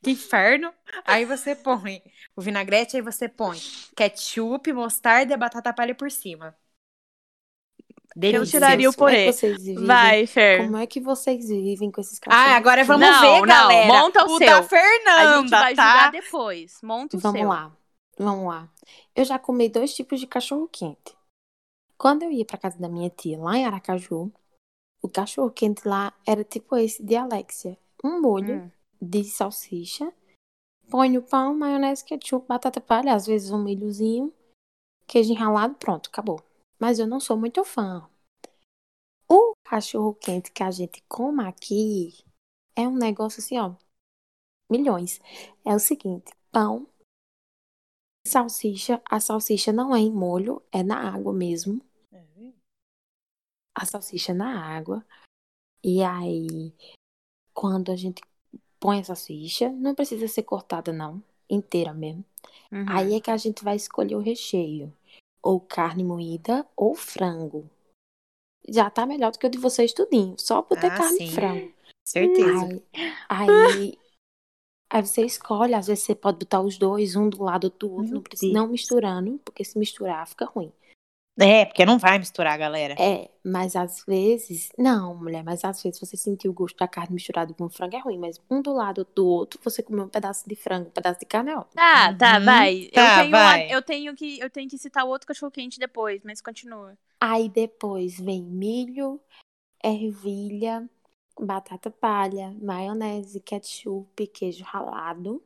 Speaker 6: Que inferno! Aí você põe o vinagrete, aí você põe ketchup, mostarda e batata palha por cima.
Speaker 2: Eu
Speaker 6: Delícia.
Speaker 2: tiraria o
Speaker 5: Como é
Speaker 2: purê.
Speaker 5: que vocês vivem?
Speaker 2: Vai, Fer.
Speaker 5: Como é que vocês vivem com esses cachorros?
Speaker 6: Ah, agora vamos
Speaker 2: Não,
Speaker 6: ver,
Speaker 2: não,
Speaker 6: galera.
Speaker 2: monta o
Speaker 6: o da
Speaker 2: seu.
Speaker 6: Fernanda,
Speaker 2: A gente vai
Speaker 6: tá?
Speaker 2: julgar depois. Monta o
Speaker 5: Vamos
Speaker 2: seu.
Speaker 5: lá, vamos lá. Eu já comi dois tipos de cachorro quente. Quando eu ia pra casa da minha tia, lá em Aracaju, o cachorro quente lá era tipo esse de Alexia. Um molho
Speaker 2: Hum.
Speaker 5: de salsicha, põe o pão, maionese, ketchup, batata palha, às vezes um milhozinho, queijo enralado, pronto, acabou. Mas eu não sou muito fã. O cachorro quente que a gente come aqui é um negócio assim, ó, milhões. É o seguinte, pão, salsicha, a salsicha não é em molho, é na água mesmo.
Speaker 6: É,
Speaker 5: a salsicha é na água. E aí, quando a gente põe a salsicha, não precisa ser cortada, não. Inteira mesmo.
Speaker 2: Uhum.
Speaker 5: Aí é que a gente vai escolher o recheio. Ou carne moída ou frango. Já tá melhor do que o de vocês tudinho. Só por ter
Speaker 6: Ah,
Speaker 5: carne
Speaker 6: sim.
Speaker 5: e frango.
Speaker 6: Certeza.
Speaker 5: Aí, aí, aí você escolhe. Às vezes você pode botar os dois, um do lado do outro.
Speaker 6: Meu
Speaker 5: Não, precisa,
Speaker 6: Deus.
Speaker 5: não misturando, porque se misturar fica ruim.
Speaker 6: É, porque não vai misturar, galera.
Speaker 5: É, mas às vezes. Não, mulher, mas às vezes você sentir o gosto da carne misturado com frango é ruim, mas um do lado do outro, você comer um pedaço de frango, um pedaço de carne é ótimo.
Speaker 2: Tá, tá,
Speaker 6: Uhum.
Speaker 2: vai. eu
Speaker 6: Tá,
Speaker 2: tenho uma-
Speaker 6: vai.
Speaker 2: eu tenho que eu tenho que citar o outro cachorro quente depois, mas continua.
Speaker 5: Aí depois vem milho, ervilha, batata palha, maionese, ketchup, queijo ralado.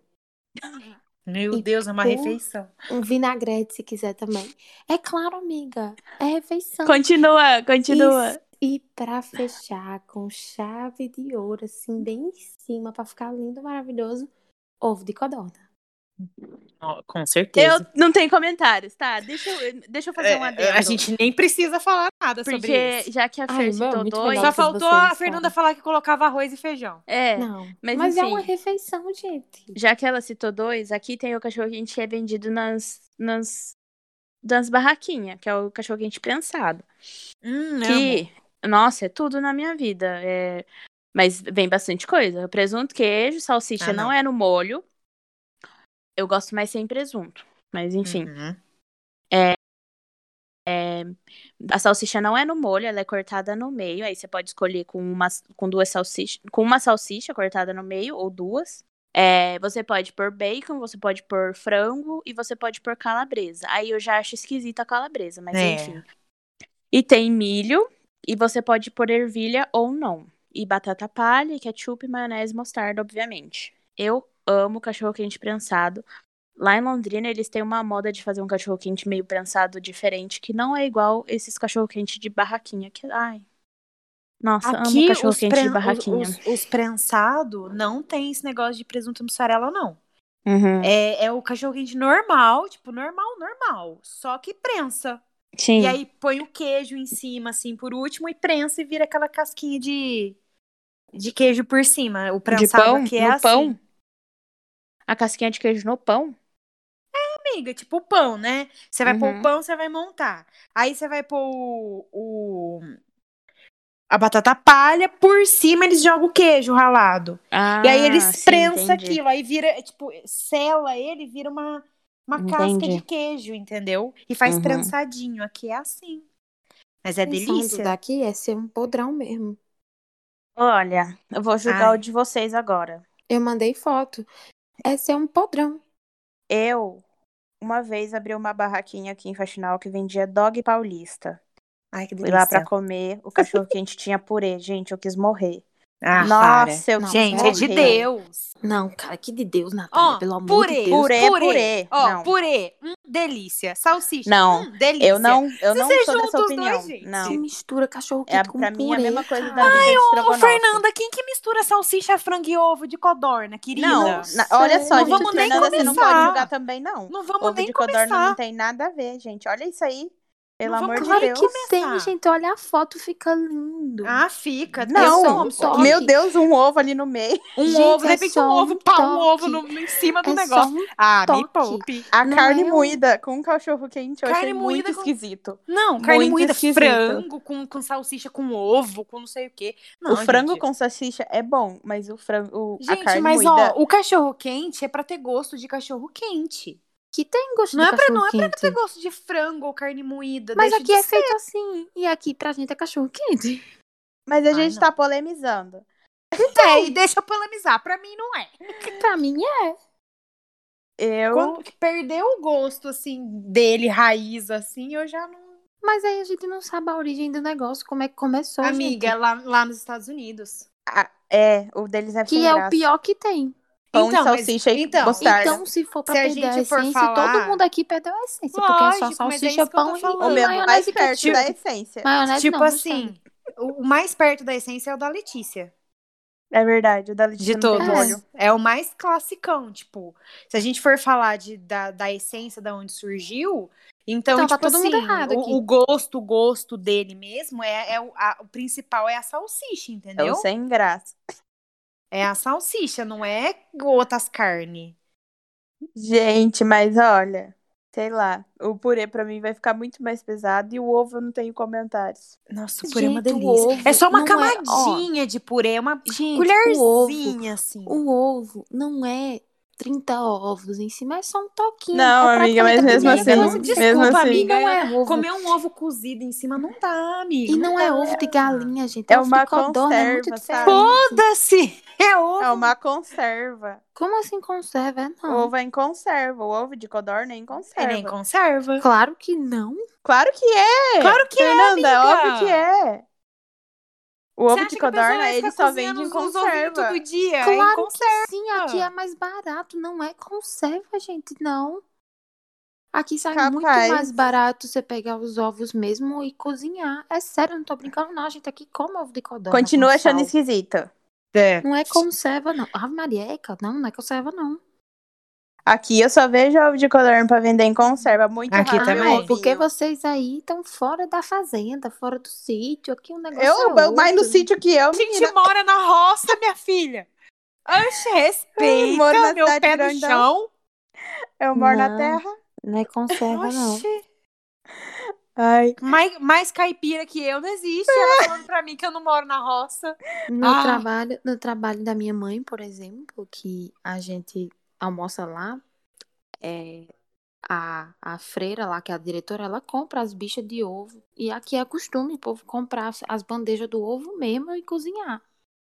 Speaker 6: Meu
Speaker 5: E
Speaker 6: Deus, é uma
Speaker 5: tem-
Speaker 6: refeição.
Speaker 5: Um vinagrete, se quiser também. É claro, amiga. É refeição.
Speaker 2: Continua, continua.
Speaker 5: Isso. E pra fechar com chave de ouro, assim, bem em cima, pra ficar lindo, maravilhoso, ovo de codorna.
Speaker 6: Ó, Com
Speaker 2: Eu
Speaker 6: certeza.
Speaker 2: não tenho comentários, tá? Deixa eu, deixa eu fazer um
Speaker 6: É,
Speaker 2: adendo.
Speaker 6: a gente nem precisa falar nada sobre
Speaker 2: Porque
Speaker 6: isso.
Speaker 2: já que a
Speaker 5: Ai,
Speaker 2: Fer citou
Speaker 5: vamos, muito
Speaker 2: dois.
Speaker 5: melhor.
Speaker 6: Só
Speaker 5: que
Speaker 6: faltou
Speaker 5: vocês
Speaker 6: a Fernanda falar que colocava arroz e feijão.
Speaker 2: É,
Speaker 5: Não.
Speaker 2: mas
Speaker 5: Mas, é
Speaker 2: enfim.
Speaker 5: uma refeição, gente.
Speaker 2: já que ela citou dois, aqui tem o cachorro quente que é vendido nas, nas, nas barraquinhas, que é o cachorro quente prensado.
Speaker 6: Hum,
Speaker 2: que, nossa, é tudo na minha vida. É... Mas vem bastante coisa. Presunto, queijo, salsicha
Speaker 6: Ah, não.
Speaker 2: não é no molho. Eu gosto mais sem presunto. Mas enfim. A salsicha não é no molho, ela é cortada no meio. Aí você pode escolher com uma, com duas salsichas, com uma salsicha cortada no meio ou duas. É, você pode pôr bacon, você pode pôr frango e você pode pôr calabresa. Aí eu já acho esquisita a calabresa, mas
Speaker 6: É.
Speaker 2: enfim. E tem milho e você pode pôr ervilha ou não. E batata palha, e ketchup, maionese, mostarda, obviamente. Eu amo cachorro quente prensado. Lá em Londrina, eles têm uma moda de fazer um cachorro-quente meio prensado diferente, que não é igual esses cachorro-quente de barraquinha. Que, ai. Nossa, amo
Speaker 6: Aqui os,
Speaker 2: cachorro-quente de
Speaker 6: pren...
Speaker 2: barraquinha.
Speaker 6: os, os- os prensado não tem esse negócio de presunto e mussarela, não.
Speaker 2: Uhum.
Speaker 6: É, é o cachorro-quente normal, tipo, normal, normal. Só que prensa.
Speaker 2: Sim.
Speaker 6: E aí põe o queijo em cima, assim, por último, e prensa e vira aquela casquinha de, de queijo por cima. O prensado
Speaker 2: pão?
Speaker 6: aqui é
Speaker 2: No
Speaker 6: assim.
Speaker 2: pão? a casquinha de queijo no pão?
Speaker 6: amiga, tipo o pão, né? Você vai pôr
Speaker 2: Uhum.
Speaker 6: o pão, você vai montar. Aí você vai pôr o, o- a batata palha, por cima eles jogam o queijo ralado. e
Speaker 2: Ah,
Speaker 6: aí eles prensam aquilo, aí vira, é, tipo, sela ele, vira uma, uma casca
Speaker 2: Entendi.
Speaker 6: de queijo, entendeu? E faz
Speaker 2: Uhum.
Speaker 6: prensadinho, aqui é assim. Mas é
Speaker 5: Pensando
Speaker 6: delícia.
Speaker 5: daqui é ser um podrão mesmo.
Speaker 2: Olha, eu vou julgar
Speaker 6: Ai.
Speaker 2: o de vocês agora.
Speaker 5: Eu mandei foto. É ser um podrão.
Speaker 2: Eu, uma vez, abri uma barraquinha aqui em Faxinal que vendia dog paulista.
Speaker 6: Ai, que
Speaker 2: Fui
Speaker 6: delícia.
Speaker 2: lá pra comer, o cachorro-quente tinha purê. Gente, eu quis morrer.
Speaker 6: Ah, para.
Speaker 2: Nossa, eu
Speaker 5: Não,
Speaker 2: quis
Speaker 6: Gente, é de
Speaker 2: morrer.
Speaker 6: Deus.
Speaker 5: Não, cara, que de Deus, Natália,
Speaker 6: Ó,
Speaker 5: pelo amor
Speaker 6: purê,
Speaker 5: de Deus.
Speaker 2: Purê é
Speaker 6: purê,
Speaker 2: purê.
Speaker 6: Ó,
Speaker 2: Não.
Speaker 6: purê, hum, delícia. Salsicha,
Speaker 2: Não,
Speaker 6: hum, delícia.
Speaker 2: Eu não, eu
Speaker 6: Se
Speaker 2: não
Speaker 6: você
Speaker 2: sou dessa
Speaker 6: junta os dois,
Speaker 2: opinião.
Speaker 6: gente.
Speaker 5: Se
Speaker 2: não.
Speaker 5: mistura cachorro quente
Speaker 2: É,
Speaker 5: com
Speaker 2: pra mim é a
Speaker 5: purê.
Speaker 2: mesma coisa da
Speaker 5: Ai,
Speaker 2: vida de
Speaker 6: Ô,
Speaker 2: estrogonofe.
Speaker 6: Fernanda, quem que mistura salsicha, frango e ovo de codorna, querida?
Speaker 2: Não, na- olha só,
Speaker 5: Não
Speaker 2: gente,
Speaker 6: vamos nem
Speaker 2: Fernanda, você não pode
Speaker 6: começar.
Speaker 2: julgar também, não.
Speaker 6: Não vamos
Speaker 2: Ovo
Speaker 6: nem
Speaker 2: de
Speaker 6: começar.
Speaker 2: codorna não tem nada a ver, gente. Olha isso aí. Pelo
Speaker 6: Não
Speaker 2: amor
Speaker 6: vamos-
Speaker 2: de
Speaker 5: Claro
Speaker 2: Deus.
Speaker 5: que tem,
Speaker 6: Começar.
Speaker 5: gente. Olha a foto, fica lindo.
Speaker 6: Ah, fica.
Speaker 2: Não,
Speaker 6: eu como, só
Speaker 5: toque.
Speaker 2: Meu Deus, um ovo ali no meio.
Speaker 6: Um
Speaker 5: Gente,
Speaker 6: ovo, de
Speaker 5: é
Speaker 6: repente um
Speaker 5: só
Speaker 6: ovo,
Speaker 5: um
Speaker 6: pá, um
Speaker 5: toque.
Speaker 6: ovo no, em cima do
Speaker 5: é
Speaker 6: negócio.
Speaker 5: só um
Speaker 6: Ah, me
Speaker 5: toque.
Speaker 6: poupe.
Speaker 2: A
Speaker 5: Não
Speaker 2: carne
Speaker 5: é um-
Speaker 2: moída com cachorro quente, eu
Speaker 6: Carne
Speaker 2: achei muito
Speaker 6: moída com-
Speaker 2: esquisito.
Speaker 6: Não, carne
Speaker 2: Muito
Speaker 6: moída,
Speaker 2: esquisito.
Speaker 6: frango com, com salsicha, com ovo, com não sei o quê. Não,
Speaker 2: o frango
Speaker 6: gente.
Speaker 2: com salsicha é bom, mas o frango, o- a
Speaker 6: Gente,
Speaker 2: carne
Speaker 6: mas
Speaker 2: moída...
Speaker 6: ó, o cachorro quente é pra ter gosto de corno quente.
Speaker 5: Que tem gosto
Speaker 6: Não
Speaker 5: de
Speaker 6: é pra- não é pra
Speaker 5: cachorro-quente.
Speaker 6: Ter gosto de frango ou carne moída.
Speaker 5: Mas
Speaker 6: deixa de
Speaker 5: aqui é feito assim. E aqui pra gente é cachorro-quente.
Speaker 2: Mas
Speaker 5: Ah,
Speaker 2: a gente
Speaker 6: não.
Speaker 2: tá polemizando.
Speaker 6: É, e deixa eu polemizar. Pra mim não é.
Speaker 5: pra mim é.
Speaker 2: Eu...
Speaker 6: Quando que perdeu o gosto, assim, dele, raiz, assim, eu já não.
Speaker 5: Mas aí a gente não sabe a origem do negócio, como é que começou,
Speaker 6: Amiga, lá, lá nos Estados Unidos.
Speaker 2: Ah, é, o deles é
Speaker 5: gente. Que é o pior que tem.
Speaker 2: Pão
Speaker 6: Então,
Speaker 2: e
Speaker 6: mas-
Speaker 2: salsicha é né? e
Speaker 6: então,
Speaker 2: mostarda.
Speaker 5: Então, se for pra
Speaker 6: Se a
Speaker 5: perder a,
Speaker 6: gente for
Speaker 5: essência,
Speaker 6: falar-
Speaker 5: todo mundo aqui perdeu a essência. porque é só
Speaker 6: Lógico, mas é
Speaker 5: salsicha,
Speaker 6: isso que eu tô
Speaker 5: pão e,
Speaker 6: falando.
Speaker 2: o
Speaker 5: e
Speaker 2: meu mais
Speaker 5: maionese que
Speaker 2: perto da essência.
Speaker 5: Maionese
Speaker 6: tipo
Speaker 5: Então, não,
Speaker 6: assim, o o mais perto da essência é o da Letícia.
Speaker 2: É verdade, o da Letícia
Speaker 6: De
Speaker 2: não tem
Speaker 6: todos.
Speaker 2: molho.
Speaker 6: É o mais classicão, tipo. Se a gente for falar de, da, da essência, da onde surgiu. Então,
Speaker 5: Então, tá
Speaker 6: tipo
Speaker 5: todo
Speaker 6: assim,
Speaker 5: mundo errado aqui.
Speaker 6: o, o gosto, o gosto dele mesmo é, é o, a- o principal é a salsicha,
Speaker 2: É o
Speaker 6: entendeu?
Speaker 2: sem graça.
Speaker 6: É a salsicha, não é outras carnes.
Speaker 2: Gente, mas olha, sei lá, o purê pra mim vai ficar muito mais pesado e o ovo eu não tenho comentários.
Speaker 6: Nossa, o
Speaker 5: Gente,
Speaker 6: purê é uma
Speaker 5: o
Speaker 6: delícia.
Speaker 5: ovo
Speaker 6: É só uma
Speaker 5: não é- ó,
Speaker 6: camadinha de purê, é uma
Speaker 5: Gente, o ovo,
Speaker 6: colherzinha, assim.
Speaker 5: o ovo não é 30 ovos em cima, é só um toquinho.
Speaker 2: Não,
Speaker 5: é
Speaker 2: amiga, mas
Speaker 5: praticamente a
Speaker 2: mesmo assim,
Speaker 5: primeira coisa que você
Speaker 2: mesmo
Speaker 6: desculpa,
Speaker 2: assim.
Speaker 5: E
Speaker 6: amiga.
Speaker 5: não é ovo.
Speaker 6: Comer um ovo cozido em cima não dá, amiga.
Speaker 5: E não é
Speaker 6: dá.
Speaker 5: ovo de galinha, gente.
Speaker 2: É
Speaker 5: ovo
Speaker 2: uma
Speaker 5: de codorna, é muito
Speaker 2: conserva,
Speaker 5: diferente.
Speaker 2: sabe?
Speaker 6: Foda-se! É ovo.
Speaker 2: É uma conserva.
Speaker 5: Como assim conserva? É
Speaker 2: O
Speaker 5: não.
Speaker 2: ovo é em conserva. O ovo de codorna é em conserva.
Speaker 6: É nem conserva.
Speaker 5: Claro que não.
Speaker 2: Claro que é!
Speaker 6: Claro que é,
Speaker 2: Fernanda,
Speaker 6: amiga.
Speaker 2: óbvio que é. O
Speaker 6: Você
Speaker 2: ovo
Speaker 6: acha
Speaker 2: de
Speaker 6: que a pessoa
Speaker 2: codorna,
Speaker 6: vai
Speaker 2: ele
Speaker 6: ficar
Speaker 2: só vende em
Speaker 6: cozinhando os ovinhos
Speaker 2: conserva.
Speaker 6: todo dia. em
Speaker 5: Claro
Speaker 6: conserva.
Speaker 5: que sim, aqui é mais barato, não é conserva, gente, não. Aqui sai muito
Speaker 2: Capaz.
Speaker 5: mais barato você pegar os ovos mesmo e cozinhar. É sério, eu não tô brincando não, a gente aqui come ovo de codorna
Speaker 2: Continua
Speaker 5: com
Speaker 2: achando
Speaker 5: sal.
Speaker 2: esquisito.
Speaker 5: Não é conserva, não. Ave Marieca, não, não é conserva, não.
Speaker 2: Aqui eu só vejo ovo de codorna pra vender em conserva. Muito
Speaker 6: Aqui
Speaker 2: raro ver
Speaker 6: também.
Speaker 2: ovinho.
Speaker 5: Ah, é Porque vocês aí estão fora da fazenda, fora do sítio. Aqui o negócio é
Speaker 2: Eu, eu mais no
Speaker 5: outro.
Speaker 2: sítio que eu,
Speaker 6: A gente
Speaker 2: menina.
Speaker 6: mora na roça, minha filha. Oxe, respeita
Speaker 2: moro na
Speaker 6: meu
Speaker 2: cidade
Speaker 6: pé no
Speaker 2: grandão.
Speaker 6: chão.
Speaker 2: Eu moro na
Speaker 5: Não.
Speaker 2: terra.
Speaker 5: Não é conserva, não.
Speaker 6: Oxe,
Speaker 2: Ai,
Speaker 6: mais, mais caipira que eu não existe. Ela tá falando pra mim que eu não moro na roça.
Speaker 5: No,
Speaker 6: Ah.
Speaker 5: trabalho, no trabalho da minha mãe, por exemplo, que a gente almoça lá, é, a, a freira lá, que é a diretora, ela compra as bichas de ovo. E aqui é costume o povo comprar as- as bandejas do ovo mesmo e cozinhar.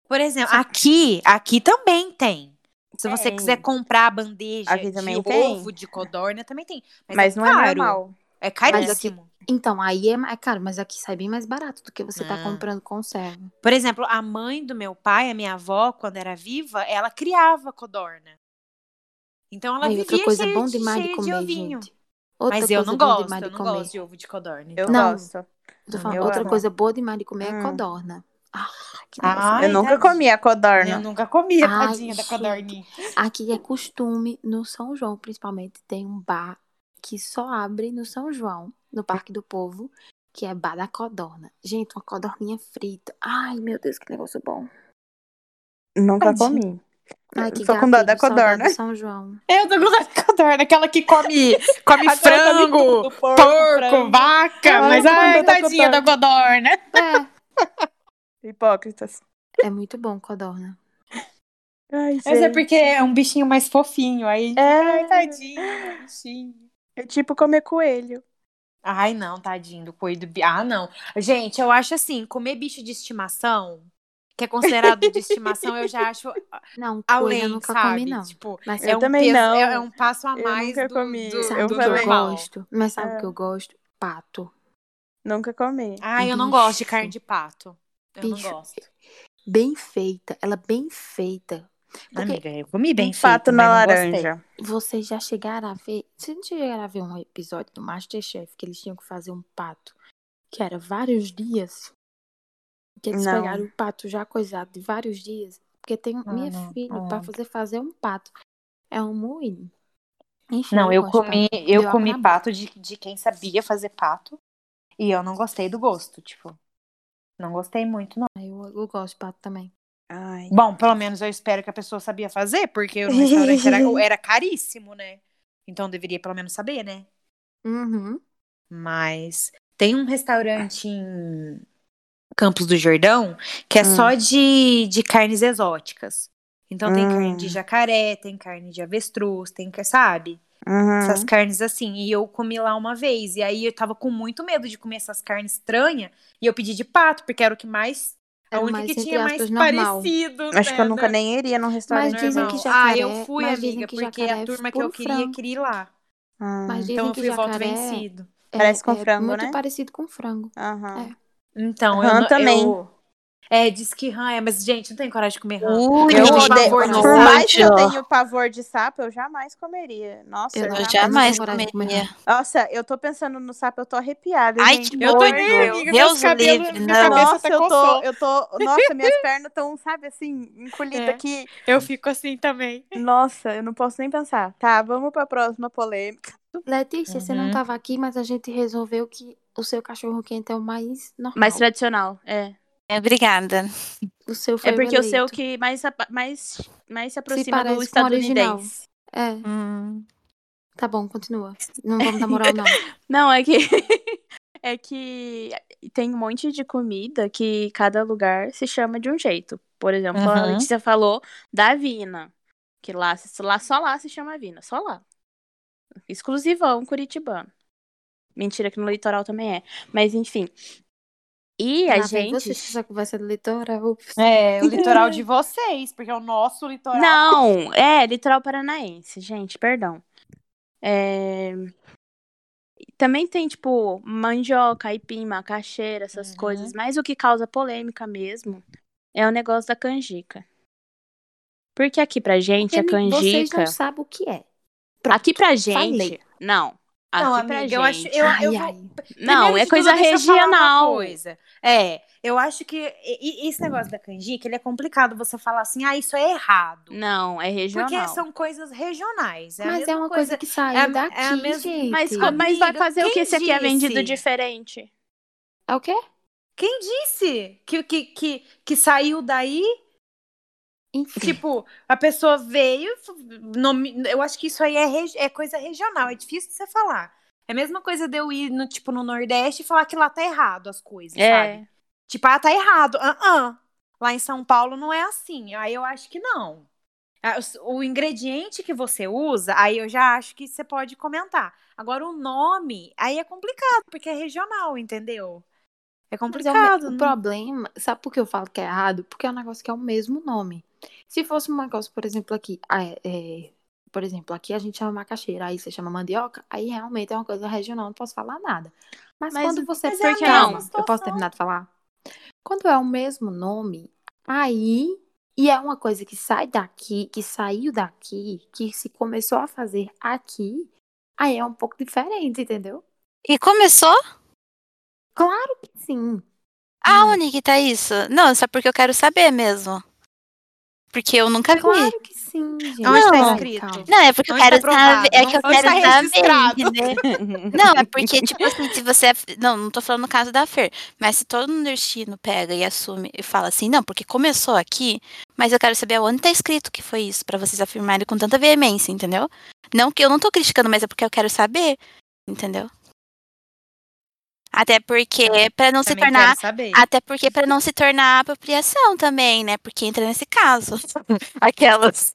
Speaker 6: Por exemplo, aqui, aqui também tem. Se você
Speaker 2: Tem.
Speaker 6: quiser comprar a bandeja
Speaker 2: Aqui também
Speaker 6: de
Speaker 2: tem.
Speaker 6: ovo, de codorna, também tem. Mas,
Speaker 2: mas
Speaker 6: é
Speaker 2: não
Speaker 6: caro.
Speaker 2: é normal.
Speaker 6: É
Speaker 5: Mas
Speaker 6: caríssimo.
Speaker 5: Então, aí é mais caro, mas aqui sai bem mais barato do que você tá
Speaker 6: Ah.
Speaker 5: comprando conserva.
Speaker 6: Por exemplo, a mãe do meu pai, a minha avó, quando era viva, ela criava codorna. Então ela
Speaker 5: Aí
Speaker 6: vivia
Speaker 5: outra coisa
Speaker 6: cheia
Speaker 5: bom
Speaker 6: de,
Speaker 5: demais de
Speaker 6: cheia
Speaker 5: comer,
Speaker 6: ovinho.
Speaker 5: gente. Outra
Speaker 6: Mas eu
Speaker 5: coisa
Speaker 6: não
Speaker 5: boa
Speaker 6: gosto,
Speaker 5: demais
Speaker 6: eu
Speaker 5: de
Speaker 6: não
Speaker 5: comer.
Speaker 6: gosto de ovo de codorna. então.
Speaker 2: Eu
Speaker 5: Não.
Speaker 2: gosto.
Speaker 5: Tô
Speaker 6: Hum,
Speaker 5: falando,
Speaker 2: eu
Speaker 5: outra
Speaker 2: amo.
Speaker 5: coisa boa demais de comer
Speaker 2: Hum.
Speaker 5: é codorna. Ah, que
Speaker 6: Ah,
Speaker 5: negócio
Speaker 6: Ai,
Speaker 2: eu nunca
Speaker 6: tadinho.
Speaker 2: comi a
Speaker 6: Eu
Speaker 2: codorna.
Speaker 6: nunca comi a
Speaker 5: Ai,
Speaker 6: tadinha da
Speaker 5: gente.
Speaker 6: codorninha.
Speaker 5: Aqui é costume, no São João principalmente, tem um bar que só abre no São João, no Parque do Povo, que é Bar da Codorna. Gente, uma codorninha frita. Ai, meu Deus, que negócio bom.
Speaker 2: Nunca
Speaker 6: Tadinho.
Speaker 2: comi.
Speaker 5: Ai, que
Speaker 2: Tô com dó da
Speaker 5: gatilho, saudade
Speaker 2: codorna.
Speaker 5: do São João.
Speaker 6: Eu tô gostando de codorna, aquela que come, come
Speaker 2: Agora tá come
Speaker 6: frango,
Speaker 2: tudo,
Speaker 6: porco,
Speaker 2: frango.
Speaker 6: vaca,
Speaker 2: Ai,
Speaker 6: mas
Speaker 2: eu tô com
Speaker 6: ai,
Speaker 2: tanta
Speaker 6: tadinha da codorna.
Speaker 5: É,
Speaker 2: Hipócritas.
Speaker 5: é muito bom codorna.
Speaker 2: Ai,
Speaker 6: Mas é
Speaker 2: gente.
Speaker 6: porque é um bichinho mais fofinho, aí
Speaker 2: É.
Speaker 6: ai, tadinho, um bichinho.
Speaker 2: É tipo comer coelho.
Speaker 6: Ai, não, tadinho do coelho do bi- Ah, não. Gente, eu acho assim, comer bicho de estimação, que é considerado de estimação, eu já acho
Speaker 5: Não, coelho eu
Speaker 6: além,
Speaker 5: nunca
Speaker 6: sabe?
Speaker 5: comi, não.
Speaker 6: Tipo,
Speaker 5: Mas
Speaker 6: é
Speaker 2: Eu
Speaker 6: um
Speaker 2: também
Speaker 6: peso,
Speaker 2: não.
Speaker 6: É, é um passo a
Speaker 2: Eu
Speaker 6: mais
Speaker 2: nunca
Speaker 6: do,
Speaker 2: comi,
Speaker 6: do,
Speaker 5: sabe
Speaker 2: eu
Speaker 5: o
Speaker 6: do
Speaker 5: que eu
Speaker 2: também.
Speaker 6: normal.
Speaker 5: gosto? Mas sabe o
Speaker 2: É.
Speaker 5: que eu gosto? Pato.
Speaker 2: Nunca comi.
Speaker 6: Ai, eu não gosto de
Speaker 5: Bicho.
Speaker 6: carne de pato. Eu
Speaker 5: Bicho.
Speaker 6: não gosto.
Speaker 5: Bem feita, ela é bem feita. Porque
Speaker 6: Amiga, eu comi
Speaker 2: um fato na laranja.
Speaker 5: Vocês já chegaram a ver. Vocês não chegaram a ver um episódio do Masterchef que eles tinham que fazer um pato que era vários dias? Que eles
Speaker 2: Não.
Speaker 5: pegaram o pato já coisado de vários dias. Porque tem um-
Speaker 6: Ah,
Speaker 5: minha
Speaker 6: não,
Speaker 5: filha,
Speaker 6: não
Speaker 5: pra
Speaker 6: lembro.
Speaker 5: fazer fazer um pato. É um moinho. Enfim,
Speaker 6: Não, eu
Speaker 5: gosto de
Speaker 6: comi,
Speaker 5: pato.
Speaker 6: eu
Speaker 5: Deu água na
Speaker 6: comi
Speaker 5: boca.
Speaker 6: pato de, de quem sabia fazer pato e eu não gostei do gosto, tipo. Não gostei muito, não.
Speaker 5: Aí Eu, eu gosto de pato também.
Speaker 2: Ai.
Speaker 6: Bom, pelo menos eu espero que a pessoa sabia fazer, porque no restaurante era, era caríssimo, né? Então deveria pelo menos saber, né?
Speaker 5: Uhum.
Speaker 6: Mas tem um restaurante em Campos do Jordão que é só de, de carnes exóticas. Então tem carne de
Speaker 2: Hum.
Speaker 6: jacaré, tem carne de avestruz, tem, que- sabe?
Speaker 2: Uhum.
Speaker 6: Essas carnes assim. E eu comi lá uma vez. E aí eu tava com muito medo de comer essas carnes estranhas. E eu pedi de pato, porque era o que mais. A
Speaker 5: Era o
Speaker 6: única
Speaker 5: É mais,
Speaker 6: É um que
Speaker 5: entre
Speaker 6: tinha mais
Speaker 5: aspas, normal.
Speaker 6: parecido.
Speaker 2: Acho que eu
Speaker 6: né,
Speaker 2: nunca
Speaker 6: da-
Speaker 2: nem iria num restaurante.
Speaker 5: Mas dizem
Speaker 6: normal.
Speaker 5: que
Speaker 2: normal.
Speaker 5: jacaré- é-
Speaker 6: Ah, eu fui,
Speaker 5: mas dizem
Speaker 6: amiga,
Speaker 5: que
Speaker 6: porque
Speaker 5: jacaré
Speaker 6: a
Speaker 5: é
Speaker 6: turma que
Speaker 5: puro
Speaker 6: eu queria
Speaker 5: frango.
Speaker 6: queria ir lá.
Speaker 2: Hum.
Speaker 5: Mas
Speaker 6: Então
Speaker 5: dizem
Speaker 6: eu
Speaker 5: que
Speaker 6: fui e volto
Speaker 5: jacaré é,
Speaker 6: vencido.
Speaker 2: Parece com
Speaker 5: é
Speaker 2: frango,
Speaker 5: muito
Speaker 2: né?
Speaker 5: parecido com frango.
Speaker 2: Aham.
Speaker 5: É.
Speaker 6: Então, eu
Speaker 2: Rã
Speaker 6: não-
Speaker 2: também.
Speaker 6: eu- É, diz que rã é, mas gente, não tem coragem de comer rã.
Speaker 4: Ui,
Speaker 2: Eu
Speaker 6: Eu tenho
Speaker 2: odeio.
Speaker 6: pavor de
Speaker 2: Por
Speaker 6: sapo.
Speaker 2: mais que eu
Speaker 4: Nojo.
Speaker 2: tenho pavor de sapo, eu jamais comeria. Nossa,
Speaker 5: Eu não-
Speaker 4: Eu
Speaker 5: Rapaz,
Speaker 4: jamais
Speaker 5: não tem coragem de comer
Speaker 4: comeria.
Speaker 2: Nossa, eu tô pensando no sapo, eu tô arrepiada.
Speaker 4: Ai,
Speaker 2: gente.
Speaker 4: que
Speaker 6: Eu tô
Speaker 4: nojo.
Speaker 6: nem, amiga,
Speaker 4: Deus
Speaker 6: meus
Speaker 4: o
Speaker 6: cabelos,
Speaker 4: livre,
Speaker 6: minha
Speaker 4: não.
Speaker 6: cabeça
Speaker 2: Nossa,
Speaker 6: tá
Speaker 2: eu tô,
Speaker 6: coçando.
Speaker 2: eu tô. Nossa, minhas pernas estão, sabe, assim, encolhidas
Speaker 6: É.
Speaker 2: aqui.
Speaker 6: Eu fico assim também.
Speaker 2: Nossa, eu não posso nem pensar. Tá, vamos pra próxima polêmica.
Speaker 5: Letícia, você não
Speaker 6: Uhum.
Speaker 5: estava aqui, mas a gente resolveu que o seu cachorro quente é o mais normal.
Speaker 2: Mais tradicional, é.
Speaker 4: É, Obrigada.
Speaker 5: o seu foi
Speaker 2: É porque
Speaker 5: o
Speaker 2: eu sei o
Speaker 5: eleito.
Speaker 2: que mais, apa- mais, mais se aproxima
Speaker 5: parece
Speaker 2: do
Speaker 5: com o
Speaker 2: estadunidense.
Speaker 5: É,
Speaker 4: Hum.
Speaker 5: tá bom, continua. Não vamos dar moral, não.
Speaker 2: Não, é que. é que tem um monte de comida que cada lugar se chama de um jeito. Por exemplo, a
Speaker 6: Uhum.
Speaker 2: Letícia falou da Vina. Que lá, se- lá só lá se chama Vina, só lá. Exclusivão curitibano. Mentira que no litoral também é. Mas enfim. E a
Speaker 5: Lá vem
Speaker 2: gente.
Speaker 5: vocês com essa conversa do litoral.
Speaker 6: É, o litoral de vocês, porque é o nosso litoral.
Speaker 2: Não, é litoral paranaense, gente, perdão. É, Também tem, tipo, mandioca, aipim, macaxeira, essas
Speaker 6: Uhum.
Speaker 2: coisas. Mas o que causa polêmica mesmo é o negócio da canjica. Porque aqui pra gente, a
Speaker 5: Ele- Vocês
Speaker 2: canjica...
Speaker 5: não sabem o que é.
Speaker 2: Aqui pra gente...
Speaker 5: falei.
Speaker 2: Não. Aqui
Speaker 6: Não,
Speaker 2: pra
Speaker 6: amiga,
Speaker 2: gente...
Speaker 6: eu acho- eu-
Speaker 5: ai,
Speaker 6: vou-
Speaker 5: ai.
Speaker 2: Não,
Speaker 6: Primeiro
Speaker 2: é
Speaker 6: de tudo,
Speaker 2: coisa
Speaker 6: deixa eu falar uma
Speaker 2: regional.
Speaker 6: coisa. É, eu acho que e- e- esse negócio da canjica, ele é complicado você falar assim, ah, isso é errado.
Speaker 2: Não, é regional.
Speaker 6: Porque são coisas regionais. É a
Speaker 5: Mas
Speaker 6: mesma
Speaker 5: é uma coisa, que saiu
Speaker 6: é a-
Speaker 5: daqui,
Speaker 6: é a mesma-
Speaker 5: gente.
Speaker 2: Mas,
Speaker 6: Amiga,
Speaker 2: mas vai fazer o
Speaker 6: quem
Speaker 2: que se aqui é vendido
Speaker 6: disse?
Speaker 2: diferente?
Speaker 5: É o quê?
Speaker 6: Quem disse que, que, que, que saiu daí?
Speaker 5: Enfim.
Speaker 6: Tipo, a pessoa veio. nome- eu acho que isso aí é, regi- é coisa regional, é difícil de você falar. É a mesma coisa de eu ir no, tipo, no Nordeste e falar que lá tá errado as coisas, sabe?
Speaker 2: É.
Speaker 6: Tipo, ah, tá errado. Ah, ah. Lá em São Paulo não é assim. Aí eu acho que não. Ah, os- O ingrediente que você usa, aí eu já acho que você pode comentar. Agora, o nome, aí é complicado, porque é regional, entendeu? É
Speaker 5: Mas é o me-
Speaker 6: complicado.
Speaker 5: o,
Speaker 6: não-
Speaker 5: problema, sabe por que eu falo que é errado? Porque é um negócio que é o mesmo nome. Se fosse um negócio, por exemplo, aqui, ah, é, é, por exemplo, aqui a gente chama macaxeira, aí você chama mandioca, aí realmente é uma coisa regional, não posso falar nada. Mas,
Speaker 2: Mas-
Speaker 5: quando você
Speaker 6: mas é a
Speaker 5: pega,
Speaker 2: mesma
Speaker 5: eu
Speaker 6: situação.
Speaker 5: posso terminar de falar? Quando é o mesmo nome, aí e é uma coisa que sai daqui, que saiu daqui, que se começou a fazer aqui, aí é um pouco diferente, entendeu?
Speaker 4: E começou?
Speaker 5: Claro que sim.
Speaker 6: Hum.
Speaker 4: Aonde que tá isso? Não, só porque eu quero saber mesmo. Porque eu nunca vi.
Speaker 5: Claro que sim, gente.
Speaker 6: Onde tá
Speaker 5: Ai,
Speaker 6: escrito?
Speaker 5: calma.
Speaker 4: Não, é porque eu
Speaker 6: Onde tá
Speaker 4: quero saber.
Speaker 6: provado?
Speaker 4: É que eu
Speaker 6: Onde
Speaker 4: quero
Speaker 6: tá
Speaker 4: saber,
Speaker 6: registrado?
Speaker 4: entendeu? Não, é porque, tipo assim, se você. Não, não tô falando no caso da Fer, mas se todo nordestino pega e assume e fala assim, não, porque começou aqui, mas eu quero saber onde tá escrito que foi isso, pra vocês afirmarem com tanta veemência, entendeu? Não que eu não tô criticando, mas é porque eu quero saber, entendeu? Até porque, pra não se
Speaker 6: Também
Speaker 4: tornar.
Speaker 6: quero saber.
Speaker 4: Até porque pra não se tornar apropriação também, né? Porque entra nesse caso. Aquelas.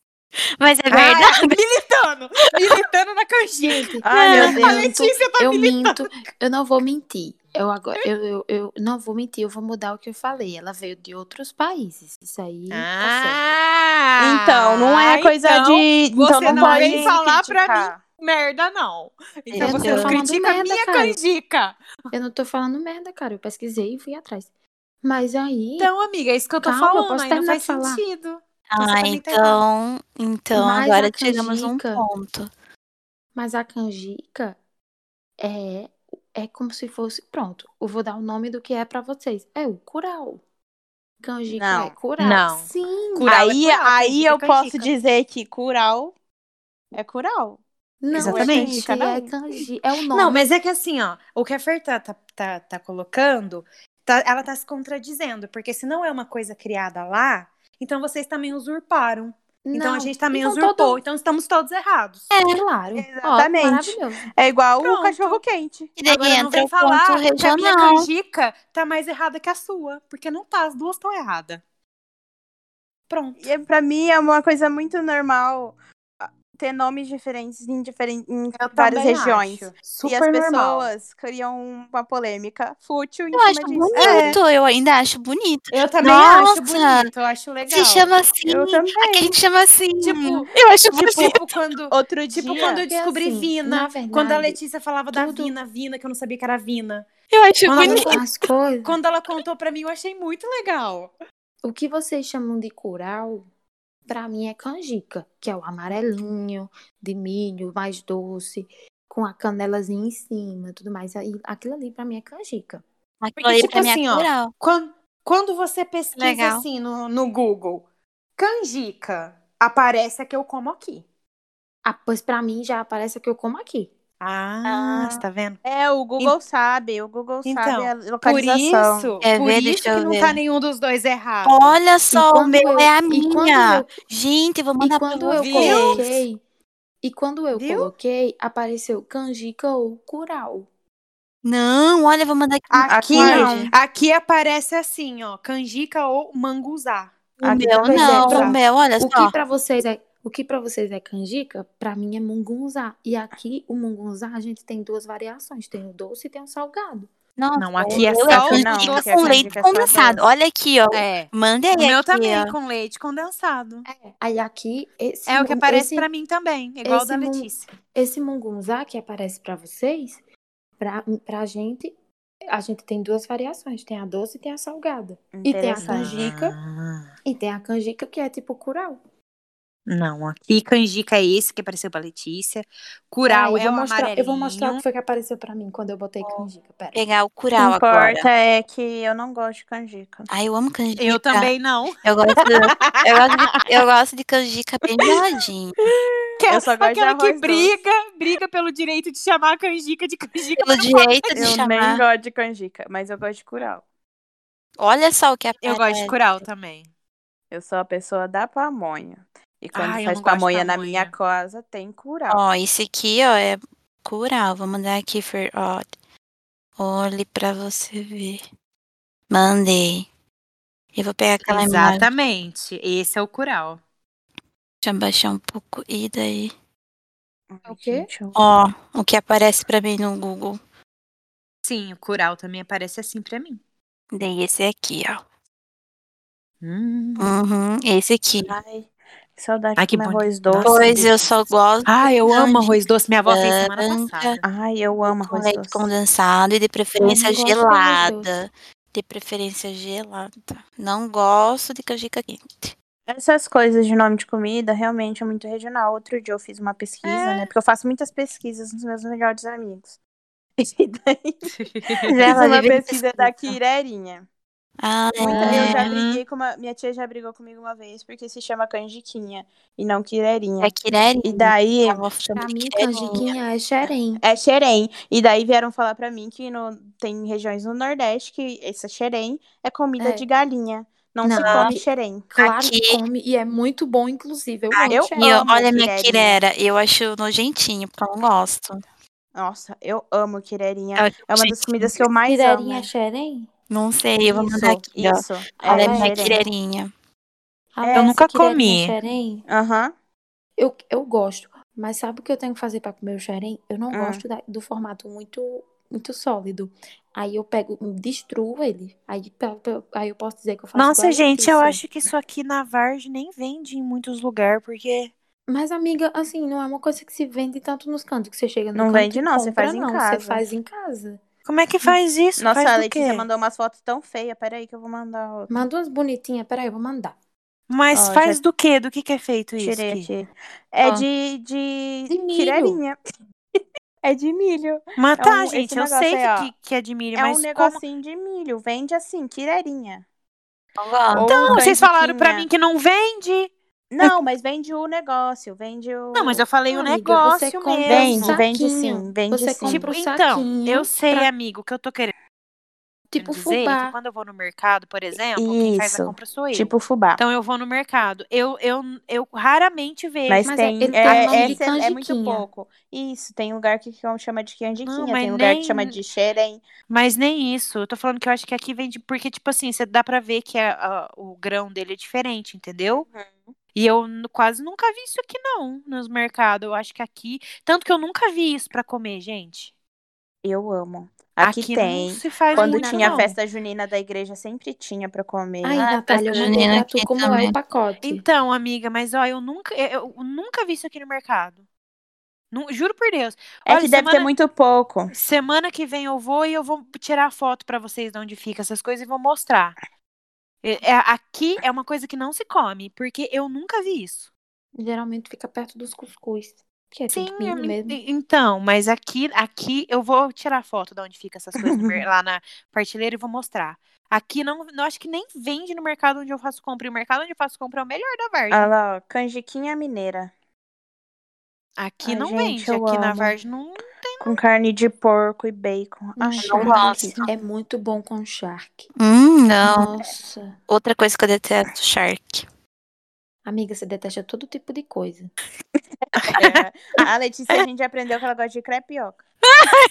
Speaker 4: Mas é verdade.
Speaker 6: Ah, militando! Militando na canjica.
Speaker 5: Ai,
Speaker 6: A
Speaker 5: meu Deus.
Speaker 6: Letícia tá
Speaker 5: Eu
Speaker 6: militando.
Speaker 5: minto, eu não vou mentir. Eu agora, eu, eu, eu não vou mentir, eu vou mudar o que eu falei. Ela veio de outros países. Isso aí tá certo.
Speaker 6: Ah,
Speaker 2: Então, não é coisa
Speaker 6: então
Speaker 2: de. Então
Speaker 6: você
Speaker 2: não,
Speaker 6: não
Speaker 2: pode
Speaker 6: vem falar pra
Speaker 2: criticar.
Speaker 6: Merda, não. Então
Speaker 4: Eu
Speaker 6: você
Speaker 4: tô
Speaker 6: não
Speaker 5: falando
Speaker 6: critica a
Speaker 5: merda,
Speaker 6: minha
Speaker 5: cara.
Speaker 6: canjica.
Speaker 5: Eu não tô falando merda, cara. Eu pesquisei e fui atrás. Mas aí,
Speaker 6: Então, amiga, é isso que eu tô
Speaker 5: Calma, eu
Speaker 6: falando,
Speaker 5: posso
Speaker 6: aí não
Speaker 5: terminar
Speaker 6: faz
Speaker 5: de falar.
Speaker 6: sentido. você
Speaker 4: Ah,
Speaker 6: também tá
Speaker 4: então, então
Speaker 5: Mas
Speaker 4: agora
Speaker 5: a
Speaker 4: chegamos a um
Speaker 5: canjica-
Speaker 4: ponto.
Speaker 5: mas a canjica é é como se fosse, pronto, eu vou dar o nome do que é pra vocês. É o curau. Canjica
Speaker 2: Não,
Speaker 5: é curau.
Speaker 6: não.
Speaker 5: Sim.
Speaker 6: Curau é
Speaker 2: aí
Speaker 6: curau,
Speaker 2: aí
Speaker 6: canjica é
Speaker 2: eu posso
Speaker 6: canjica.
Speaker 2: dizer que curau é curau.
Speaker 5: Não,
Speaker 6: Exatamente,
Speaker 5: É canjica,
Speaker 2: cada
Speaker 5: é
Speaker 2: um.
Speaker 5: canjica, é o nome.
Speaker 6: Não, mas é que assim, ó, o que a Fer tá, tá, tá, tá colocando, tá- ela tá se contradizendo, porque se não é uma coisa criada lá, então vocês também usurparam. Então a
Speaker 5: Não.
Speaker 6: gente também
Speaker 5: Então
Speaker 6: usurpou,
Speaker 5: todo-
Speaker 6: então estamos todos errados.
Speaker 5: Claro.
Speaker 2: Exatamente.
Speaker 5: Ó, maravilhoso.
Speaker 2: É igual
Speaker 6: Pronto.
Speaker 2: o cachorro quente.
Speaker 4: E daí
Speaker 6: Agora não
Speaker 4: É, entra
Speaker 6: vem
Speaker 4: o ponto
Speaker 6: falar que a minha
Speaker 4: regional.
Speaker 6: canjica tá mais errada que a sua, porque não tá, as duas estão erradas. Pronto.
Speaker 2: E pra mim é uma coisa muito normal ah, ter nomes diferentes em, diferen- em várias
Speaker 6: Também
Speaker 2: regiões.
Speaker 6: acho.
Speaker 2: E
Speaker 6: Super
Speaker 2: as
Speaker 6: normal.
Speaker 2: pessoas criam uma polêmica fútil em
Speaker 4: Eu
Speaker 2: cima
Speaker 4: acho
Speaker 2: disso. É,
Speaker 4: bonito, eu ainda acho bonito.
Speaker 6: Eu também
Speaker 4: Nossa!
Speaker 6: acho bonito, eu acho legal.
Speaker 4: Se chama assim.
Speaker 2: Eu também.
Speaker 4: Aqui a gente chama assim.
Speaker 6: Tipo-
Speaker 4: eu acho bonito.
Speaker 6: Tipo, quando,
Speaker 2: Outro
Speaker 6: tipo
Speaker 2: dia.
Speaker 6: quando eu descobri
Speaker 5: assim,
Speaker 6: Vina,
Speaker 5: na verdade,
Speaker 6: quando a Letícia falava da
Speaker 5: tudo-
Speaker 6: Vina, Vina, que eu não sabia que era Vina.
Speaker 4: Eu acho
Speaker 6: Quando
Speaker 4: bonito.
Speaker 5: As coisas,
Speaker 6: Quando ela contou pra mim, eu achei muito legal.
Speaker 5: o que vocês chamam de curau, pra mim é canjica, que é o amarelinho de milho mais doce, com a canelazinha em cima, tudo mais. Aí, aquilo ali pra mim é canjica.
Speaker 4: Aquilo
Speaker 6: Porque,
Speaker 4: ali
Speaker 6: tipo
Speaker 4: pra mim é
Speaker 6: assim, ó,
Speaker 4: cultural.
Speaker 6: Quando, quando você pesquisa
Speaker 4: Legal.
Speaker 6: assim no, no Google, canjica, aparece a que eu como aqui.
Speaker 5: Ah, pois pra mim já aparece a que eu como aqui.
Speaker 6: Ah,
Speaker 2: Ah.
Speaker 6: você tá vendo?
Speaker 2: É, o Google sabe. O Google
Speaker 6: Então,
Speaker 2: sabe a
Speaker 6: Por
Speaker 2: localização.
Speaker 6: isso,
Speaker 4: Quer
Speaker 6: por
Speaker 4: ver?
Speaker 6: isso
Speaker 4: Deixa eu
Speaker 6: que não
Speaker 4: ver.
Speaker 6: tá nenhum dos dois errado.
Speaker 4: Olha só, o
Speaker 5: quando
Speaker 4: meu
Speaker 5: eu-
Speaker 4: é a
Speaker 5: E quando
Speaker 4: minha.
Speaker 5: eu
Speaker 4: Gente, eu vou
Speaker 5: E
Speaker 4: mandar pra
Speaker 5: quando eu
Speaker 4: vocês.
Speaker 5: coloquei, e quando eu
Speaker 6: Viu?
Speaker 5: coloquei, apareceu canjica ou curau.
Speaker 4: Não, olha, eu vou mandar aqui.
Speaker 6: Aqui,
Speaker 4: não.
Speaker 6: aqui aparece assim, ó, canjica ou manguzá.
Speaker 4: O
Speaker 6: Aqui
Speaker 4: meu
Speaker 6: também
Speaker 4: não,
Speaker 6: é,
Speaker 4: o meu, olha
Speaker 5: O
Speaker 4: só.
Speaker 5: que pra vocês é, o que para vocês é canjica, pra mim é mungunzá. E aqui o mungunzá a gente tem duas variações, tem o doce e tem o salgado.
Speaker 4: Nossa,
Speaker 6: Não, aqui é
Speaker 4: o meu
Speaker 6: sal,
Speaker 4: canjica
Speaker 6: não, que a
Speaker 4: com
Speaker 6: canjica
Speaker 4: leite
Speaker 6: é só
Speaker 4: condensado.
Speaker 6: doce.
Speaker 4: Olha aqui, ó.
Speaker 6: É.
Speaker 4: Manda aí
Speaker 6: O meu
Speaker 4: aqui,
Speaker 6: também,
Speaker 4: ó.
Speaker 6: com leite condensado.
Speaker 5: Aí aqui esse
Speaker 6: É o que
Speaker 5: mun-
Speaker 6: aparece
Speaker 5: esse,
Speaker 6: pra mim também, igual o da
Speaker 5: esse mu-
Speaker 6: Letícia.
Speaker 5: esse mungunzá que aparece pra vocês Pra, pra gente, a gente tem duas variações. Tem a doce e tem a salgada. E tem a
Speaker 2: Interessante.
Speaker 5: canjica.
Speaker 6: Ah,
Speaker 5: E tem a canjica que é tipo curau.
Speaker 6: não, aqui canjica é esse que apareceu pra Letícia. Curau
Speaker 5: Ah, eu
Speaker 6: é
Speaker 5: vou
Speaker 6: o
Speaker 5: mostrar, Eu vou mostrar o que
Speaker 6: amarelinho. é
Speaker 5: foi que apareceu pra mim quando eu botei canjica. Pera.
Speaker 4: Pegar o
Speaker 2: O que
Speaker 4: curau
Speaker 2: importa
Speaker 4: agora.
Speaker 2: é que eu não gosto de canjica.
Speaker 4: Ai, eu amo canjica.
Speaker 6: Eu também não.
Speaker 4: Eu gosto, eu gosto, de, eu gosto de canjica bem geladinha.
Speaker 6: Quero
Speaker 2: só gosto de
Speaker 6: aquela que
Speaker 2: arroz
Speaker 6: briga, briga pelo direito de chamar a canjica de canjica.
Speaker 4: Pelo direito de
Speaker 2: Eu nem
Speaker 4: chamar.
Speaker 2: gosto de canjica, mas eu gosto de curau.
Speaker 4: Olha só o que aparece.
Speaker 6: Eu gosto de curau também.
Speaker 2: Eu sou a pessoa da pamonha. E quando
Speaker 6: Ai, eu
Speaker 2: faz
Speaker 6: não gosto de
Speaker 2: pamonha na
Speaker 6: pamonha.
Speaker 2: minha casa, tem curau.
Speaker 4: Ó, esse aqui, ó, é curau. Vou mandar aqui, Fer. Ó, olhe pra você ver. Mandei. Eu vou pegar aquela imagem.
Speaker 6: Exatamente. Esse é o curau.
Speaker 4: Deixa eu baixar um pouco. E daí?
Speaker 2: Ai,
Speaker 5: o quê?
Speaker 2: gente, eu-
Speaker 4: Ó, o que aparece pra mim no Google.
Speaker 6: Sim, o curau também aparece assim pra mim.
Speaker 4: Daí esse aqui, ó.
Speaker 6: Hum.
Speaker 4: Uhum, esse aqui.
Speaker 2: Ai, que saudade
Speaker 6: Ai,
Speaker 2: de
Speaker 6: que
Speaker 2: comer
Speaker 6: bom.
Speaker 2: arroz doce.
Speaker 4: Pois eu
Speaker 2: delícia.
Speaker 4: só gosto
Speaker 6: Ah, eu amo arroz doce. Minha avó fez
Speaker 4: Laranja.
Speaker 6: semana passada.
Speaker 2: Ai, eu amo
Speaker 4: com
Speaker 2: arroz
Speaker 4: leite
Speaker 2: doce.
Speaker 4: condensado e de preferência
Speaker 5: Eu não gosto de arroz doce.
Speaker 4: gelada. De preferência gelada. Não gosto de canjica quente.
Speaker 2: Essas coisas de nome de comida realmente é muito regional. Outro dia eu fiz uma pesquisa,
Speaker 6: É.
Speaker 2: né? Porque eu faço muitas pesquisas nos meus melhores amigos. E daí, fiz uma
Speaker 4: vive em pesquisa.
Speaker 2: pesquisa da Quireirinha.
Speaker 4: Ah,
Speaker 2: Muita- Eu já
Speaker 6: Hum.
Speaker 2: briguei com uma. Minha tia já brigou comigo uma vez porque se chama canjiquinha e não Quireirinha.
Speaker 4: é quirerinha.
Speaker 2: E daí.
Speaker 4: Ela chama
Speaker 5: Pra
Speaker 4: de
Speaker 5: mim,
Speaker 4: quirerinha.
Speaker 5: canjiquinha é xerém.
Speaker 2: É xerém. E daí vieram falar pra mim que no- tem regiões no Nordeste que essa xerém é comida
Speaker 5: É.
Speaker 2: de galinha. Não, se
Speaker 5: Não.
Speaker 2: come xerém.
Speaker 5: Claro
Speaker 4: Aqui-
Speaker 5: que come e é muito bom, inclusive.
Speaker 6: Ah,
Speaker 5: Eu amo
Speaker 2: eu
Speaker 5: xerém.
Speaker 4: E eu-
Speaker 2: amo
Speaker 4: olha a minha
Speaker 2: quirerinha.
Speaker 4: quirera, eu acho nojentinho, porque eu não gosto.
Speaker 2: Nossa, eu amo quirerinha.
Speaker 4: Eu acho
Speaker 2: É uma das
Speaker 4: nojentinho.
Speaker 2: comidas que eu mais
Speaker 5: Pirerinha é
Speaker 2: amo.
Speaker 5: xerém?
Speaker 4: Não sei, eu vou mandar
Speaker 2: isso,
Speaker 4: aqui, ó.
Speaker 2: isso.
Speaker 4: Olha
Speaker 2: É,
Speaker 4: a minha
Speaker 2: xerém.
Speaker 4: quirerinha.
Speaker 5: Ah,
Speaker 2: É,
Speaker 5: essa
Speaker 6: nunca
Speaker 5: quirerinha
Speaker 6: comi.
Speaker 5: xerém,
Speaker 2: Aham.
Speaker 5: eu, eu gosto. Mas sabe o que eu tenho que fazer pra comer o xerém? Eu não
Speaker 2: Hum.
Speaker 5: gosto da- do formato muito, muito sólido. Aí eu pego, destruo ele. Aí, pe- pe- aí eu posso dizer que eu faço igual
Speaker 6: Nossa,
Speaker 5: a
Speaker 6: gente, eu
Speaker 5: Letícia.
Speaker 6: acho que isso aqui na Varge nem vende em muitos lugares, porque.
Speaker 5: Mas, amiga, assim, não é uma coisa que se vende tanto nos cantos, que você chega no
Speaker 2: Não
Speaker 5: canto
Speaker 2: vende
Speaker 5: e
Speaker 2: não, você
Speaker 5: compra,
Speaker 2: faz em
Speaker 5: não.
Speaker 2: casa.
Speaker 5: Você faz em casa.
Speaker 6: Como é que
Speaker 2: Hum.
Speaker 6: faz isso?
Speaker 2: Nossa,
Speaker 6: faz
Speaker 2: a
Speaker 6: do
Speaker 2: Letícia
Speaker 6: quê?
Speaker 2: mandou umas fotos tão feias. Peraí que eu vou mandar outra.
Speaker 5: Manda umas bonitinhas. Peraí, eu vou mandar.
Speaker 6: Mas
Speaker 2: Ó,
Speaker 6: faz do quê? Do que, que é feito isso?
Speaker 2: Tirei
Speaker 6: Ki?
Speaker 2: aqui. É
Speaker 4: Ó.
Speaker 2: de, de...
Speaker 5: De milho.
Speaker 2: quirerinha. é de milho.
Speaker 6: Mas
Speaker 2: É
Speaker 6: tá,
Speaker 2: um- esse
Speaker 6: gente, eu
Speaker 2: negócio
Speaker 6: sei
Speaker 2: aí, ó.
Speaker 6: que, que é de milho,
Speaker 2: É
Speaker 6: mas
Speaker 2: um
Speaker 6: como.
Speaker 2: negocinho de milho. Vende assim, quirerinha.
Speaker 4: Não gosto.
Speaker 2: Ou
Speaker 6: Não, Ah, Então, vocês falaram pra
Speaker 2: canjiquinha.
Speaker 6: mim que não vende.
Speaker 2: Não, mas vende o negócio. Vende o.
Speaker 6: Não, mas eu falei o
Speaker 5: Amiga,
Speaker 6: negócio
Speaker 5: você
Speaker 2: um
Speaker 5: compra
Speaker 6: mesmo.
Speaker 2: Vende,
Speaker 5: Saquinho.
Speaker 2: vende sim. Vende
Speaker 5: Você
Speaker 2: sim.
Speaker 5: compra
Speaker 6: Tipo,
Speaker 5: o
Speaker 6: então,
Speaker 5: saquinho
Speaker 6: eu sei,
Speaker 5: pra-
Speaker 6: amigo, o que eu tô querendo
Speaker 5: Tipo
Speaker 6: dizer é que
Speaker 5: fubá.
Speaker 6: quando eu vou no mercado, por exemplo, quem faz a
Speaker 2: Isso.
Speaker 6: compra sou eu.
Speaker 2: Tipo fubá.
Speaker 6: Então eu vou no mercado. Eu, eu, eu raramente vejo.
Speaker 2: Mas,
Speaker 5: Mas é-
Speaker 2: tem.
Speaker 5: ele
Speaker 2: É,
Speaker 5: tá no nome
Speaker 2: é
Speaker 5: de
Speaker 2: cel- é muito
Speaker 5: canjiquinha.
Speaker 2: pouco. Isso, tem lugar que chama de canjiquinha,
Speaker 6: Não, mas
Speaker 2: tem lugar que
Speaker 6: nem-
Speaker 2: chama de xerém.
Speaker 6: Mas nem isso. Eu tô falando que eu acho que aqui vende. Porque, tipo assim, você dá pra ver que a- a- o grão dele é diferente, entendeu?
Speaker 2: Uhum.
Speaker 6: E eu n- quase nunca vi isso aqui, não, nos mercados. Eu acho que aqui. Tanto que eu nunca vi isso pra comer, gente.
Speaker 2: Eu amo. Aqui, tem.
Speaker 6: não se faz
Speaker 2: Quando
Speaker 6: muito,
Speaker 2: tinha a
Speaker 6: não.
Speaker 2: festa junina da igreja, sempre tinha pra comer.
Speaker 5: Aí,
Speaker 4: Ah,
Speaker 5: Natália, eu
Speaker 4: festa
Speaker 5: mandei
Speaker 4: junina
Speaker 5: pra tu
Speaker 4: aqui
Speaker 5: como é
Speaker 4: também.
Speaker 5: o pacote.
Speaker 6: Então, amiga, mas ó, eu nunca, eu, eu nunca vi isso aqui no mercado. Nu- juro por Deus.
Speaker 2: é
Speaker 6: Olha,
Speaker 2: que deve ter
Speaker 6: semana-
Speaker 2: muito pouco.
Speaker 6: Semana que vem eu vou e eu vou tirar foto pra vocês de onde fica essas coisas e vou mostrar. É- é- aqui é uma coisa que não se come, porque eu nunca vi isso.
Speaker 5: Geralmente fica perto dos cuscuz. Que é
Speaker 6: Sim,
Speaker 5: tudo milho
Speaker 6: em-
Speaker 5: mesmo.
Speaker 6: em- então, mas aqui, aqui eu vou tirar foto de onde fica essas coisas no mer- lá na partilheira e vou mostrar. Aqui não, não acho que nem vende no mercado onde eu faço compra. E o mercado onde eu faço compra é o melhor da
Speaker 2: Olha
Speaker 5: Ah,
Speaker 6: Vargem.
Speaker 2: lá, ó, canjiquinha mineira.
Speaker 6: Aqui
Speaker 2: Ai,
Speaker 6: não
Speaker 2: gente,
Speaker 6: vende,
Speaker 2: eu
Speaker 6: aqui na
Speaker 2: amo.
Speaker 6: Vargem não.
Speaker 2: Com carne de porco e bacon.
Speaker 5: Um
Speaker 2: Ai,
Speaker 5: charque
Speaker 4: gosto.
Speaker 5: é muito bom com charque.
Speaker 4: Hum, não.
Speaker 5: Nossa.
Speaker 4: Outra coisa que eu detesto, shark.
Speaker 5: Amiga, você detesta todo tipo de coisa.
Speaker 2: É, a Letícia, a gente aprendeu que ela gosta de crepioca.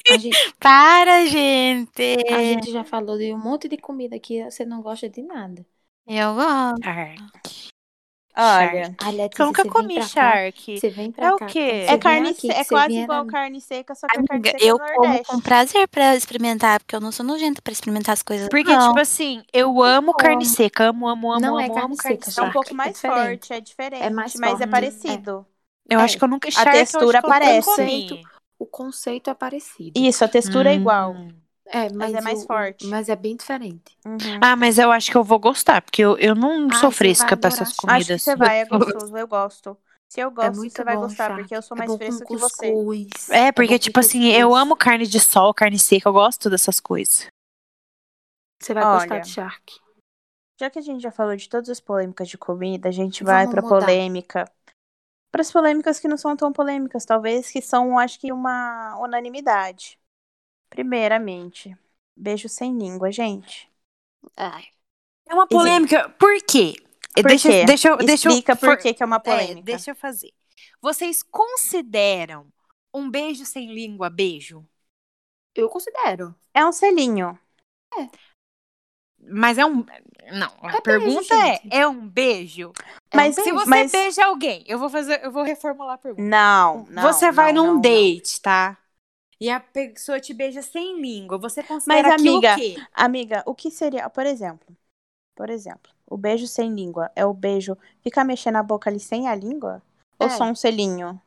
Speaker 5: A gente,
Speaker 4: Para, gente!
Speaker 5: a gente já falou de um monte de comida que você não gosta de nada.
Speaker 4: Eu gosto.
Speaker 2: Olha,
Speaker 6: Shark.
Speaker 5: A
Speaker 6: Eu
Speaker 5: Letícia,
Speaker 6: nunca
Speaker 5: você vem
Speaker 6: comi
Speaker 5: pra cá.
Speaker 6: shark.
Speaker 5: Você vem pra
Speaker 6: É o
Speaker 5: cá.
Speaker 6: quê?
Speaker 5: quando você
Speaker 6: Você
Speaker 2: é
Speaker 5: vem
Speaker 2: carne,
Speaker 5: aqui,
Speaker 2: se- é
Speaker 5: que você
Speaker 2: quase
Speaker 5: vier
Speaker 2: igual
Speaker 5: na-
Speaker 2: carne seca, só que é um carne
Speaker 4: Amiga,
Speaker 2: seca
Speaker 4: eu
Speaker 2: do
Speaker 4: como
Speaker 2: Nordeste.
Speaker 4: com prazer pra experimentar, porque eu não sou nojenta pra experimentar as coisas.
Speaker 6: Porque,
Speaker 4: não.
Speaker 6: tipo assim, eu amo carne
Speaker 4: como.
Speaker 6: seca. Amo, amo, amo,
Speaker 5: Não é
Speaker 6: amo,
Speaker 5: carne
Speaker 6: amo carne
Speaker 5: seca,
Speaker 2: É um
Speaker 5: Shark,
Speaker 6: seca.
Speaker 2: pouco
Speaker 5: é
Speaker 2: mais
Speaker 5: diferente.
Speaker 2: forte, é diferente,
Speaker 5: mais
Speaker 2: mas é
Speaker 5: forte,
Speaker 2: parecido.
Speaker 6: Eu
Speaker 5: É.
Speaker 6: acho que eu nunca.
Speaker 2: A
Speaker 6: Shark, eu acho
Speaker 2: textura
Speaker 6: que eu nunca
Speaker 2: parece.
Speaker 6: comi. Hum.
Speaker 5: o conceito é parecido.
Speaker 2: Isso, a textura é igual.
Speaker 5: É,
Speaker 2: Mas,
Speaker 5: mas,
Speaker 2: é mais
Speaker 5: o-
Speaker 2: forte.
Speaker 5: Mas é bem diferente.
Speaker 2: Uhum.
Speaker 6: Ah, mas eu acho que eu vou gostar, porque eu, eu não
Speaker 5: Ah,
Speaker 6: sou
Speaker 5: você
Speaker 6: fresca
Speaker 5: vai
Speaker 6: pra
Speaker 5: adorar,
Speaker 6: essas
Speaker 5: acho. Acho
Speaker 2: Acho que
Speaker 6: comidas.
Speaker 2: você vai, é gostoso, eu gosto. Se eu gosto,
Speaker 5: É muito
Speaker 2: você vai
Speaker 5: bom,
Speaker 2: gostar,
Speaker 5: Chá.
Speaker 2: porque eu sou
Speaker 5: É
Speaker 2: mais
Speaker 5: bom com
Speaker 2: fresca que você.
Speaker 5: cuscuz,
Speaker 6: É, porque,
Speaker 5: bom com
Speaker 6: tipo assim, eu
Speaker 5: cuscuz.
Speaker 6: amo carne de sol, carne seca, eu gosto dessas coisas.
Speaker 5: Você vai gostar
Speaker 2: Olha,
Speaker 5: de Shark.
Speaker 2: Já que a gente já falou de todas as polêmicas de comida, a gente vai
Speaker 5: Vamos
Speaker 2: pra
Speaker 5: mudar.
Speaker 2: polêmica. Para as polêmicas que não são tão polêmicas, talvez que são, acho que, uma unanimidade. Primeiramente, beijo sem língua, gente.
Speaker 5: Ai,
Speaker 6: É uma polêmica. Por quê?
Speaker 2: Por
Speaker 6: deixa,
Speaker 2: quê?
Speaker 6: Deixa, eu- deixa eu
Speaker 2: Explica
Speaker 6: for-
Speaker 2: por que, que é uma polêmica.
Speaker 6: É, deixa eu fazer. Vocês consideram um beijo sem língua beijo?
Speaker 5: eu considero.
Speaker 2: É um selinho.
Speaker 6: Mas é um. Não, a
Speaker 5: É beijo,
Speaker 6: pergunta
Speaker 5: gente.
Speaker 6: é: é um beijo?
Speaker 5: É
Speaker 2: Mas
Speaker 5: um
Speaker 6: Se
Speaker 5: beijo.
Speaker 6: você
Speaker 2: mas-
Speaker 6: beija alguém, eu vou fazer, eu vou reformular a pergunta.
Speaker 2: Não, não.
Speaker 6: você vai
Speaker 2: não,
Speaker 6: num
Speaker 2: não, não.
Speaker 6: date, tá? E a pessoa te beija sem língua. Você considera
Speaker 2: Mas,
Speaker 6: aquilo
Speaker 2: amiga,
Speaker 6: o quê?
Speaker 2: Amiga, o que seria, por exemplo, por exemplo, o beijo sem língua é o beijo ficar mexendo a boca ali sem a língua? Ou
Speaker 5: É.
Speaker 2: só um selinho?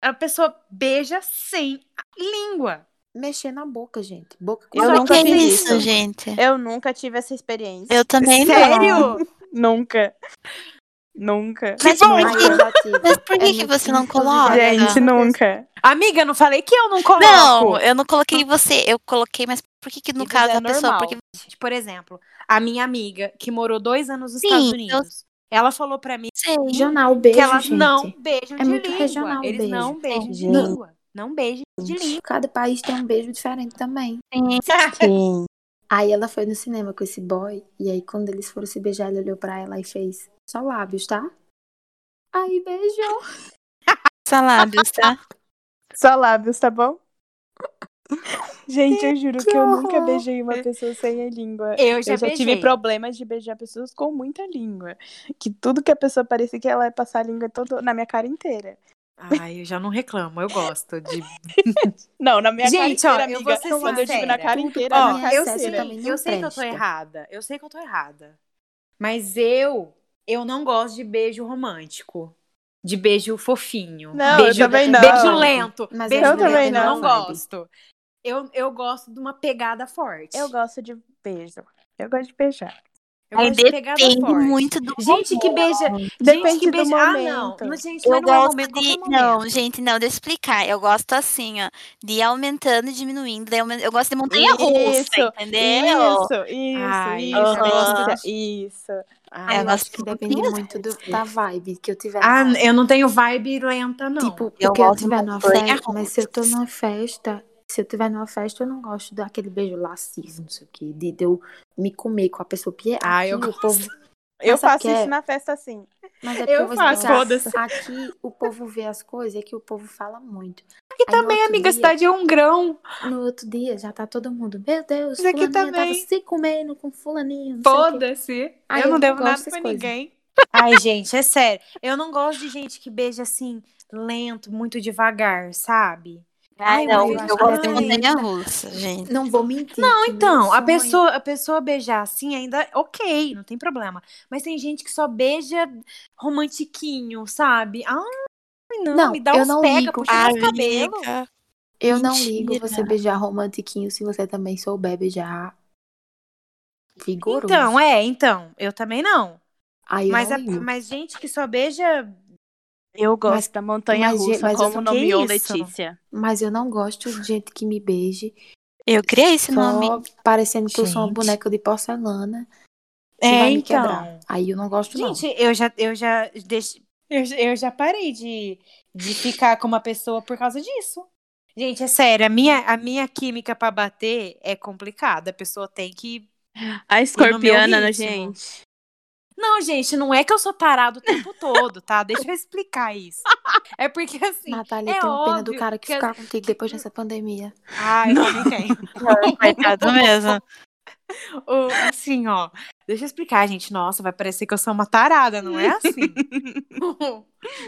Speaker 6: A pessoa beija sem a língua.
Speaker 5: Mexer na boca, gente. Boca com é
Speaker 2: Eu
Speaker 6: Só
Speaker 5: boca.
Speaker 2: nunca
Speaker 6: que
Speaker 4: que
Speaker 2: fiz
Speaker 4: isso,
Speaker 2: isso.
Speaker 4: gente?
Speaker 2: Eu nunca tive essa experiência.
Speaker 4: Eu também
Speaker 6: Então,
Speaker 4: não.
Speaker 6: Sério?
Speaker 2: Nunca. Nunca.
Speaker 6: Que
Speaker 4: Mas
Speaker 6: bom,
Speaker 5: Ai, eu já tive.
Speaker 4: Mas por
Speaker 5: É
Speaker 4: que, que
Speaker 5: muito
Speaker 4: você não
Speaker 5: gostoso de
Speaker 4: coloca?
Speaker 5: ver.
Speaker 2: Gente, nunca.
Speaker 6: Amiga, não falei que eu não coloco.
Speaker 4: Não, eu não coloquei você. Eu coloquei, mas por que, que no
Speaker 6: Isso
Speaker 4: caso
Speaker 6: é
Speaker 4: da pessoa?
Speaker 6: normal.
Speaker 4: Porque
Speaker 6: Por exemplo, a minha amiga, que morou dois anos nos
Speaker 4: Sim,
Speaker 6: Estados
Speaker 4: eu-
Speaker 6: Unidos, ela falou pra mim
Speaker 4: sei.
Speaker 5: Regional, beijo,
Speaker 6: que elas
Speaker 5: gente.
Speaker 6: não beijam
Speaker 5: É
Speaker 6: de
Speaker 5: muito
Speaker 6: língua.
Speaker 5: regional o
Speaker 6: Eles
Speaker 5: beijo.
Speaker 6: não beijam de
Speaker 2: Gente.
Speaker 6: língua. Não beijam de língua.
Speaker 5: Cada país tem um beijo diferente também.
Speaker 6: é
Speaker 2: Sim.
Speaker 5: Aí ela foi no cinema com esse boy, e aí quando eles foram se beijar, ele olhou pra ela e fez só lábios, tá? Aí beijou.
Speaker 4: Salábios, tá?
Speaker 2: Só lábios, tá bom? Gente, eu juro que, eu nunca
Speaker 5: horror.
Speaker 2: beijei uma pessoa sem a língua.
Speaker 6: Eu já
Speaker 2: eu já
Speaker 6: beijei.
Speaker 2: tive problemas de beijar pessoas com muita língua. Que tudo que a pessoa parecia que ela ia passar a língua todo, na minha cara inteira.
Speaker 6: Ai, eu já não reclamo, eu gosto de.
Speaker 2: Não, na minha
Speaker 6: Gente, ó,
Speaker 2: cara inteira,
Speaker 6: eu
Speaker 2: amiga.
Speaker 6: vou ser
Speaker 2: quando eu digo na
Speaker 6: sincera.
Speaker 2: cara inteira,
Speaker 5: Ó,
Speaker 2: na minha cara
Speaker 6: eu
Speaker 5: sério,
Speaker 6: sei,
Speaker 2: inteira.
Speaker 5: também não
Speaker 6: eu sei que eu tô
Speaker 5: presta.
Speaker 6: errada. Eu sei que eu tô errada. Mas eu, eu não gosto de beijo romântico. De beijo fofinho.
Speaker 2: Não,
Speaker 6: beijo,
Speaker 2: eu também não.
Speaker 6: beijo lento.
Speaker 5: Mas
Speaker 6: beijo
Speaker 2: eu também
Speaker 6: lento, eu não
Speaker 2: não.
Speaker 6: gosto. Eu, eu gosto de uma pegada forte.
Speaker 2: Eu gosto de beijo. Eu gosto de beijar.
Speaker 6: Eu
Speaker 4: Aí
Speaker 6: gosto de pegada
Speaker 4: depende
Speaker 6: forte.
Speaker 4: muito do
Speaker 6: Gente que beija. gente
Speaker 2: Depende
Speaker 6: que
Speaker 2: do
Speaker 6: beija. Ah, não.
Speaker 2: momento.
Speaker 6: não. Gente,
Speaker 4: Eu
Speaker 6: mas não é
Speaker 4: gosto
Speaker 6: momento,
Speaker 4: de.
Speaker 6: qualquer momento.
Speaker 4: Não, gente, não, deixa eu explicar. Eu gosto assim, ó. De ir aumentando e diminuindo. daí Eu eu gosto de montanha
Speaker 2: Isso,
Speaker 4: russa, entendeu?
Speaker 2: Isso, isso,
Speaker 6: Ai,
Speaker 2: isso,
Speaker 4: aham.
Speaker 2: isso, isso.
Speaker 6: Ah,
Speaker 5: Ah,
Speaker 4: eu
Speaker 5: eu
Speaker 4: gosto
Speaker 5: acho que
Speaker 4: de
Speaker 5: depende
Speaker 4: bolinhas,
Speaker 5: muito do- da vibe que eu tiver.
Speaker 6: Ah,
Speaker 4: né?
Speaker 6: eu não tenho vibe lenta, não.
Speaker 5: Tipo,
Speaker 4: Eu
Speaker 5: porque eu
Speaker 4: gosto
Speaker 5: tiver
Speaker 4: de
Speaker 5: numa
Speaker 4: banho
Speaker 5: festa, mas se eu tô
Speaker 4: russa.
Speaker 5: numa festa, se eu tiver numa festa, eu não gosto daquele beijo lascivo, não sei o quê, de de eu me comer com a pessoa, porque aqui
Speaker 6: Ah, eu
Speaker 5: o
Speaker 6: gosto.
Speaker 5: povo,
Speaker 2: Eu
Speaker 5: Mas sabe
Speaker 2: faço
Speaker 5: que é-
Speaker 2: isso na festa assim.
Speaker 5: mas é porque
Speaker 6: Eu
Speaker 5: eu vou
Speaker 6: faço,
Speaker 5: explicar,
Speaker 6: foda-se.
Speaker 5: aqui o povo vê as coisas, é que o povo fala muito.
Speaker 6: E
Speaker 5: Aí no
Speaker 6: também,
Speaker 5: outro
Speaker 6: amiga,
Speaker 5: dia-
Speaker 6: cidade é um grão.
Speaker 5: No outro dia já tá todo mundo, meu Deus,
Speaker 6: Mas aqui
Speaker 5: fulaninha tava
Speaker 6: também.
Speaker 5: se comendo com fulaninho, não sei o quê."
Speaker 6: Foda-se.
Speaker 5: Ah,
Speaker 6: eu
Speaker 5: eu
Speaker 6: não
Speaker 5: não
Speaker 6: devo
Speaker 5: gosto
Speaker 6: nada
Speaker 5: dessas
Speaker 6: pra
Speaker 5: coisas.
Speaker 6: ninguém. Ai, gente, é sério. Eu não gosto de gente que beija assim, lento, muito devagar, sabe?
Speaker 4: Ah,
Speaker 6: Ai,
Speaker 4: não,
Speaker 6: mas
Speaker 4: eu é
Speaker 6: eu
Speaker 4: gosto de
Speaker 6: acho
Speaker 4: montanha
Speaker 5: que-
Speaker 4: russa, gente.
Speaker 5: Não vou mentir. Não,
Speaker 6: Então, a pessoa, a pessoa beijar assim ainda ok, não tem problema. Mas tem gente que só beija romantiquinho, sabe? Ah, não,
Speaker 5: Não,
Speaker 6: me dá
Speaker 5: eu
Speaker 6: uns
Speaker 5: não
Speaker 6: pega,
Speaker 5: ligo. é
Speaker 6: puxa
Speaker 4: Ah,
Speaker 6: meus cabelos.
Speaker 4: amiga.
Speaker 6: é
Speaker 5: Eu não
Speaker 4: Mentira.
Speaker 5: ligo você beijar romantiquinho se você também souber beijar vigoroso.
Speaker 6: Então, é, então, eu também não.
Speaker 5: Aí eu
Speaker 6: Mas, é
Speaker 5: não
Speaker 6: a-
Speaker 5: ligo.
Speaker 6: mas gente que só beija.
Speaker 2: Eu gosto
Speaker 5: Mas-
Speaker 2: da montanha
Speaker 5: mas, gente,
Speaker 2: russa,
Speaker 5: mas eu
Speaker 2: como
Speaker 6: sou- que é
Speaker 2: nomeou
Speaker 6: isso?
Speaker 2: Letícia.
Speaker 5: Mas eu não gosto de gente que me beije
Speaker 4: Eu criei esse nome.
Speaker 5: só parecendo que eu sou uma
Speaker 6: Gente.
Speaker 5: boneca de porcelana que
Speaker 6: É,
Speaker 5: vai me
Speaker 6: então.
Speaker 5: quebrar. Aí eu não gosto, não.
Speaker 6: Gente, eu já, eu já deixo, eu, já- eu já parei de, de ficar com uma pessoa por causa disso. Gente, é sério, a minha, a minha química pra bater é complicada. A pessoa tem que.
Speaker 2: A escorpiana, né,
Speaker 6: ritmo.
Speaker 2: gente?
Speaker 6: Não, gente, não é que eu sou tarado o tempo todo, tá? Deixa eu explicar isso. É porque assim.
Speaker 5: Natália,
Speaker 6: é
Speaker 5: eu tenho pena do
Speaker 6: óbvio
Speaker 5: cara que,
Speaker 6: que-
Speaker 5: ficar contigo depois dessa pandemia.
Speaker 6: Ah, eu também tenho.
Speaker 4: Coitado mesmo.
Speaker 6: O- assim, ó. Deixa eu explicar, gente. Nossa, vai parecer que eu sou uma tarada, não é assim?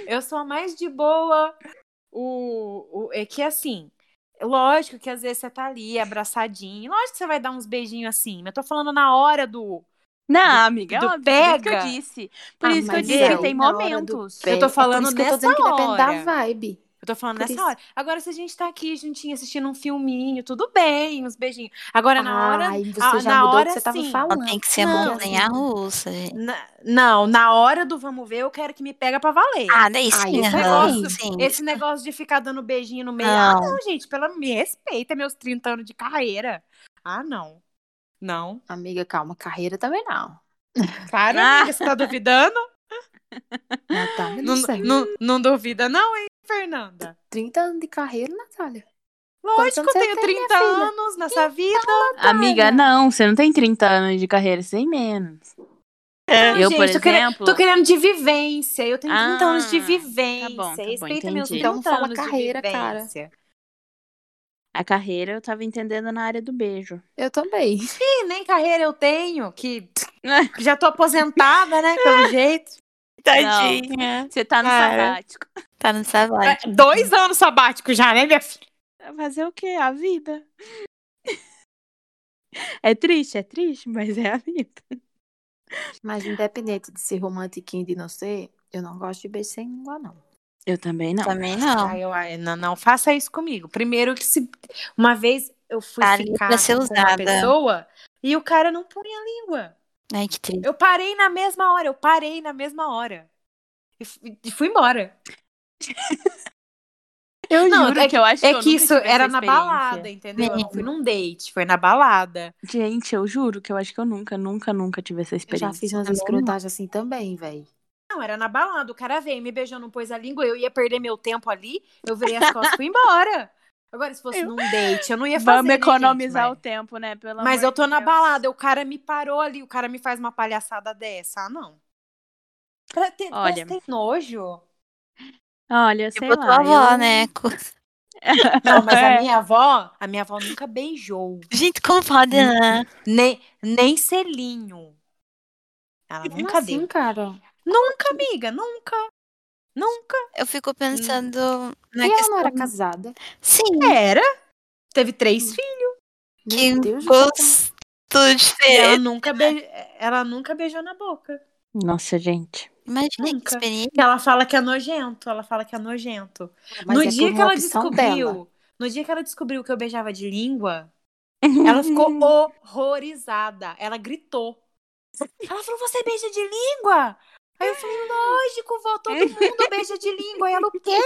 Speaker 6: eu sou a mais de boa. O, o- é que assim, lógico que às vezes você tá ali abraçadinho. Lógico que você vai dar uns beijinhos assim. Mas eu tô falando na hora do.
Speaker 2: Não, amiga,
Speaker 6: do
Speaker 2: ó, por isso que eu
Speaker 6: pega. é
Speaker 2: disse. Por
Speaker 5: Ah,
Speaker 2: isso que eu
Speaker 5: mas
Speaker 2: disse que
Speaker 5: eu,
Speaker 2: tem
Speaker 5: na hora do
Speaker 2: momentos.
Speaker 5: pé-
Speaker 6: Eu tô
Speaker 5: é por
Speaker 6: falando
Speaker 5: isso que eu tô
Speaker 6: nessa
Speaker 5: dizendo que depende
Speaker 6: hora.
Speaker 5: da vibe.
Speaker 6: Eu tô falando
Speaker 5: Por
Speaker 6: nessa
Speaker 5: isso.
Speaker 6: hora. Agora, se a gente tá aqui juntinho assistindo um filminho, tudo bem, uns beijinhos. Agora, na hora.
Speaker 5: Ai, você
Speaker 6: ah,
Speaker 5: já
Speaker 6: na
Speaker 5: mudou o
Speaker 6: hora,
Speaker 5: que você tava
Speaker 6: sim.
Speaker 5: falando.
Speaker 4: tem que ser
Speaker 6: Não,
Speaker 4: a montanha russa, gente.
Speaker 6: na- não, na hora do vamos ver, eu quero que me pega pra valer.
Speaker 4: Ah, daí
Speaker 5: Ai,
Speaker 4: sim,
Speaker 5: esse
Speaker 4: aham,
Speaker 6: negócio-
Speaker 4: sim.
Speaker 6: Esse negócio de ficar dando beijinho no meio. Ah, não, gente, pela, me respeita meus 30 anos de carreira. Ah, não. Não.
Speaker 5: Amiga, calma, carreira também não.
Speaker 6: Claro, amiga, você tá duvidando?
Speaker 5: Natália,
Speaker 6: não,
Speaker 5: não tá, sei.
Speaker 6: não, não duvida, não, hein, Fernanda?
Speaker 5: 30 anos de carreira, Natália. Quantos
Speaker 6: Lógico,
Speaker 5: anos
Speaker 6: eu
Speaker 5: você
Speaker 6: tenho
Speaker 5: tem, minha
Speaker 6: 30
Speaker 5: filha?
Speaker 6: anos nessa vida.
Speaker 2: Amiga, não, você não tem 30 anos de carreira, você tem menos. eu,
Speaker 6: né, gente,
Speaker 2: por
Speaker 6: tô querendo-
Speaker 2: exemplo.
Speaker 6: Tô querendo de vivência. Eu tenho 30 anos de
Speaker 2: Ah,
Speaker 6: vivência.
Speaker 2: tá bom, tá bom,
Speaker 6: Respeita meus 30
Speaker 2: entendi.
Speaker 5: Então fala
Speaker 6: anos
Speaker 5: carreira,
Speaker 6: de
Speaker 5: cara.
Speaker 6: vivência.
Speaker 2: A carreira eu tava entendendo na área do beijo.
Speaker 5: Eu também.
Speaker 6: Ih, nem carreira eu tenho, que que já tô aposentada, né, pelo jeito.
Speaker 4: Tadinha.
Speaker 2: Você tá no
Speaker 4: Cara.
Speaker 2: sabático.
Speaker 4: Tá no trabalho.
Speaker 6: Dois anos sabático já, né, minha filha?
Speaker 2: Fazer o quê? A vida. É triste, é triste, mas é a vida.
Speaker 5: Mas independente de ser romantiquinho e de não ser, eu não gosto de beijo sem língua, não.
Speaker 2: Eu também não.
Speaker 4: Também não.
Speaker 6: Ai, eu- ai, não, não faça isso comigo. Primeiro que se uma vez eu fui
Speaker 4: Tá ali
Speaker 6: ficar
Speaker 4: pra ser
Speaker 6: com
Speaker 4: usada.
Speaker 6: uma pessoa e o cara não punha a língua.
Speaker 4: Ai, que triste.
Speaker 6: Eu parei na mesma hora, eu parei na mesma hora. E fu- E fui embora.
Speaker 2: Eu
Speaker 6: Não,
Speaker 2: juro
Speaker 6: é
Speaker 2: que eu acho
Speaker 6: É
Speaker 2: eu
Speaker 6: que
Speaker 2: nunca
Speaker 6: isso
Speaker 2: tive essa
Speaker 6: era na
Speaker 2: experiência.
Speaker 6: balada, entendeu? Eu não
Speaker 4: Menino.
Speaker 6: fui num date, foi na balada.
Speaker 2: Gente, eu juro que eu acho que eu nunca, nunca, nunca tive essa
Speaker 5: Eu já
Speaker 2: experiência.
Speaker 5: fiz umas
Speaker 4: também não.
Speaker 5: escrotagens assim também, véi.
Speaker 6: Não, era na balada. O cara veio, me beijou, não pôs a língua, eu ia perder meu tempo ali, eu virei as costas e fui embora. Agora, se fosse num date, eu não ia fazer.
Speaker 2: Vamos
Speaker 6: né,
Speaker 2: economizar
Speaker 6: gente,
Speaker 2: o tempo, né? Pelo
Speaker 6: mas... Mas
Speaker 2: amor
Speaker 6: eu tô
Speaker 2: de
Speaker 6: na
Speaker 2: Deus.
Speaker 6: balada, o cara me parou ali, o cara me faz uma palhaçada dessa. Ah, não. Pra ter,
Speaker 2: Olha.
Speaker 6: Olha. Tem nojo.
Speaker 2: Olha, sei
Speaker 4: Tipo tua
Speaker 2: lá.
Speaker 4: avó,
Speaker 2: eu-
Speaker 4: né? Co-
Speaker 6: Não, mas
Speaker 2: É.
Speaker 6: a minha avó, a minha avó nunca beijou.
Speaker 4: Gente, como pode, né?
Speaker 6: Nem, nem selinho. Ela
Speaker 5: Como
Speaker 6: nunca
Speaker 5: assim,
Speaker 6: deu.
Speaker 5: cara?
Speaker 6: Nunca, amiga, nunca. Nunca.
Speaker 4: Eu fico pensando na
Speaker 5: e ela não
Speaker 4: é questão.
Speaker 5: era casada?
Speaker 4: Sim,
Speaker 6: Era. Teve
Speaker 2: Hum.
Speaker 6: três filhos.
Speaker 4: que
Speaker 5: Meu Deus,
Speaker 4: gosto
Speaker 6: E
Speaker 4: diferente.
Speaker 6: ela nunca, be- ela nunca beijou na boca.
Speaker 2: Nossa, gente.
Speaker 4: Imagina que
Speaker 6: Nunca.
Speaker 4: experiência.
Speaker 6: Que ela fala que é nojento, ela fala que é nojento.
Speaker 5: mas
Speaker 6: no
Speaker 5: é
Speaker 6: dia
Speaker 5: por
Speaker 6: que
Speaker 5: uma
Speaker 6: ela
Speaker 5: opção
Speaker 6: descobriu,
Speaker 5: dela.
Speaker 6: no dia que ela descobriu que eu beijava de língua, ela ficou horrorizada. Ela gritou. Ela falou: "Você beija de língua?" Aí eu falei: "Lógico, vó, todo mundo beija de língua". E ela: "O quê?"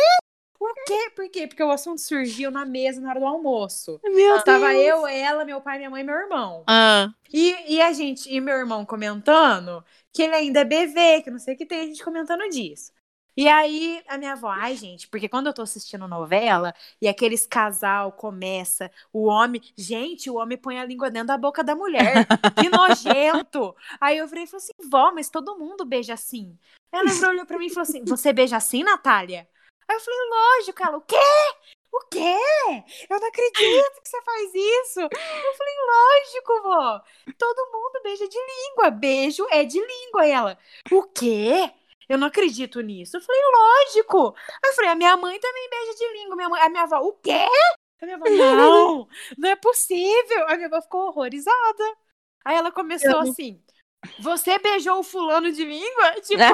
Speaker 6: O quê? Por quê? Porque o assunto surgiu na mesa na hora do almoço.
Speaker 2: Meu
Speaker 6: Tava eu, ela, meu pai, minha mãe e meu irmão.
Speaker 4: Ah,
Speaker 6: E, e a gente, e meu irmão comentando que ele ainda é bebê, que não sei o que tem, a gente comentando disso. E aí, a minha avó, ai, gente, porque quando eu tô assistindo novela e aqueles casal começa, o homem, gente, o homem põe a língua dentro da boca da mulher, que nojento. Aí eu virei e falei assim, vó, mas todo mundo beija assim. Ela virou, olhou pra mim e falou assim, você beija assim, Natália? Aí eu falei, lógico, ela, o quê? O quê? Eu não acredito que você faz isso. Eu falei, lógico, vó. Todo mundo beija de língua. Beijo é de língua. E ela, o quê? Eu não acredito nisso. Eu falei, lógico. Aí eu falei, a minha mãe também beija de língua. Minha mãe, a minha avó, o quê? A minha avó, não, não é possível. A minha avó ficou horrorizada. Aí ela começou assim, você beijou o fulano de língua? Tipo,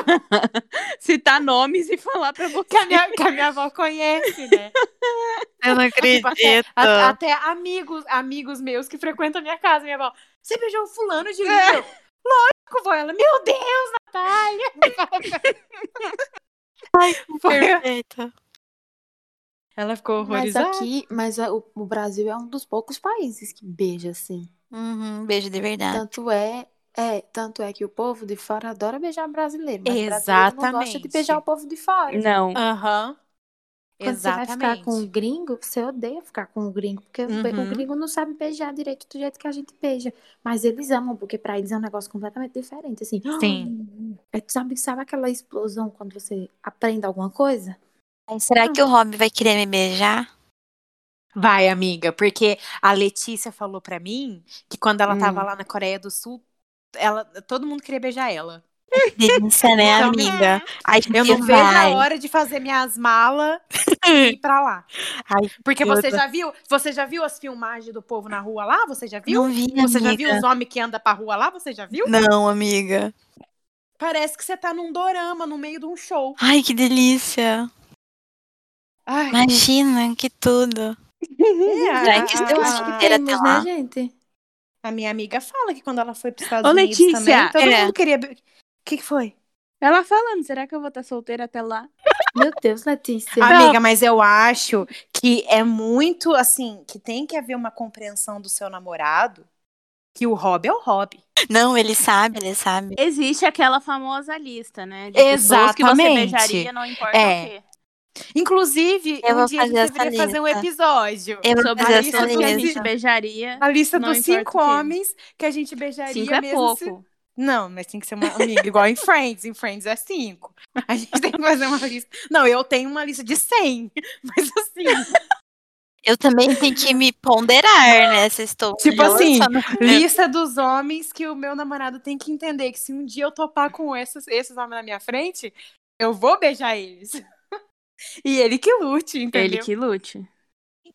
Speaker 2: Citar tá nomes e falar pra você.
Speaker 6: que a minha, que a minha avó conhece, né?
Speaker 4: eu não
Speaker 6: Tipo, até,
Speaker 5: Então.
Speaker 4: acredito.
Speaker 6: a- até amigos, amigos meus que frequentam a minha casa, minha avó. Você beijou o fulano de língua?
Speaker 5: É.
Speaker 6: Lógico, vó. Ela, meu Deus, Natália. Foi-
Speaker 4: Perfeito.
Speaker 6: Ela ficou
Speaker 5: Mas
Speaker 6: horrorizada.
Speaker 5: aqui, mas a- o, o Brasil é um dos poucos países que beija assim.
Speaker 4: Uhum, beijo de verdade.
Speaker 5: Tanto é, é, tanto é que o povo de fora adora beijar brasileiro, mas brasileiro não gosta de
Speaker 6: Exatamente.
Speaker 5: beijar o povo de fora.
Speaker 2: Não.
Speaker 6: Aham.
Speaker 5: Quando você vai
Speaker 6: Exatamente.
Speaker 5: ficar com um gringo, você odeia ficar com um gringo, porque o be-
Speaker 6: Uhum.
Speaker 5: o gringo não sabe beijar direito do jeito que a gente beija. Mas eles amam, porque pra eles é um negócio completamente diferente, assim.
Speaker 6: Sim.
Speaker 5: É, sabe, sabe aquela explosão quando você aprende alguma coisa?
Speaker 4: Ai, será que o Rob vai querer me beijar?
Speaker 6: Vai, amiga, porque a Letícia falou pra mim que quando ela tava
Speaker 5: Hum.
Speaker 6: lá na Coreia do Sul, ela, todo mundo queria beijar ela.
Speaker 4: Que Delícia, né,
Speaker 6: Então,
Speaker 4: amiga? Ai,
Speaker 6: Eu
Speaker 4: que
Speaker 6: não vejo a
Speaker 4: vai.
Speaker 6: hora de fazer minhas malas e ir pra lá.
Speaker 4: Ai,
Speaker 6: Porque
Speaker 4: eu
Speaker 6: você
Speaker 4: tô-
Speaker 6: já viu, você já viu as filmagens do povo na rua lá? Você já viu?
Speaker 4: Não vi,
Speaker 6: Você já viu
Speaker 4: amiga.
Speaker 6: os homens que andam pra rua lá? Você já viu?
Speaker 4: Não, amiga.
Speaker 6: Parece que você tá num dorama, no meio de um show.
Speaker 4: Ai, que delícia.
Speaker 8: Ai,
Speaker 4: Imagina, que tudo.
Speaker 6: é, a-
Speaker 4: Já que
Speaker 6: a-
Speaker 4: Deus
Speaker 6: a-
Speaker 4: quiser. inteira até
Speaker 5: Temos,
Speaker 4: lá.
Speaker 5: né, gente?
Speaker 6: Ah, A minha amiga fala que quando ela foi pros Estados
Speaker 2: Ô,
Speaker 6: Unidos também,
Speaker 2: Letícia,
Speaker 6: todo
Speaker 4: é.
Speaker 6: mundo queria... be- O que, que foi?
Speaker 2: Ela falando, será que eu vou estar solteira até lá?
Speaker 5: Meu Deus, Letícia.
Speaker 6: Amiga, mas eu acho que é muito, assim, que tem que haver uma compreensão do seu namorado que o hobby é o hobby.
Speaker 4: Não, ele sabe, ele sabe.
Speaker 2: Existe aquela famosa lista, né? De pessoas que você
Speaker 6: Exatamente.
Speaker 2: beijaria, não importa
Speaker 6: É.
Speaker 2: o quê.
Speaker 6: Inclusive,
Speaker 4: Eu
Speaker 6: um
Speaker 4: vou
Speaker 6: dia a gente
Speaker 4: fazer essa
Speaker 6: deveria fazer um
Speaker 4: lista.
Speaker 6: episódio.
Speaker 4: Eu vou
Speaker 2: Sobre
Speaker 6: é
Speaker 4: fazer
Speaker 2: as
Speaker 4: essa
Speaker 2: pessoas que a gente
Speaker 4: lista.
Speaker 2: beijaria.
Speaker 6: A lista
Speaker 2: Não
Speaker 6: dos
Speaker 2: importa
Speaker 6: cinco
Speaker 2: o quê.
Speaker 6: homens que é a gente beijaria
Speaker 2: Cinco é
Speaker 6: mesmo se-
Speaker 2: pouco.
Speaker 6: Não, mas tem que ser uma amiga, igual em Friends. Em Friends é cinco. A gente tem que fazer uma lista. Não, eu tenho uma lista de 100. Mas assim,
Speaker 4: Eu também tenho que me ponderar, né? Se estou.
Speaker 6: Tipo assim,
Speaker 4: relacionando-
Speaker 6: lista dos homens que o meu namorado tem que entender que se um dia eu topar com esses, esses homens na minha frente, eu vou beijar eles. E ele que lute, entendeu?
Speaker 2: Ele que lute.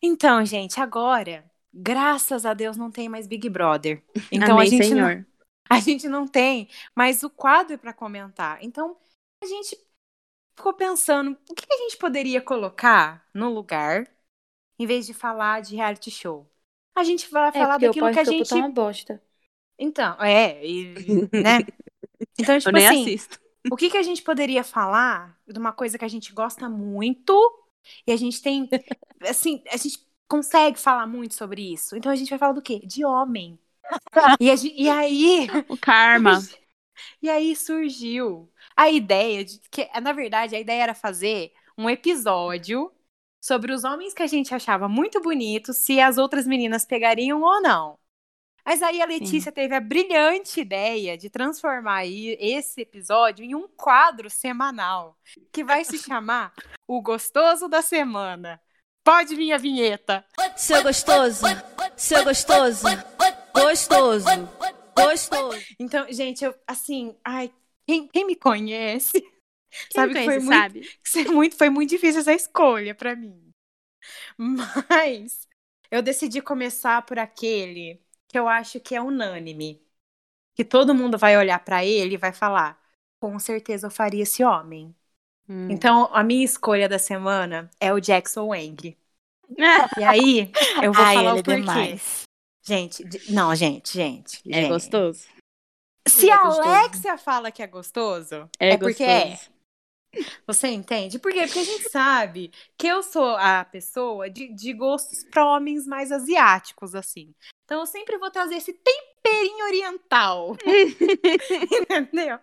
Speaker 6: Então, gente, agora, graças a Deus, não tem mais Big Brother. Então
Speaker 2: Amém,
Speaker 6: a gente não,
Speaker 2: senhor.
Speaker 6: A gente não tem mais o quadro para comentar. Então, a gente ficou pensando o que a gente poderia colocar no lugar, em vez de falar de reality show. A gente vai
Speaker 5: É,
Speaker 6: falar
Speaker 5: porque
Speaker 6: daquilo
Speaker 5: o
Speaker 6: que a
Speaker 5: pós-topo
Speaker 6: gente.
Speaker 5: tá uma bosta.
Speaker 6: Então, é, e- né? Então,
Speaker 2: Eu
Speaker 6: tipo
Speaker 2: nem
Speaker 6: assim,
Speaker 2: assisto.
Speaker 6: o que, que a gente poderia falar de uma coisa que a gente gosta muito e a gente tem. Assim, a gente consegue falar muito sobre isso. Então, a gente vai falar do quê? De homem. E, a gen- e aí.
Speaker 2: O karma.
Speaker 6: E aí surgiu a ideia de que, na verdade, a ideia era fazer um episódio sobre os homens que a gente achava muito bonitos, se as outras meninas pegariam ou não. Mas aí a Letícia teve a brilhante ideia de transformar aí esse episódio em um quadro semanal, que vai se chamar O Gostoso da Semana. Pode vir a vinheta.
Speaker 9: Seu gostoso, seu gostoso, gostoso, gostoso.
Speaker 6: Então, gente, eu, assim, ai, quem, quem me conhece sabe que
Speaker 2: Quem
Speaker 6: foi
Speaker 2: conhece,
Speaker 6: muito
Speaker 2: sabe?
Speaker 6: Isso é muito, foi muito difícil essa escolha pra mim. Mas eu decidi começar por aquele que eu acho que é unânime. Que todo mundo vai olhar pra ele e vai falar: com certeza eu faria esse homem.
Speaker 2: Hum.
Speaker 6: Então, a minha escolha da semana é o Jackson Wang. E aí, eu vou
Speaker 4: Ai,
Speaker 6: falar
Speaker 4: ele
Speaker 6: o
Speaker 4: é
Speaker 6: porquê.
Speaker 4: demais.
Speaker 6: Gente, de- não, gente, gente.
Speaker 2: É
Speaker 6: gente.
Speaker 2: gostoso.
Speaker 6: Se
Speaker 2: É
Speaker 6: a
Speaker 2: gostoso.
Speaker 6: Alexia fala que é gostoso,
Speaker 2: É,
Speaker 6: É
Speaker 2: gostoso.
Speaker 6: porque é. Você entende? Por quê? Porque a gente sabe que eu sou a pessoa de, de gostos para homens mais asiáticos, assim. Então eu sempre vou trazer esse temperinho oriental. Entendeu?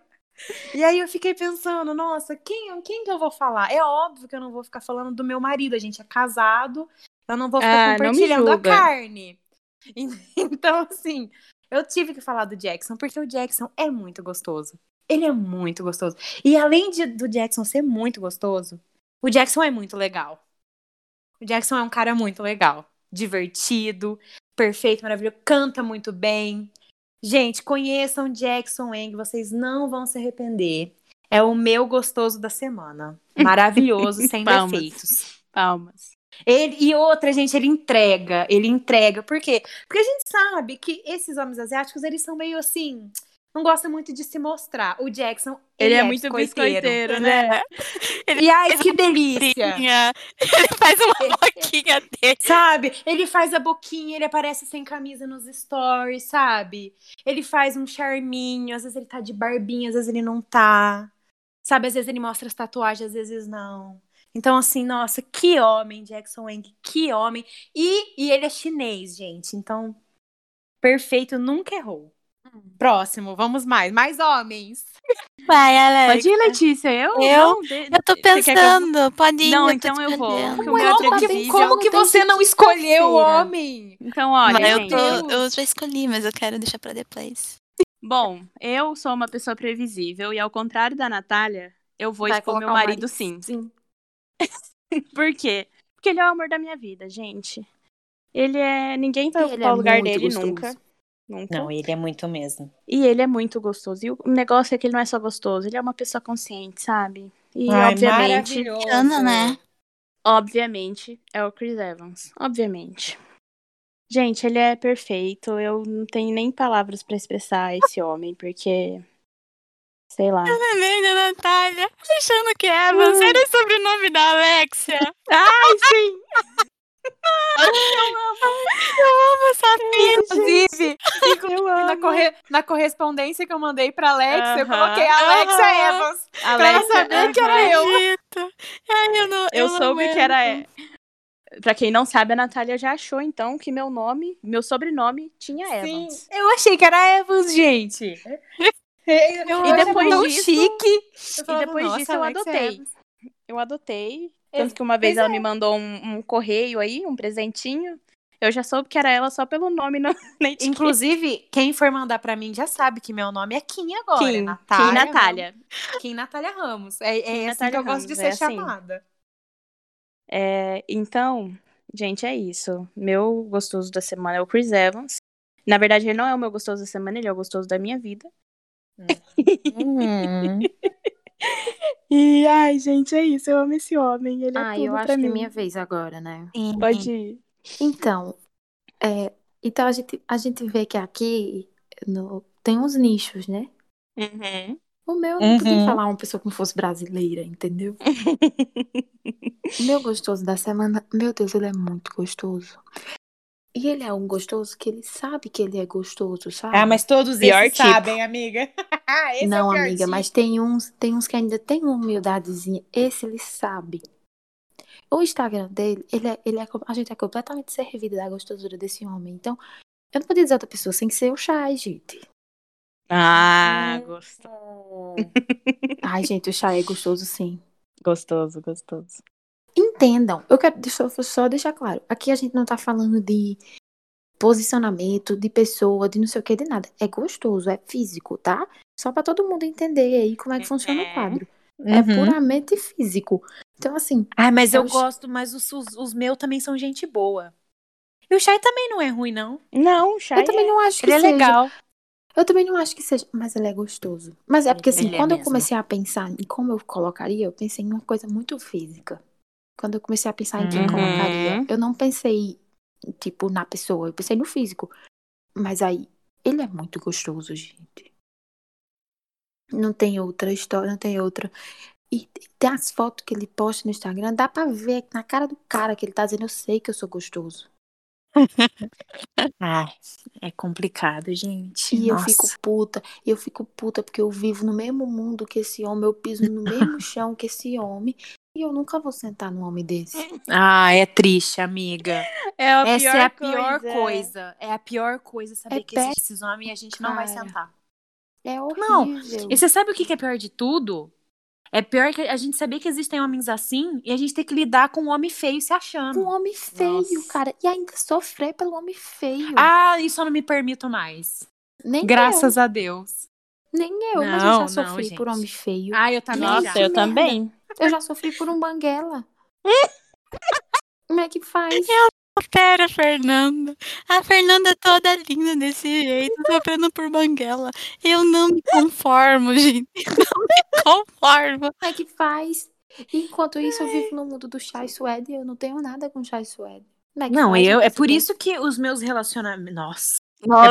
Speaker 6: E aí eu fiquei pensando, nossa, quem, quem que eu vou falar? É óbvio que eu não vou ficar falando do meu marido, a gente é casado, eu não vou ficar
Speaker 2: Ah, não me
Speaker 6: compartilhando a
Speaker 2: julga.
Speaker 6: carne. E- Então, assim, eu tive que falar do Jackson, porque o Jackson é muito gostoso. Ele é muito gostoso. E além de- do Jackson ser muito gostoso, o Jackson é muito legal. O Jackson é um cara muito legal. Divertido, perfeito, maravilhoso. Canta muito bem. Gente, conheçam Jackson Wang, vocês não vão se arrepender. É o meu gostoso da semana. Maravilhoso, sem
Speaker 2: Palmas.
Speaker 6: defeitos.
Speaker 2: Palmas.
Speaker 6: Ele, e outra, gente, ele entrega. Ele entrega. Por quê? Porque a gente sabe que esses homens asiáticos, eles são meio assim. Não gostam muito de se mostrar. O Jackson,
Speaker 2: Ele, é, muito biscoiteiro, né?
Speaker 6: E ai, que delícia!
Speaker 4: Brinha. Ele faz uma boquinha dele.
Speaker 6: Sabe? Ele faz a boquinha, ele aparece sem camisa nos stories, sabe? Ele faz um charminho, às vezes ele tá de barbinha, às vezes ele não tá. Sabe? Às vezes ele mostra as tatuagens, às vezes não. Então, assim, nossa, que homem, Jackson Wang, que homem. E, e ele é chinês, gente. Então, perfeito, nunca errou. Próximo, vamos mais. Mais homens.
Speaker 4: Vai, Alex.
Speaker 2: Pode ir, Letícia. Eu?
Speaker 4: é Eu?
Speaker 2: Não, de-
Speaker 4: Eu tô
Speaker 2: Você quer que eu-
Speaker 4: pensando, pode ir.
Speaker 2: Não,
Speaker 4: tô
Speaker 2: então
Speaker 4: te
Speaker 2: eu vou.
Speaker 4: perdendo.
Speaker 2: que o meu é
Speaker 6: Como que-
Speaker 2: previsível.
Speaker 6: como que você não escolheu o homem?
Speaker 2: Então, olha,
Speaker 4: Mas eu,
Speaker 2: gente.
Speaker 4: tô- eu já escolhi, mas eu quero deixar pra depois.
Speaker 2: Bom, eu sou uma pessoa previsível e ao contrário da Natália, eu vou
Speaker 5: Vai
Speaker 2: expor meu
Speaker 5: colocar o
Speaker 2: marido,
Speaker 5: marido,
Speaker 2: sim. Por quê? Porque ele é o amor da minha vida, gente. Ele é. Ninguém vai
Speaker 5: Ele
Speaker 2: ocupar
Speaker 5: é
Speaker 2: o lugar
Speaker 5: muito
Speaker 2: dele
Speaker 5: gostoso.
Speaker 2: nunca. Nunca.
Speaker 6: ele é muito mesmo.
Speaker 2: E ele é muito gostoso. E o negócio é que ele não é só gostoso, ele é uma pessoa consciente, sabe? E
Speaker 6: Ai,
Speaker 2: obviamente,
Speaker 6: maravilhoso.
Speaker 4: Ana, né?
Speaker 2: obviamente, é o Chris Evans. Obviamente. Gente, ele é perfeito. Eu não tenho nem palavras pra expressar esse homem, porque Sei lá.
Speaker 4: Também da Natália. Achando que Evans era o sobrenome da Alexia.
Speaker 2: Ai, sim!
Speaker 4: Eu amo essa filha.
Speaker 6: Inclusive, inclusive na, corre- na correspondência que eu mandei pra Alexa, eu
Speaker 2: Aham.
Speaker 6: coloquei Alexa
Speaker 4: Aham.
Speaker 6: Evans.
Speaker 2: Alexa,
Speaker 6: pra ela saber que
Speaker 2: aham.
Speaker 6: era eu.
Speaker 4: Ai, É, eu não,
Speaker 2: Eu
Speaker 4: não
Speaker 2: soube
Speaker 4: aguento.
Speaker 2: que era. é, Pra quem não sabe, a Natália já achou, então, que meu nome, meu sobrenome tinha
Speaker 6: Sim,
Speaker 2: Evans.
Speaker 6: eu achei que era Evans, gente.
Speaker 2: E depois
Speaker 6: tão
Speaker 2: disso-
Speaker 6: chique.
Speaker 2: E depois disso eu
Speaker 6: é
Speaker 2: adotei. Eu adotei. Tanto que uma vez ela me mandou um, um correio aí, um presentinho. Eu já soube que era ela só pelo nome, não, nem tinha.
Speaker 6: Inclusive, quem for mandar pra mim já sabe que meu nome é Kim agora. é
Speaker 2: Kim,
Speaker 6: Natália.
Speaker 2: Kim Natália.
Speaker 6: Ramos. Kim Natália Ramos. É, é assim
Speaker 2: Natália
Speaker 6: que eu
Speaker 2: Ramos,
Speaker 6: gosto de
Speaker 2: é
Speaker 6: ser
Speaker 2: assim.
Speaker 6: chamada.
Speaker 2: É, então, gente, é isso. Meu gostoso da semana é o Chris Evans. Na verdade, ele não é o meu gostoso da semana, ele é o gostoso da minha vida.
Speaker 6: Hum.
Speaker 2: E, ai, gente, é isso. Eu amo esse homem. Ele
Speaker 5: Ah, eu acho que é minha vez agora, né?
Speaker 4: Sim.
Speaker 2: Pode ir.
Speaker 5: Então, é, então a, gente, a gente vê que aqui no- tem uns nichos, né? O meu eu não podia
Speaker 6: Uhum.
Speaker 5: falar uma pessoa que não fosse brasileira, entendeu? meu gostoso da semana, meu Deus, ele é muito gostoso. E ele é um gostoso que ele sabe que ele é gostoso, sabe?
Speaker 6: Ah, mas todos
Speaker 2: Pior
Speaker 6: esses
Speaker 2: tipo.
Speaker 6: sabem, amiga. Esse é o
Speaker 5: não,
Speaker 6: pior
Speaker 5: amiga,
Speaker 6: tipo.
Speaker 5: mas tem uns, tem uns que ainda tem uma humildadezinha. Esse ele sabe. O Instagram dele, ele é, ele é co- a gente é completamente servida da gostosura desse homem. Então, eu não podia dizer outra pessoa sem ser o Chay, gente.
Speaker 2: Ah, gostoso.
Speaker 5: Ai, gente, o Chay é gostoso sim.
Speaker 2: Gostoso, gostoso.
Speaker 5: Entendam, eu quero deixa eu só deixar claro. Aqui a gente não tá falando de posicionamento, de pessoa, de não sei o que, de nada. É gostoso, é físico, tá? Só pra todo mundo entender aí como é que funciona o quadro. É
Speaker 2: Uhum.
Speaker 5: puramente físico. Então, assim,
Speaker 6: Ah, mas eu
Speaker 5: Eu-
Speaker 6: gosto, mas os, os, os meus também são gente boa. E o Shai também não é ruim, não.
Speaker 2: Não, Chay
Speaker 5: eu também não acho que
Speaker 6: Ele é
Speaker 5: seja.
Speaker 6: legal.
Speaker 5: Eu também não acho que seja, mas ele é gostoso. Mas é porque assim,
Speaker 6: Ele é
Speaker 5: quando eu
Speaker 6: mesmo.
Speaker 5: comecei a pensar em como eu colocaria, eu pensei em uma coisa muito física. Quando eu comecei a pensar em quem
Speaker 2: Uhum.
Speaker 5: colocaria, eu não pensei, tipo, na pessoa, eu pensei no físico. Mas aí, ele é muito gostoso, gente. Não tem outra história, não tem outra. E tem as fotos que ele posta no Instagram, dá pra ver na cara do cara que ele tá dizendo, eu sei que eu sou gostoso.
Speaker 6: Ah, é complicado, gente.
Speaker 5: E eu fico puta, e eu fico puta porque eu vivo no mesmo mundo que esse homem, eu piso no mesmo chão que esse homem, e eu nunca vou sentar num homem desse.
Speaker 6: Ah, é triste, amiga.
Speaker 2: É a
Speaker 6: Essa
Speaker 2: pior
Speaker 6: é a pior
Speaker 2: coisa.
Speaker 6: coisa. É a pior coisa saber
Speaker 5: É
Speaker 6: que existe
Speaker 5: péssimo,
Speaker 6: esses homens e a gente não vai
Speaker 5: cara.
Speaker 6: sentar.
Speaker 5: É horrível.
Speaker 6: Não, E você sabe o que que é pior de tudo? É pior que a gente saber que existem homens assim e a gente ter que lidar com um homem feio se achando.
Speaker 5: Um homem feio,
Speaker 6: Nossa.
Speaker 5: cara, e ainda sofrer pelo homem feio.
Speaker 6: Ah, isso eu não me permito mais.
Speaker 5: nem
Speaker 6: Graças a Deus.
Speaker 5: eu, nem eu, mas
Speaker 6: Não,
Speaker 5: eu
Speaker 6: não,
Speaker 5: já sofri por
Speaker 6: gente.
Speaker 5: homem feio.
Speaker 6: Ah, eu também
Speaker 5: Nossa,
Speaker 6: já.
Speaker 2: Nossa, eu
Speaker 5: merda.
Speaker 2: também.
Speaker 5: Eu já sofri por um banguela. Como é que faz?
Speaker 4: Pera, Fernanda. A Fernanda é toda linda desse jeito, sofrendo por banguela. Eu não me conformo, gente. Não me conformo.
Speaker 5: Como é que faz? Enquanto isso, eu vivo no mundo do chai suede e eu não tenho nada com chai suede. Como é que
Speaker 6: Não,
Speaker 5: faz
Speaker 6: eu,
Speaker 5: uma
Speaker 6: é por
Speaker 5: pessoa
Speaker 6: isso que os meus relacionamentos. Nossa.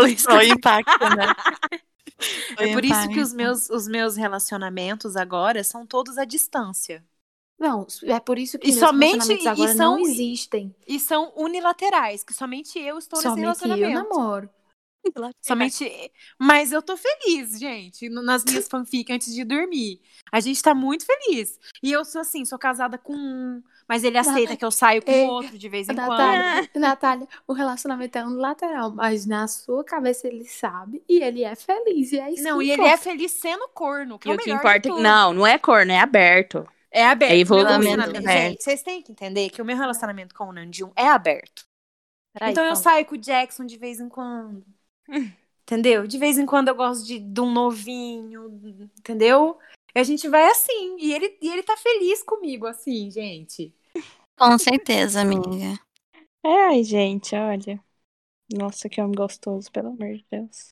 Speaker 4: Nossa, o impacto, né?
Speaker 6: É por isso que os
Speaker 5: então.
Speaker 6: meus, os meus relacionamentos agora são todos à distância.
Speaker 5: Não, é por isso que
Speaker 6: E
Speaker 5: meus
Speaker 6: somente-
Speaker 5: relacionamentos
Speaker 6: e
Speaker 5: agora
Speaker 6: são-
Speaker 5: não existem.
Speaker 6: E são unilaterais, que somente eu estou nesse
Speaker 5: Somente eu
Speaker 6: relacionamento.
Speaker 5: namoro.
Speaker 6: Somente. Mas eu tô feliz, gente. no- Nas minhas fanfic antes de dormir. A gente tá muito feliz. E eu sou assim, sou casada com um, mas ele aceita que eu saio com
Speaker 5: Ei,
Speaker 6: outro de vez em quando.
Speaker 5: Natália, Natália, o relacionamento é unilateral, mas na sua cabeça ele sabe e ele é feliz. E é isso
Speaker 6: Não,
Speaker 5: que
Speaker 6: e ele é
Speaker 5: importa.
Speaker 6: feliz sendo corno, que
Speaker 2: E
Speaker 6: é
Speaker 2: o
Speaker 6: o
Speaker 2: que
Speaker 6: melhor de
Speaker 2: importa.
Speaker 6: tudo.
Speaker 2: Não, não é corno, é aberto.
Speaker 6: É aberto.
Speaker 2: É
Speaker 6: Meu
Speaker 2: evoluindo,
Speaker 6: relacionamento-
Speaker 2: né?
Speaker 6: Gente, vocês têm que entender que o meu relacionamento com o Nandium é aberto.
Speaker 10: Peraí,
Speaker 6: então eu
Speaker 10: calma.
Speaker 6: saio com o Jackson de vez em quando. entendeu? De vez em quando eu gosto de, de um novinho, entendeu? E a gente vai assim. E ele, e ele tá feliz comigo, assim, gente.
Speaker 4: Com certeza, amiga.
Speaker 2: É, ai, gente, olha. Nossa, que homem gostoso, pelo amor de Deus.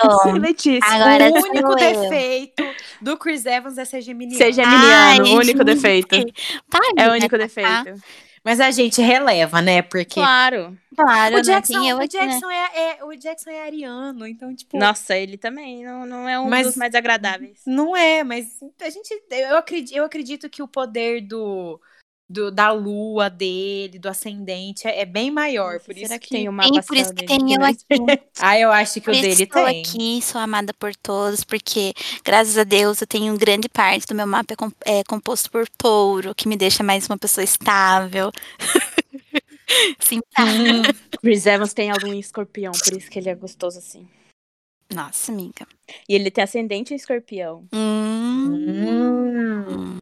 Speaker 2: Letícia.
Speaker 4: Agora
Speaker 6: o
Speaker 4: sou
Speaker 6: único
Speaker 4: eu.
Speaker 6: defeito do Chris Evans é ser geminiano.
Speaker 2: Seja geminiano,
Speaker 4: Ai,
Speaker 2: o único
Speaker 4: gente.
Speaker 2: defeito.
Speaker 4: Para
Speaker 2: É o
Speaker 4: de
Speaker 2: único
Speaker 4: atacar.
Speaker 2: defeito.
Speaker 6: Mas a gente releva, né? Porque
Speaker 2: Claro.
Speaker 4: Claro,
Speaker 6: o
Speaker 4: né?
Speaker 6: Jackson,
Speaker 4: Tem eu
Speaker 6: o
Speaker 4: aqui, né?
Speaker 6: Jackson é, é- o Jackson é ariano, então, tipo,
Speaker 2: Nossa, ele também não, não é um
Speaker 6: Mas-
Speaker 2: dos mais agradáveis.
Speaker 6: não é, mas a gente. Eu acredito, eu acredito que o poder do, do- da lua dele, do ascendente, é, é bem maior. por
Speaker 2: Hum, Será
Speaker 6: isso
Speaker 2: que, tem uma
Speaker 4: Sim, por isso que tem eu aqui.
Speaker 6: Ah, eu acho que
Speaker 4: Por
Speaker 6: o
Speaker 4: isso
Speaker 6: dele
Speaker 4: estou
Speaker 6: tem.
Speaker 4: aqui, sou amada por todos, porque, graças a Deus, eu tenho grande parte do meu mapa é, com- é composto por touro, que me deixa mais uma pessoa estável. Sim, tá.
Speaker 2: Chris Evans tem algum escorpião, por isso que ele é gostoso assim.
Speaker 4: Nossa, amiga.
Speaker 2: E ele tem ascendente em escorpião.
Speaker 4: Hum,
Speaker 6: Hum.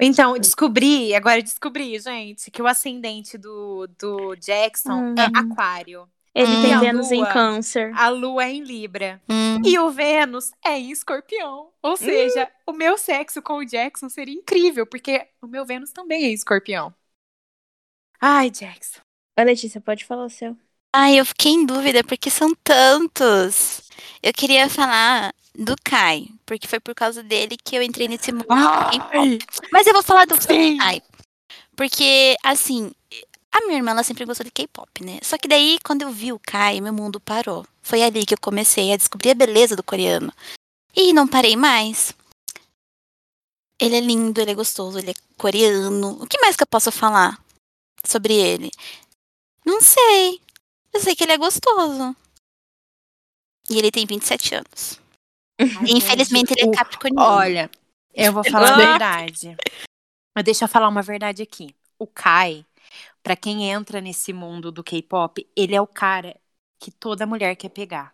Speaker 6: Então, descobri, agora descobri, gente, que o ascendente do, do Jackson é
Speaker 2: Hum.
Speaker 6: aquário.
Speaker 2: Ele
Speaker 4: Hum.
Speaker 2: tem
Speaker 6: A
Speaker 2: Vênus em
Speaker 6: lua.
Speaker 2: câncer.
Speaker 6: A lua é em Libra.
Speaker 4: hum.
Speaker 6: E o Vênus é em escorpião. Ou seja, o meu sexo com o Jackson seria incrível, porque o meu Vênus também é em escorpião. Ai, Jackson.
Speaker 2: Ô, Letícia, pode falar o seu.
Speaker 4: Ai, eu fiquei em dúvida porque são tantos. Eu queria falar do Kai, porque foi por causa dele que eu entrei nesse mundo. Mas eu vou falar do Kai. Porque, assim, a minha irmã ela sempre gostou de K-pop, né? Só que daí, quando eu vi o Kai, meu mundo parou. Foi ali que eu comecei a descobrir a beleza do coreano. E não parei mais. Ele é lindo, ele é gostoso, ele é coreano. O que mais que eu posso falar sobre ele? Não sei. Eu sei que ele é gostoso. E ele tem 27 anos. E, infelizmente, ele é capricorniano.
Speaker 6: Olha, eu vou falar a verdade. Mas deixa eu falar uma verdade aqui. O Kai, pra quem entra nesse mundo do K-pop, ele é o cara que toda mulher quer pegar.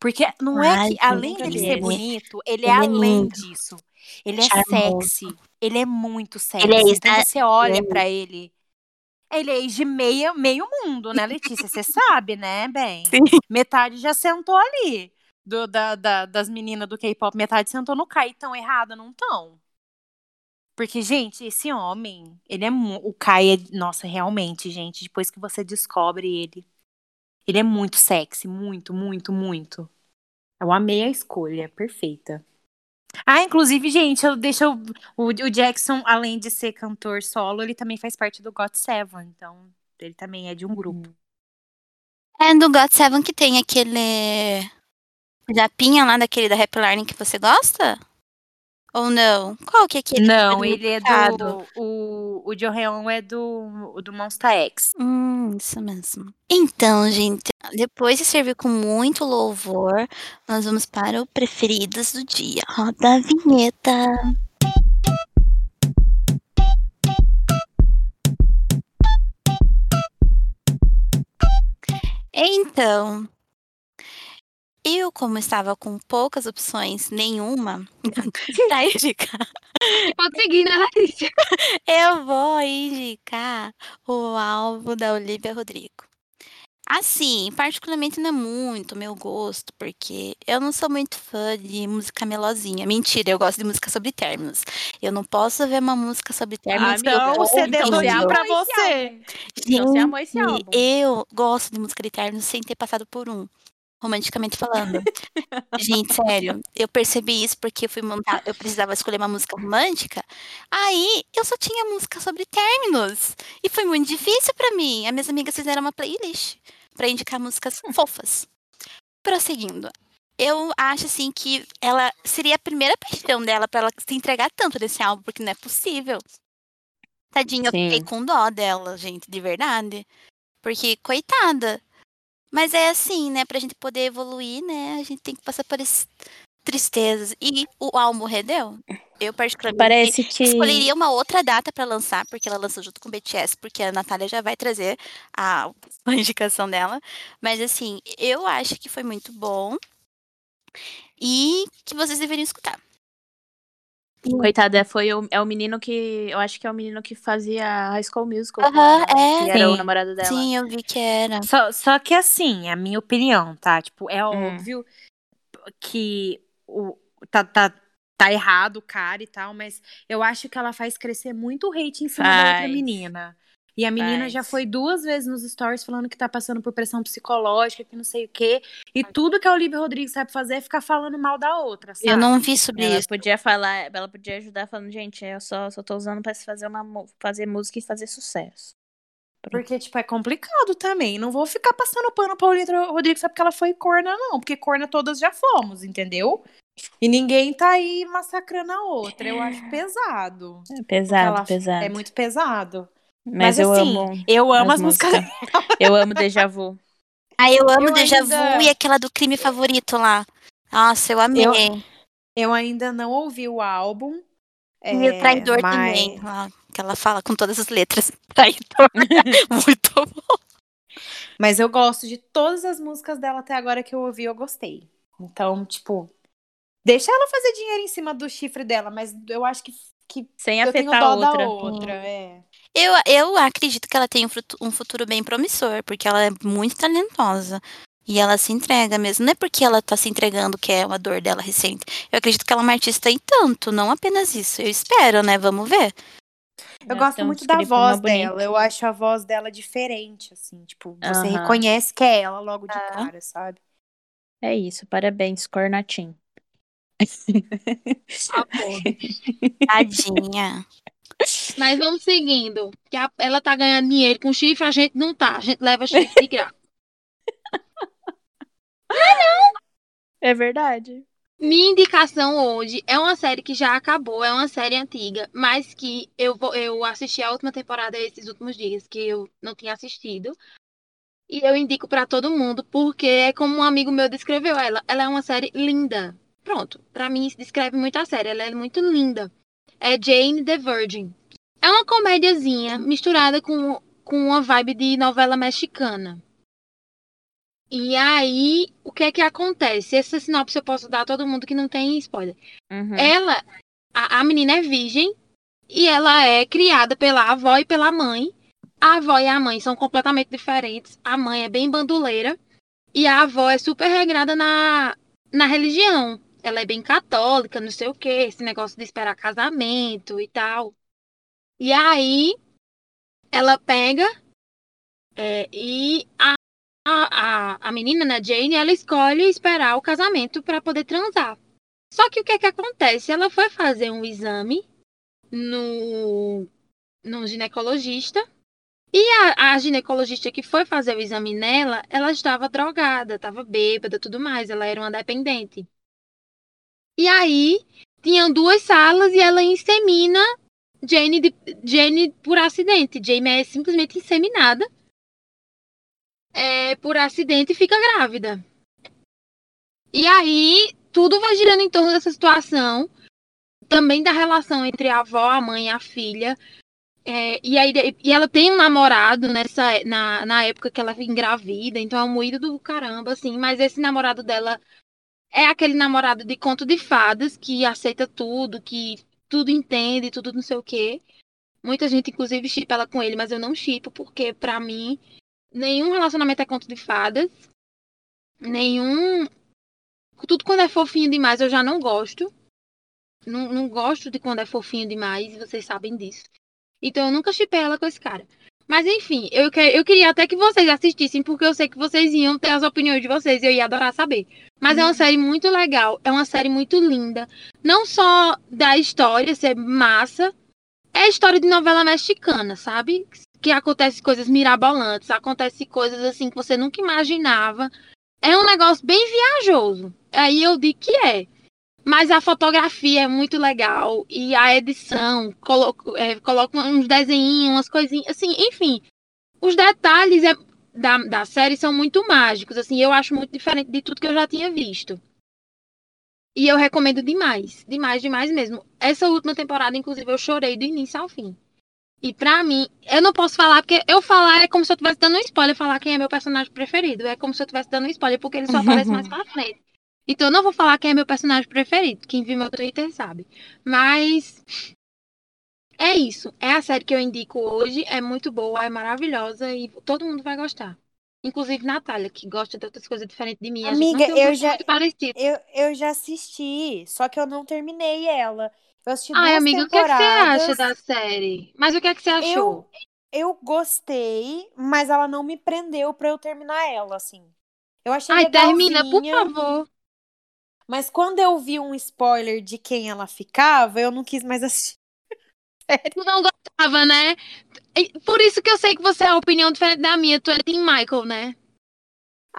Speaker 6: Porque não é
Speaker 4: Ai,
Speaker 6: que, além
Speaker 4: que
Speaker 6: dele
Speaker 4: lindo.
Speaker 6: ser bonito, ele, é
Speaker 4: Ele é
Speaker 6: além
Speaker 4: lindo.
Speaker 6: disso. Ele é
Speaker 4: Charmoso.
Speaker 6: sexy. Ele é muito sexy.
Speaker 4: Ele é ex
Speaker 6: então
Speaker 4: da-
Speaker 6: você olha pra ele. Ele é ex de meia, meio mundo, né, Letícia? Você sabe, né, bem? Metade já sentou ali do- da- da- das meninas do K-pop, metade sentou no Kai, tão errada, não tão. Porque, gente, esse homem, ele é mu- o Kai é, nossa, realmente, gente, depois que você descobre ele, ele é muito sexy, muito, muito, muito. Eu amei a escolha, perfeita. Ah, inclusive, gente, eu deixo o, o- o Jackson, além de ser cantor solo, ele também faz parte do Got Seven, então ele também é de um
Speaker 4: Hum.
Speaker 6: grupo.
Speaker 4: É do God Seven que tem aquele. Japinha lá daquele da Rap Line que você gosta? Ou não? Qual que é aquele?
Speaker 6: Não,
Speaker 4: do
Speaker 6: ele é do
Speaker 4: mercado?
Speaker 6: o o Joheon é do do Monsta X.
Speaker 4: Hum, isso mesmo. Então, gente, depois de servir com muito louvor, nós vamos para o preferidos do dia. Roda a vinheta. Então, eu, como estava com poucas opções, nenhuma, pra indicar,
Speaker 10: Conseguindo, né, Letícia?
Speaker 4: eu vou indicar o álbum da Olivia Rodrigo. Assim, particularmente não é muito meu gosto, porque eu não sou muito fã de música melosinha. Mentira, eu gosto de música sobre términos. Eu não posso ver uma música sobre términos. que eu
Speaker 2: então,
Speaker 6: o
Speaker 4: gosto,
Speaker 6: CD
Speaker 4: entendeu?
Speaker 6: todinho pra você.
Speaker 2: Então você amou esse
Speaker 4: Gente,
Speaker 2: álbum.
Speaker 4: Eu gosto de música de términos sem ter passado por um. Romanticamente falando. Gente, sério, eu percebi isso porque eu fui montar, eu precisava escolher uma música romântica. Aí eu só tinha música sobre términos. E foi muito difícil pra mim. As minhas amigas fizeram uma playlist pra indicar músicas fofas. Prosseguindo. Eu acho assim que ela seria a primeira paixão dela pra ela se entregar tanto nesse álbum, porque não é possível. Tadinha, eu fiquei
Speaker 2: Sim.
Speaker 4: com dó dela, gente, de verdade. Porque, coitada. Mas é assim, né? Pra gente poder evoluir, né? A gente tem que passar por esses tristezas. E o álbum rendeu. Eu, particularmente,
Speaker 2: Parece que.
Speaker 4: escolheria uma outra data pra lançar, porque ela lançou junto com o BTS, porque a Natália já vai trazer a, a indicação dela. Mas, assim, eu acho que foi muito bom. E que vocês deveriam escutar.
Speaker 2: Coitada, foi o, é o menino que. Eu acho que é o menino que fazia High School Musical.
Speaker 4: Aham,
Speaker 2: com ela,
Speaker 4: é.
Speaker 2: Que era o
Speaker 6: Sim.
Speaker 2: namorado dela.
Speaker 4: Sim, eu vi que era.
Speaker 6: Só, só que assim, a minha opinião, tá? Tipo, é
Speaker 2: Hum.
Speaker 6: óbvio que o, tá, tá, tá errado o cara e tal, mas eu acho que ela faz crescer muito o hate em cima da outra
Speaker 2: Faz.
Speaker 6: menina. E a menina já
Speaker 2: Faz.
Speaker 6: foi duas vezes nos stories falando que tá passando por pressão psicológica, que não sei o quê. E tudo que a Olivia Rodrigues sabe fazer é ficar falando mal da outra, sabe?
Speaker 4: Eu não vi sobre
Speaker 2: Ela
Speaker 4: isso.
Speaker 2: podia falar, ela podia ajudar falando, gente, eu só, só tô usando pra se fazer uma mu- fazer música e fazer sucesso.
Speaker 6: Porque, tipo, é complicado também. Não vou ficar passando pano pra Olivia Rodrigues só porque ela foi corna, não. Porque corna todas já fomos, entendeu? E ninguém tá aí massacrando a outra. Eu acho pesado.
Speaker 2: É pesado,
Speaker 6: Ela-
Speaker 2: pesado.
Speaker 6: É muito pesado. Mas,
Speaker 2: Mas, eu
Speaker 6: assim,
Speaker 2: amo.
Speaker 6: Eu amo
Speaker 2: as
Speaker 6: as, músicas.
Speaker 2: músicas. Eu amo Deja Vu.
Speaker 4: Ah, eu amo
Speaker 6: Eu
Speaker 4: Deja
Speaker 6: ainda-
Speaker 4: Vu e aquela do crime favorito lá. Nossa, eu amei.
Speaker 6: Eu- Eu ainda não ouvi o álbum.
Speaker 4: e o
Speaker 6: é,
Speaker 4: traidor
Speaker 6: mas-
Speaker 4: também. lá, que ela fala com todas as letras. Traidor. Muito bom.
Speaker 6: Mas eu gosto de todas as músicas dela até agora que eu ouvi, eu gostei. Então, tipo, deixa ela fazer dinheiro em cima do chifre dela, mas eu acho que, que
Speaker 2: Sem
Speaker 6: eu tenho
Speaker 2: afetar
Speaker 6: dó
Speaker 2: a outra.
Speaker 6: da outra. É.
Speaker 4: Eu, eu acredito que ela tem um frutu- um futuro bem promissor, porque ela é muito talentosa. E ela se entrega mesmo. Não é porque ela tá se entregando que é uma dor dela recente. Eu acredito que ela é uma artista em tanto, não apenas isso. Eu espero, né? Vamos ver.
Speaker 6: Eu
Speaker 2: Nós
Speaker 6: gosto
Speaker 2: temos
Speaker 6: muito da
Speaker 2: que ir pra uma
Speaker 6: voz
Speaker 2: bonita.
Speaker 6: dela. Eu acho a voz dela diferente, assim. Tipo, você
Speaker 2: Aham.
Speaker 6: reconhece que é ela logo de
Speaker 4: Tá.
Speaker 6: cara, sabe?
Speaker 2: É isso, parabéns, Cornatim.
Speaker 4: Tadinha.
Speaker 7: Mas vamos seguindo. Que a- ela tá ganhando dinheiro com chifre, a gente não tá. A gente leva chifre de graça.
Speaker 2: É verdade.
Speaker 7: Minha indicação hoje é uma série que já acabou, é uma série antiga, mas que eu, vou- eu assisti a última temporada esses últimos dias, que eu não tinha assistido. E eu indico pra todo mundo, porque é como um amigo meu descreveu ela. Ela é uma série linda. Pronto, pra mim isso descreve muito a série, ela é muito linda. É Jane the Virgin. É uma comédiazinha misturada com, com uma vibe de novela mexicana. E aí, o que é que acontece? Essa sinopse eu posso dar a todo mundo que não tem spoiler.
Speaker 2: Uhum.
Speaker 7: Ela, a, a menina é virgem e ela é criada pela avó e pela mãe. A avó e a mãe são completamente diferentes. A mãe é bem bandoleira e a avó é super regrada na, na religião. Ela é bem católica, não sei o quê, esse negócio de esperar casamento e tal. E aí, ela pega é, e a, a, a, a menina, né, Jane, ela escolhe esperar o casamento para poder transar. Só que o que é que acontece? Ela foi fazer um exame no, no ginecologista. E a, a ginecologista que foi fazer o exame nela, ela estava drogada, estava bêbada, tudo mais. Ela era uma dependente. E aí, tinham duas salas e ela insemina Jane, de- Jane por acidente. Jane é simplesmente inseminada é, por acidente e fica grávida. E aí, tudo vai girando em torno dessa situação, também da relação entre a avó, a mãe e a filha. É, e, aí, de- e ela tem um namorado nessa, é- na, na época que ela engravida, então é um moído do caramba, assim, mas esse namorado dela é aquele namorado de conto de fadas que aceita tudo, que tudo entende, tudo não sei o quê. Muita gente, inclusive, chipa ela com ele, mas eu não chipo, porque pra mim nenhum relacionamento é conto de fadas. Nenhum. Tudo quando é fofinho demais eu já não gosto. Não, não gosto de quando é fofinho demais, e vocês sabem disso. Então eu nunca chipei ela com esse cara. Mas enfim, eu, que- eu queria até que vocês assistissem, porque eu sei que vocês iam ter as opiniões de vocês e eu ia adorar saber. Mas é uma série muito legal, é uma série muito linda. Não só da história ser massa, é história de novela mexicana, sabe? que acontece coisas mirabolantes, acontece coisas assim que você nunca imaginava. É um negócio bem viajoso. Aí eu digo que é. Mas a fotografia é muito legal e a edição coloca, é, coloca uns desenhinhos, umas coisinhas, assim, enfim. Os detalhes é- da, da série são muito mágicos, assim, eu acho muito diferente de tudo que eu já tinha visto. E eu recomendo demais, demais, demais mesmo. Essa última temporada, inclusive, eu chorei do início ao fim. E pra mim, eu não posso falar, porque eu falar é como se eu estivesse dando um spoiler, falar quem é meu personagem preferido. É como se eu estivesse dando um spoiler, porque ele só aparece mais pra frente. Então eu não vou falar quem é meu personagem preferido. Quem viu meu Twitter sabe. Mas. É isso. É a série que eu indico hoje. É muito boa, é maravilhosa e todo mundo vai gostar. Inclusive Natália, que gosta de outras coisas diferentes de mim. A gente não
Speaker 6: Amiga,
Speaker 7: tem um
Speaker 6: eu
Speaker 7: gosto
Speaker 6: já-
Speaker 7: Muito parecido.
Speaker 6: Eu, eu já assisti, só que eu não terminei ela. Eu assisti duas
Speaker 7: Ai, amiga, o que, é que você
Speaker 6: temporadas.
Speaker 7: acha da série? Mas o que é que você achou?
Speaker 6: Eu, eu gostei, mas ela não me prendeu pra eu terminar ela, assim. Eu achei
Speaker 7: Ai, termina, por
Speaker 6: legalzinha,
Speaker 7: favor.
Speaker 6: mas quando eu vi um spoiler de quem ela ficava, eu não quis mais assistir.
Speaker 11: série.
Speaker 7: Tu não gostava, né? E Por isso que eu sei que você é a opinião diferente da minha. Tu é Team Michael, né?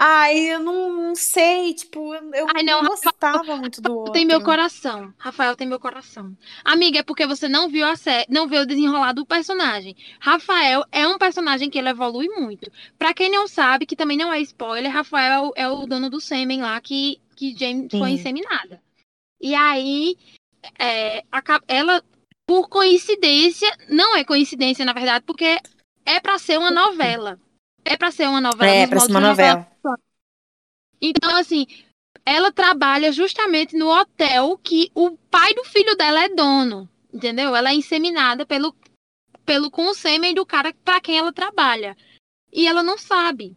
Speaker 6: Ai, eu não, não sei, tipo, eu, eu
Speaker 7: Ai, não,
Speaker 6: não, gostava muito do outro.
Speaker 7: Tem meu coração. Rafael tem meu coração. Amiga, é porque você não viu a série, não viu o desenrolar do personagem. Rafael é um personagem que ele evolui muito. Pra quem não sabe, que também não é spoiler, Rafael é o, é o dono do sêmen lá que, que James foi
Speaker 6: Sim.
Speaker 7: inseminada. E aí, é, aca- ela, por coincidência, não é coincidência, na verdade, porque é pra ser uma novela. É pra ser uma novela.
Speaker 6: É,
Speaker 7: nos
Speaker 6: pra
Speaker 7: moldes
Speaker 6: ser uma
Speaker 7: de
Speaker 6: novela.
Speaker 7: então, assim, ela trabalha justamente no hotel que o pai do filho dela é dono, entendeu? Ela é inseminada pelo, pelo com o sêmen do cara pra quem ela trabalha. E ela não sabe.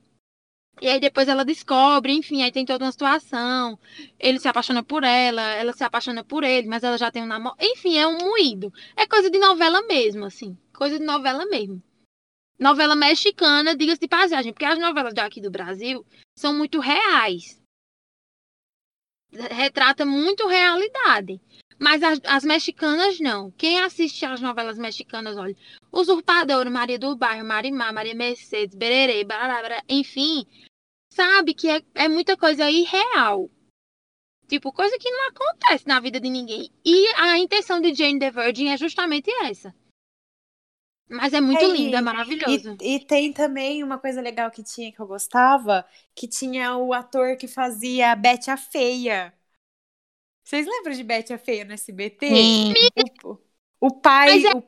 Speaker 7: E aí depois ela descobre, enfim, aí tem toda uma situação. Ele se apaixona por ela, ela se apaixona por ele, mas ela já tem um namoro. Enfim, é um moído. É coisa de novela mesmo, assim. Coisa de novela mesmo. Novela mexicana, diga-se de passagem, porque as novelas daqui do Brasil são muito reais. Retrata muito realidade. Mas as, as mexicanas não. Quem assiste às novelas mexicanas, olha, Usurpador, Maria do Bairro, Marimar, Maria Mercedes, Bererê, barará, barará, enfim, sabe que é, é muita coisa irreal. Tipo, coisa que não acontece na vida de ninguém. E a intenção de Jane the Virgin é justamente essa. Mas é muito
Speaker 6: É, e-
Speaker 7: linda, é maravilhoso.
Speaker 6: E, e tem também uma coisa legal que tinha que eu gostava, que tinha o ator que fazia a Bete a Feia. Vocês lembram de Bete a Feia no SBT?
Speaker 12: Sim.
Speaker 6: O, o pai,
Speaker 7: Mas é
Speaker 6: o,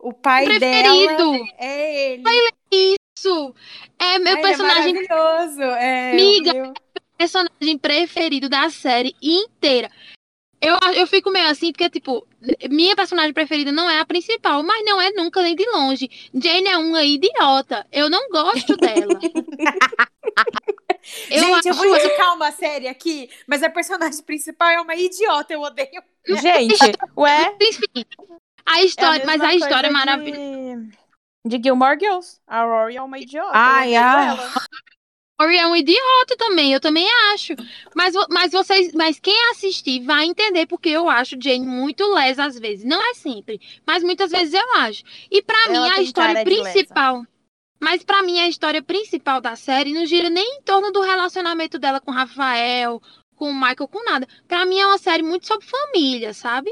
Speaker 6: o pai dela
Speaker 7: Preferido.
Speaker 6: é ele.
Speaker 7: Isso. É
Speaker 6: Ah,
Speaker 7: meu
Speaker 6: ele
Speaker 7: personagem
Speaker 6: é maravilhoso. É,
Speaker 7: Miga.
Speaker 6: eu-
Speaker 7: personagem preferido da série inteira. Eu, eu fico meio assim, porque, tipo, minha personagem preferida não é a principal, mas não é nunca nem de longe. Jane é uma idiota. Eu não gosto dela. eu
Speaker 6: Gente, eu
Speaker 7: acho.
Speaker 6: vou indicar uma série aqui, mas a personagem principal é uma idiota, eu odeio.
Speaker 2: Gente, ué,
Speaker 7: Enfim, a
Speaker 2: é a
Speaker 7: história,
Speaker 2: mesma
Speaker 7: mas a
Speaker 2: coisa né?
Speaker 7: história é
Speaker 2: de-
Speaker 7: maravilhosa.
Speaker 2: De Gilmore Girls. A Rory é uma idiota.
Speaker 6: Ai,
Speaker 2: eu odeio
Speaker 6: ah.
Speaker 2: ela.
Speaker 7: Rory é um idiota também, eu também acho. Mas, vo- mas vocês, mas quem assistir vai entender porque eu acho Jane muito lesa às vezes. Não é sempre, mas muitas vezes eu acho. E pra
Speaker 2: Ela
Speaker 7: mim a
Speaker 2: tem
Speaker 7: história
Speaker 2: cara de lesa.
Speaker 7: principal, mas pra mim a história principal da série não gira nem em torno do relacionamento dela com Rafael, com o Michael, com nada. Pra mim é uma série muito sobre família, sabe?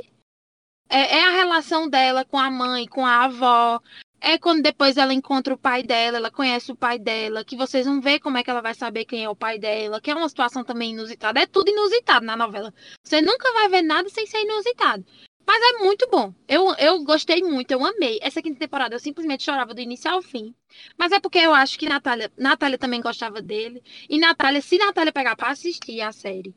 Speaker 7: É, é a relação dela com a mãe, com a avó. É quando depois ela encontra o pai dela, ela conhece o pai dela, que vocês vão ver como é que ela vai saber quem é o pai dela, que é uma situação também inusitada. É tudo inusitado na novela. Você nunca vai ver nada sem ser inusitado. Mas é muito bom. Eu, eu gostei muito, eu amei. Essa quinta temporada eu simplesmente chorava do início ao fim. Mas é porque eu acho que Natália, Natália também gostava dele. E Natália, se Natália pegar pra assistir a série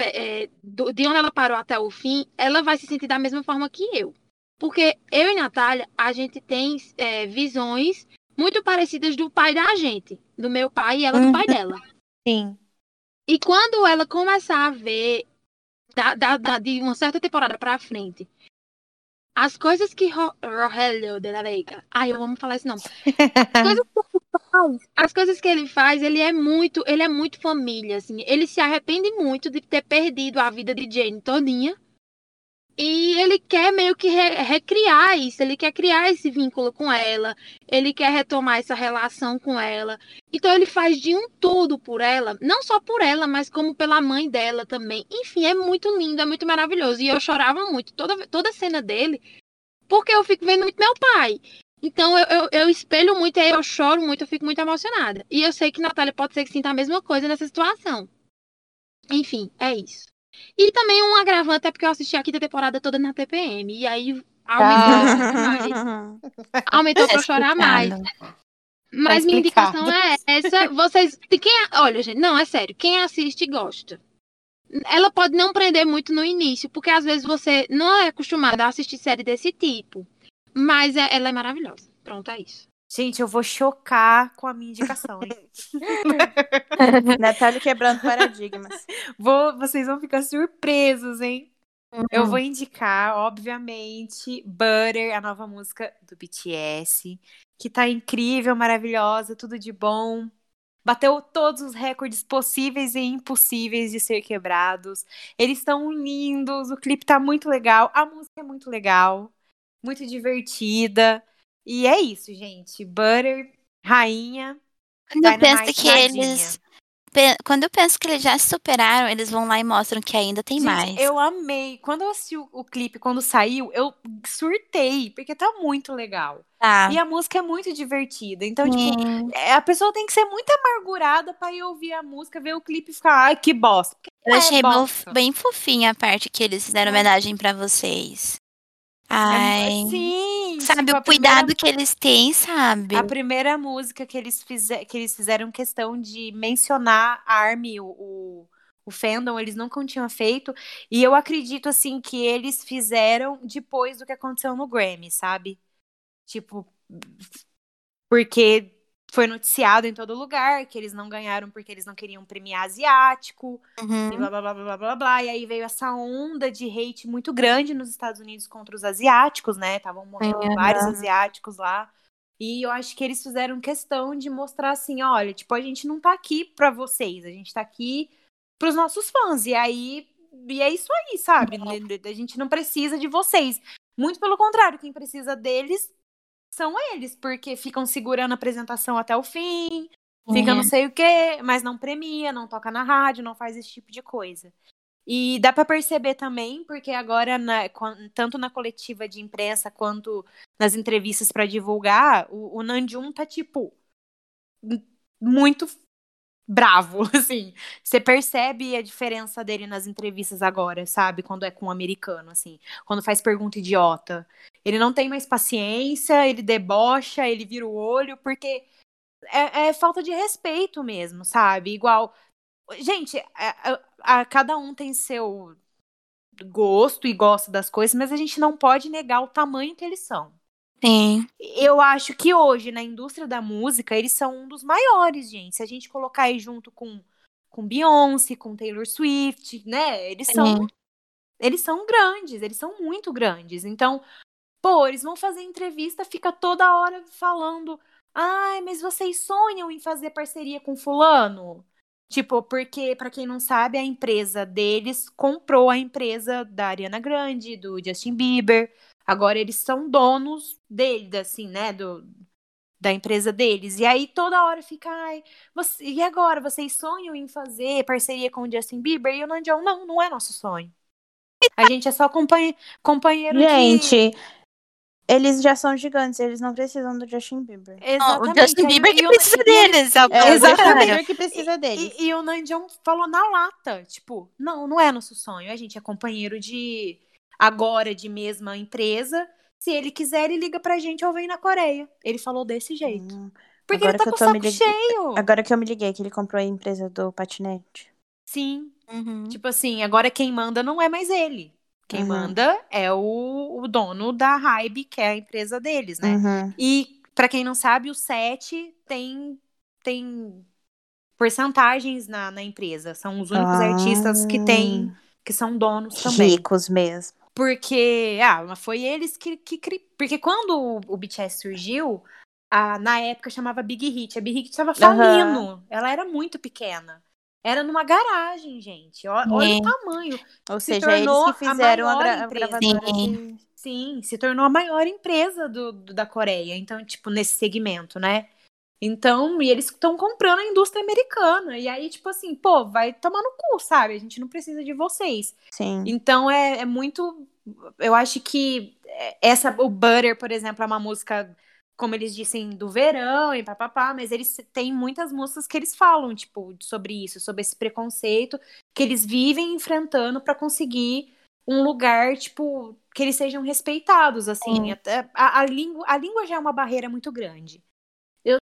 Speaker 7: é, do- de onde ela parou até o fim, ela vai se sentir da mesma forma que eu. Porque eu e Natália, a gente tem é, visões muito parecidas do pai da gente, do meu pai e ela do pai dela.
Speaker 6: Sim.
Speaker 7: E quando ela começar a ver da- da- da- de uma certa temporada pra frente, as coisas que Ro- Rogelio de la Vega, ai, eu amo falar esse nome. coisas que ele faz, as coisas que ele faz, ele é muito, ele é muito família, assim. Ele se arrepende muito de ter perdido a vida de Jane todinha. E ele quer meio que re- recriar isso, ele quer criar esse vínculo com ela, ele quer retomar essa relação com ela. Então ele faz de um tudo por ela, não só por ela, mas como pela mãe dela também. Enfim, é muito lindo, é muito maravilhoso. E eu chorava muito toda, toda cena dele, porque eu fico vendo muito meu pai. Então eu, eu, eu espelho muito, aí eu choro muito, eu fico muito emocionada. E eu sei que Natália pode ser que sinta a mesma coisa nessa situação. Enfim, é isso. E também um agravante é porque eu assisti a quinta temporada toda na TPM. E aí aumentou, eu chorar mais, aumentou pra eu chorar mais. Mas minha
Speaker 6: explicado.
Speaker 7: indicação é essa. Vocês. de Quem, olha, gente, não, é sério. Quem assiste gosta. Ela pode não prender muito no início, porque às vezes você não é acostumado a assistir série desse tipo. Mas é- ela é maravilhosa. Pronto, é isso.
Speaker 6: Gente, eu vou chocar com a minha indicação, hein?
Speaker 2: Natália quebrando paradigmas.
Speaker 6: Vou, vocês vão ficar surpresos, hein? Eu vou indicar, obviamente, Butter, a nova música do BTS, que tá incrível, maravilhosa, tudo de bom. Bateu todos os recordes possíveis e impossíveis de ser quebrados. Eles estão lindos, o clipe tá muito legal, a música é muito legal. muito divertida. E é isso, gente. Butter, rainha.
Speaker 4: Quando eu penso
Speaker 6: Dynamite,
Speaker 4: que
Speaker 6: tadinha.
Speaker 4: eles. pe- Quando eu penso que eles já se superaram, eles vão lá e mostram que ainda tem
Speaker 6: Gente,
Speaker 4: mais.
Speaker 6: Eu amei. Quando eu assisti o, o clipe, quando saiu, eu surtei, porque tá muito legal.
Speaker 4: Tá.
Speaker 6: E a música é muito divertida. Então, tipo,
Speaker 4: Sim.
Speaker 6: é, a pessoa tem que ser muito amargurada pra ir ouvir a música, ver o clipe e ficar, ai, que bosta. Porque
Speaker 4: Eu
Speaker 6: é
Speaker 4: achei bo-
Speaker 6: bosta.
Speaker 4: bem fofinha a parte que eles fizeram homenagem pra vocês.
Speaker 6: É,
Speaker 4: Ai.
Speaker 6: sim,
Speaker 4: sabe
Speaker 6: tipo,
Speaker 4: o
Speaker 6: a primeira-
Speaker 4: cuidado que eles têm, sabe?
Speaker 6: A primeira música que eles, fize- que eles fizeram questão de mencionar a Army, o, o, o fandom, eles nunca tinham feito. E eu acredito, assim, que eles fizeram depois do que aconteceu no Grammy, sabe? Tipo, porque foi noticiado em todo lugar que eles não ganharam porque eles não queriam premiar asiático e
Speaker 4: Uhum.
Speaker 6: blá blá blá blá blá blá blá. E aí veio essa onda de hate muito grande nos Estados Unidos contra os asiáticos, né? Estavam morrendo
Speaker 4: Uhum.
Speaker 6: vários asiáticos lá. E eu acho que eles fizeram questão de mostrar assim: olha, tipo, a gente não tá aqui pra vocês, a gente tá aqui pros nossos fãs. E aí. E é isso aí, sabe?
Speaker 4: Uhum.
Speaker 6: A gente não precisa de vocês. Muito pelo contrário, quem precisa deles são eles, porque ficam segurando a apresentação até o fim, fica não sei o quê, mas não premia, não toca na rádio, não faz esse tipo de coisa. E dá pra perceber também, porque agora, na- quan- tanto na coletiva de imprensa quanto nas entrevistas pra divulgar, o, o Nanjum tá, tipo, m- muito bravo, assim. Você percebe a diferença dele nas entrevistas agora, sabe? Quando é com o americano, assim. Quando faz pergunta idiota. Ele não tem mais paciência, ele debocha, ele vira o olho, porque é, é falta de respeito mesmo, sabe? Igual. Gente, a, a- a- cada um tem seu gosto e gosta das coisas, mas a gente não pode negar o tamanho que eles são.
Speaker 4: Sim.
Speaker 6: Eu acho que hoje, na indústria da música, eles são um dos maiores, gente. Se a gente colocar aí junto com, com Beyoncé, com Taylor Swift, né? Eles são
Speaker 4: Sim.
Speaker 6: eles são grandes, eles são muito grandes. Então, pô, eles vão fazer entrevista, fica toda hora falando: "Ai, mas vocês sonham em fazer parceria com fulano?" Tipo, porque pra quem não sabe, a empresa deles comprou a empresa da Ariana Grande, do Justin Bieber. Agora eles são donos dele, assim, né, do da empresa deles. E aí toda hora fica, ai, você- e agora vocês sonham em fazer parceria com o Justin Bieber? E o Nandion, não, não é nosso sonho. A gente é só companhe- companheiro de...
Speaker 2: Gente, eles já são gigantes, eles não precisam do Justin Bieber.
Speaker 4: Não,
Speaker 6: Exatamente.
Speaker 4: o Justin
Speaker 6: Aí
Speaker 4: Bieber
Speaker 6: e
Speaker 4: que
Speaker 6: o-
Speaker 4: precisa
Speaker 6: e-
Speaker 4: deles.
Speaker 2: É, o Justin
Speaker 6: Exatamente.
Speaker 2: Bieber que precisa deles.
Speaker 6: E, e o Nandion falou na lata, tipo, não, não é nosso sonho, a gente é companheiro de, agora, de mesma empresa, se ele quiser, ele liga pra gente ou vem na Coreia. Ele falou desse jeito.
Speaker 2: Hum,
Speaker 6: Porque
Speaker 2: agora
Speaker 6: ele tá
Speaker 2: que eu
Speaker 6: com o
Speaker 2: tô
Speaker 6: saco
Speaker 2: me lig-
Speaker 6: cheio.
Speaker 2: Agora que eu me liguei, que ele comprou a empresa do patinete.
Speaker 6: Sim,
Speaker 4: Uhum.
Speaker 6: Tipo assim, agora quem manda não é mais ele. Quem
Speaker 2: Uhum.
Speaker 6: manda é o, o dono da Hybe, que é a empresa deles, né?
Speaker 2: Uhum.
Speaker 6: E pra quem não sabe, o 7 tem tem porcentagens na, na empresa. São os únicos
Speaker 2: Ah.
Speaker 6: artistas que têm que são donos também.
Speaker 2: Ricos mesmo.
Speaker 6: Porque, ah, mas foi eles que, que cri- Porque quando o, o BTS surgiu, a- na época chamava Big Hit. A Big Hit tava falindo. Ela era muito pequena. Era numa garagem, gente. Ó- Olha
Speaker 4: É.
Speaker 6: o tamanho.
Speaker 2: Ou
Speaker 6: Se
Speaker 2: seja, eles
Speaker 6: tornou
Speaker 2: que
Speaker 6: a
Speaker 2: fizeram a,
Speaker 6: maior
Speaker 2: gra- a
Speaker 6: empresa.
Speaker 2: gravadora
Speaker 4: Sim.
Speaker 2: de...
Speaker 6: Sim, se tornou a maior empresa do- do- da Coreia. Então, tipo, nesse segmento, né? Então, e eles estão comprando a indústria americana. E aí, tipo assim, pô, vai tomar no cu, sabe? A gente não precisa de vocês.
Speaker 2: Sim.
Speaker 6: Então é, é muito. Eu acho que é, essa, o Butter, por exemplo, é uma música, como eles dizem, do verão e papapá, mas eles têm muitas músicas que eles falam, tipo, sobre isso, sobre esse preconceito que eles vivem enfrentando pra conseguir um lugar, tipo, que eles sejam respeitados, assim. Até a, a língua, a língua já é uma barreira muito grande. Eu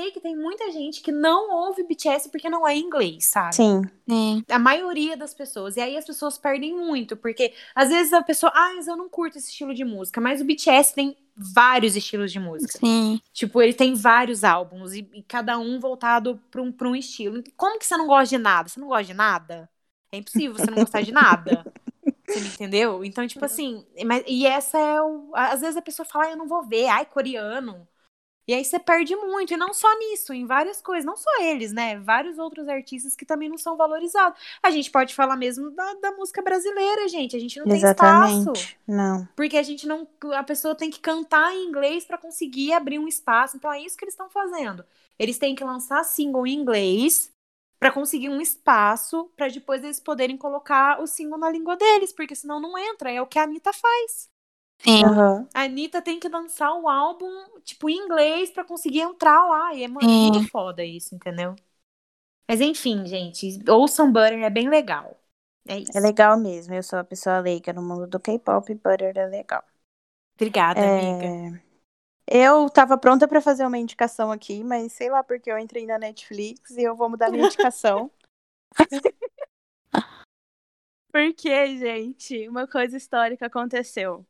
Speaker 6: sei que tem muita gente que não ouve BTS porque não é inglês, sabe?
Speaker 2: Sim.
Speaker 4: Sim.
Speaker 6: a maioria das pessoas. E aí as pessoas perdem muito, porque às vezes a pessoa, ah, mas eu não curto esse estilo de música, mas o BTS tem vários estilos de música.
Speaker 4: Sim.
Speaker 6: Tipo, ele tem vários álbuns e, e cada um voltado para um, pra um estilo. Como que você não gosta de nada? Você não gosta de nada? É impossível você não gostar de nada. Você me entendeu? Então, tipo assim, mas- e essa é o. Às vezes a pessoa fala, "Ah, eu não vou ver, ai, coreano. E aí você perde muito, e não só nisso, em várias coisas, não só eles, né? Vários outros artistas que também não são valorizados. A gente pode falar mesmo da, da música brasileira, gente. A gente não tem espaço.
Speaker 2: Exatamente. Não.
Speaker 6: Porque a gente não. A pessoa tem que cantar em inglês para conseguir abrir um espaço. Então é isso que eles estão fazendo. Eles têm que lançar single em inglês para conseguir um espaço para depois eles poderem colocar o single na língua deles, porque senão não entra. É o que a Anitta faz.
Speaker 4: Sim.
Speaker 2: Aham.
Speaker 6: A Anitta tem que lançar o álbum, tipo, em inglês para conseguir entrar lá. E é mano,
Speaker 4: Sim.
Speaker 6: muito foda isso, entendeu? Mas enfim, gente, ouçam Butter, é bem legal. É isso.
Speaker 2: É legal mesmo. Eu sou uma pessoa leiga no mundo do K-pop e Butter é legal.
Speaker 6: Obrigada,
Speaker 2: É,
Speaker 6: amiga.
Speaker 2: Eu tava pronta pra fazer uma indicação aqui, mas sei lá porque eu entrei na Netflix e eu vou mudar minha indicação. porque, gente, uma coisa histórica aconteceu.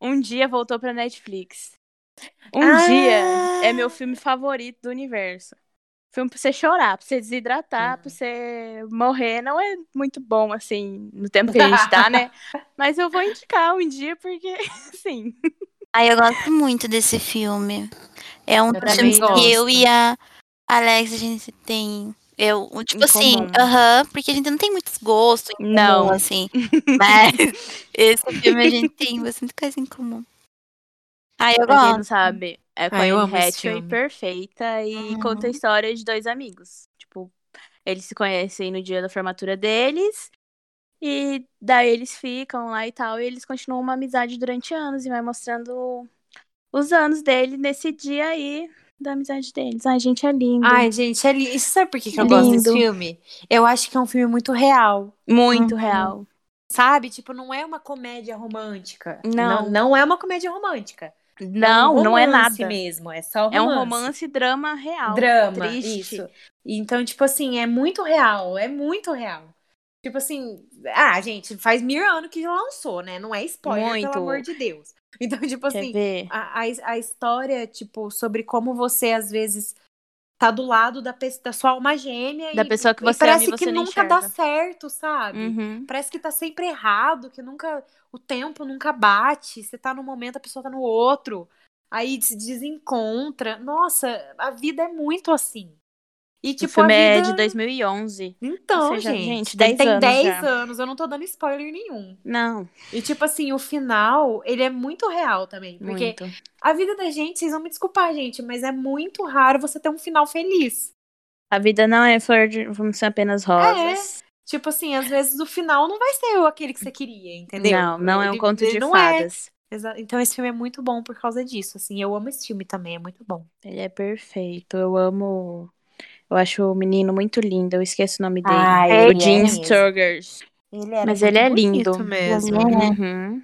Speaker 2: Um dia voltou pra Netflix. Um
Speaker 6: Ah!
Speaker 2: dia é meu filme favorito do universo. Filme pra você chorar, pra você
Speaker 6: Hum.
Speaker 2: desidratar, pra você morrer. Não é muito bom, assim, no tempo que a gente tá, né? Mas eu vou indicar um dia porque, assim.
Speaker 4: Ai, eu gosto muito desse filme. É um dos
Speaker 6: também
Speaker 4: filmes que eu
Speaker 6: gosto.
Speaker 4: e a Alex, a gente tem. Eu, tipo
Speaker 2: Em
Speaker 4: assim,
Speaker 2: comum.
Speaker 4: aham, porque a gente não tem muitos gostos em comum,
Speaker 2: Não.
Speaker 4: assim. Mas esse filme a gente tem bastante coisa em comum. Ai, eu
Speaker 2: Pra quem
Speaker 4: gosto.
Speaker 2: não sabe, é com
Speaker 10: Ah,
Speaker 2: a
Speaker 10: eu
Speaker 2: Anne
Speaker 10: amo esse
Speaker 2: Hathaway,
Speaker 10: filme. Ah,
Speaker 2: perfeita, e
Speaker 4: Uhum.
Speaker 2: conta a história de dois amigos. Tipo, eles se conhecem no dia da formatura deles, e daí eles ficam lá e tal, e eles continuam uma amizade durante anos, e vai mostrando os anos dele nesse dia aí da amizade deles. Ai, gente, é lindo.
Speaker 10: Ai, gente, é li- e você sabe por que, que eu gosto desse
Speaker 2: Lindo.
Speaker 10: filme? Eu acho que é um filme muito real. uhum.
Speaker 2: Muito real.
Speaker 10: Sabe? Tipo, não é uma comédia romântica.
Speaker 2: Não.
Speaker 10: Não, não é uma comédia romântica.
Speaker 2: Não,
Speaker 10: é um
Speaker 2: não é
Speaker 10: romance
Speaker 2: nada.
Speaker 10: mesmo, é só romance.
Speaker 2: É um romance drama real.
Speaker 10: drama,
Speaker 2: triste.
Speaker 10: isso. Então, tipo assim, é muito real, é muito real. Tipo assim, ah, gente, faz mil anos que lançou, né? Não é spoiler,
Speaker 2: Muito. É
Speaker 10: pelo amor de Deus. Então, tipo
Speaker 2: Quer
Speaker 10: assim,
Speaker 2: ver?
Speaker 10: a, a, a história, tipo, sobre como você às vezes tá do lado da, pe- da sua alma gêmea
Speaker 2: Da
Speaker 10: e,
Speaker 2: pessoa que
Speaker 10: e
Speaker 2: você
Speaker 10: parece
Speaker 2: ama e você
Speaker 10: que
Speaker 2: não
Speaker 10: nunca dá
Speaker 2: enxerga.
Speaker 10: certo, sabe?
Speaker 2: Uhum.
Speaker 10: Parece que tá sempre errado, que nunca o tempo nunca bate. Você tá num momento, a pessoa tá no outro. Aí se desencontra. Nossa, a vida é muito assim. E
Speaker 2: O
Speaker 10: tipo
Speaker 2: filme
Speaker 10: a vida
Speaker 2: é de 2011.
Speaker 10: Então,
Speaker 2: Ou seja,
Speaker 10: gente,
Speaker 2: gente,
Speaker 10: tem
Speaker 2: 10 anos
Speaker 10: 10
Speaker 2: já.
Speaker 10: anos, eu não tô dando spoiler nenhum.
Speaker 2: Não,
Speaker 10: E tipo assim, o final, ele é muito real também, porque
Speaker 2: muito.
Speaker 10: a vida da gente, vocês vão me desculpar, gente, mas é muito raro você ter um final feliz.
Speaker 2: A vida não é flor de... Vamos ser
Speaker 10: É,
Speaker 2: apenas rosas.
Speaker 10: Tipo assim, às vezes o final não vai ser o- aquele que você queria, entendeu?
Speaker 2: Não, não é um
Speaker 10: Ele-
Speaker 2: conto
Speaker 10: ele
Speaker 2: de
Speaker 10: não é.
Speaker 2: fadas.
Speaker 10: Exa- Então esse filme é muito bom por causa disso, assim, eu amo esse filme também, é muito bom.
Speaker 2: Ele é perfeito. Eu amo... Eu acho o menino muito lindo. Eu esqueço o nome dele.
Speaker 3: Ah,
Speaker 2: o
Speaker 3: ele é
Speaker 2: Gene
Speaker 3: mesmo.
Speaker 2: Sturgers.
Speaker 10: Ele era
Speaker 2: Mas
Speaker 10: muito
Speaker 2: ele é
Speaker 10: bonito
Speaker 2: lindo.
Speaker 10: mesmo.
Speaker 2: Uhum.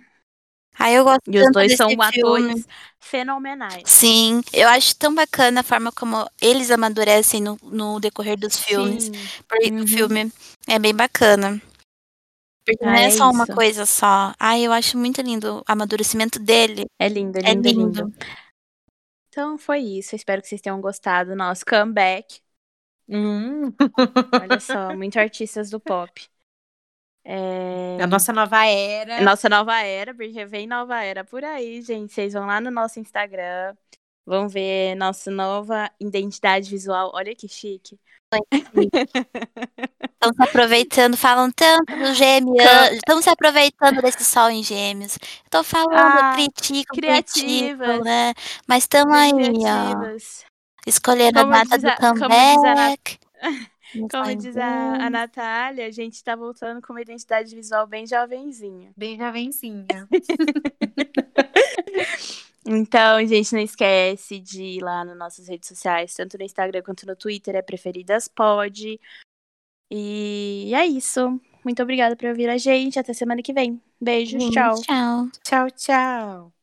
Speaker 4: Ai, eu gosto
Speaker 2: E os
Speaker 4: tanto
Speaker 2: dois
Speaker 4: desse
Speaker 2: são
Speaker 4: filme.
Speaker 2: atores fenomenais.
Speaker 4: Sim, eu acho tão bacana a forma como eles amadurecem no, no decorrer dos filmes.
Speaker 2: Sim.
Speaker 4: Porque
Speaker 2: Uhum.
Speaker 4: O filme é bem bacana. Porque não
Speaker 2: Ah,
Speaker 4: é
Speaker 2: é
Speaker 4: só uma
Speaker 2: isso.
Speaker 4: coisa só. Ai, eu acho muito lindo o amadurecimento dele.
Speaker 2: É lindo, é
Speaker 4: É
Speaker 2: lindo, é
Speaker 4: lindo.
Speaker 2: lindo. Então foi isso. Eu espero que vocês tenham gostado do nosso comeback.
Speaker 10: Hum,
Speaker 2: Olha só, muito artistas do pop. É...
Speaker 10: a nossa nova era.
Speaker 2: Nossa nova era, porque vem nova era por aí, gente. Vocês vão lá no nosso Instagram, vão ver nossa nova identidade visual. Olha que chique.
Speaker 4: Estão se aproveitando, falam tanto do gêmeo.
Speaker 2: Cam-
Speaker 4: Estão se aproveitando desse sol em gêmeos. Eu tô falando,
Speaker 2: Ah,
Speaker 4: criticam, criticam,
Speaker 2: criativas.
Speaker 4: né? Mas estamos aí,
Speaker 2: Bem
Speaker 4: ó.
Speaker 2: criativas.
Speaker 4: Escolhendo a
Speaker 2: Como
Speaker 4: data
Speaker 2: diz
Speaker 4: do
Speaker 2: a- como diz a Nat-
Speaker 4: comeback. Não
Speaker 2: Como
Speaker 4: sei.
Speaker 2: diz a, a Natália, a gente tá voltando com uma identidade visual bem jovenzinha.
Speaker 10: Bem jovenzinha.
Speaker 2: Então, gente, não esquece de ir lá nas nossas redes sociais, tanto no Instagram quanto no Twitter, é Preferidas Pod. E é isso. Muito obrigada por ouvir a gente. Até semana que vem. Beijos,
Speaker 4: Gente,
Speaker 2: tchau.
Speaker 4: Tchau.
Speaker 10: Tchau, tchau.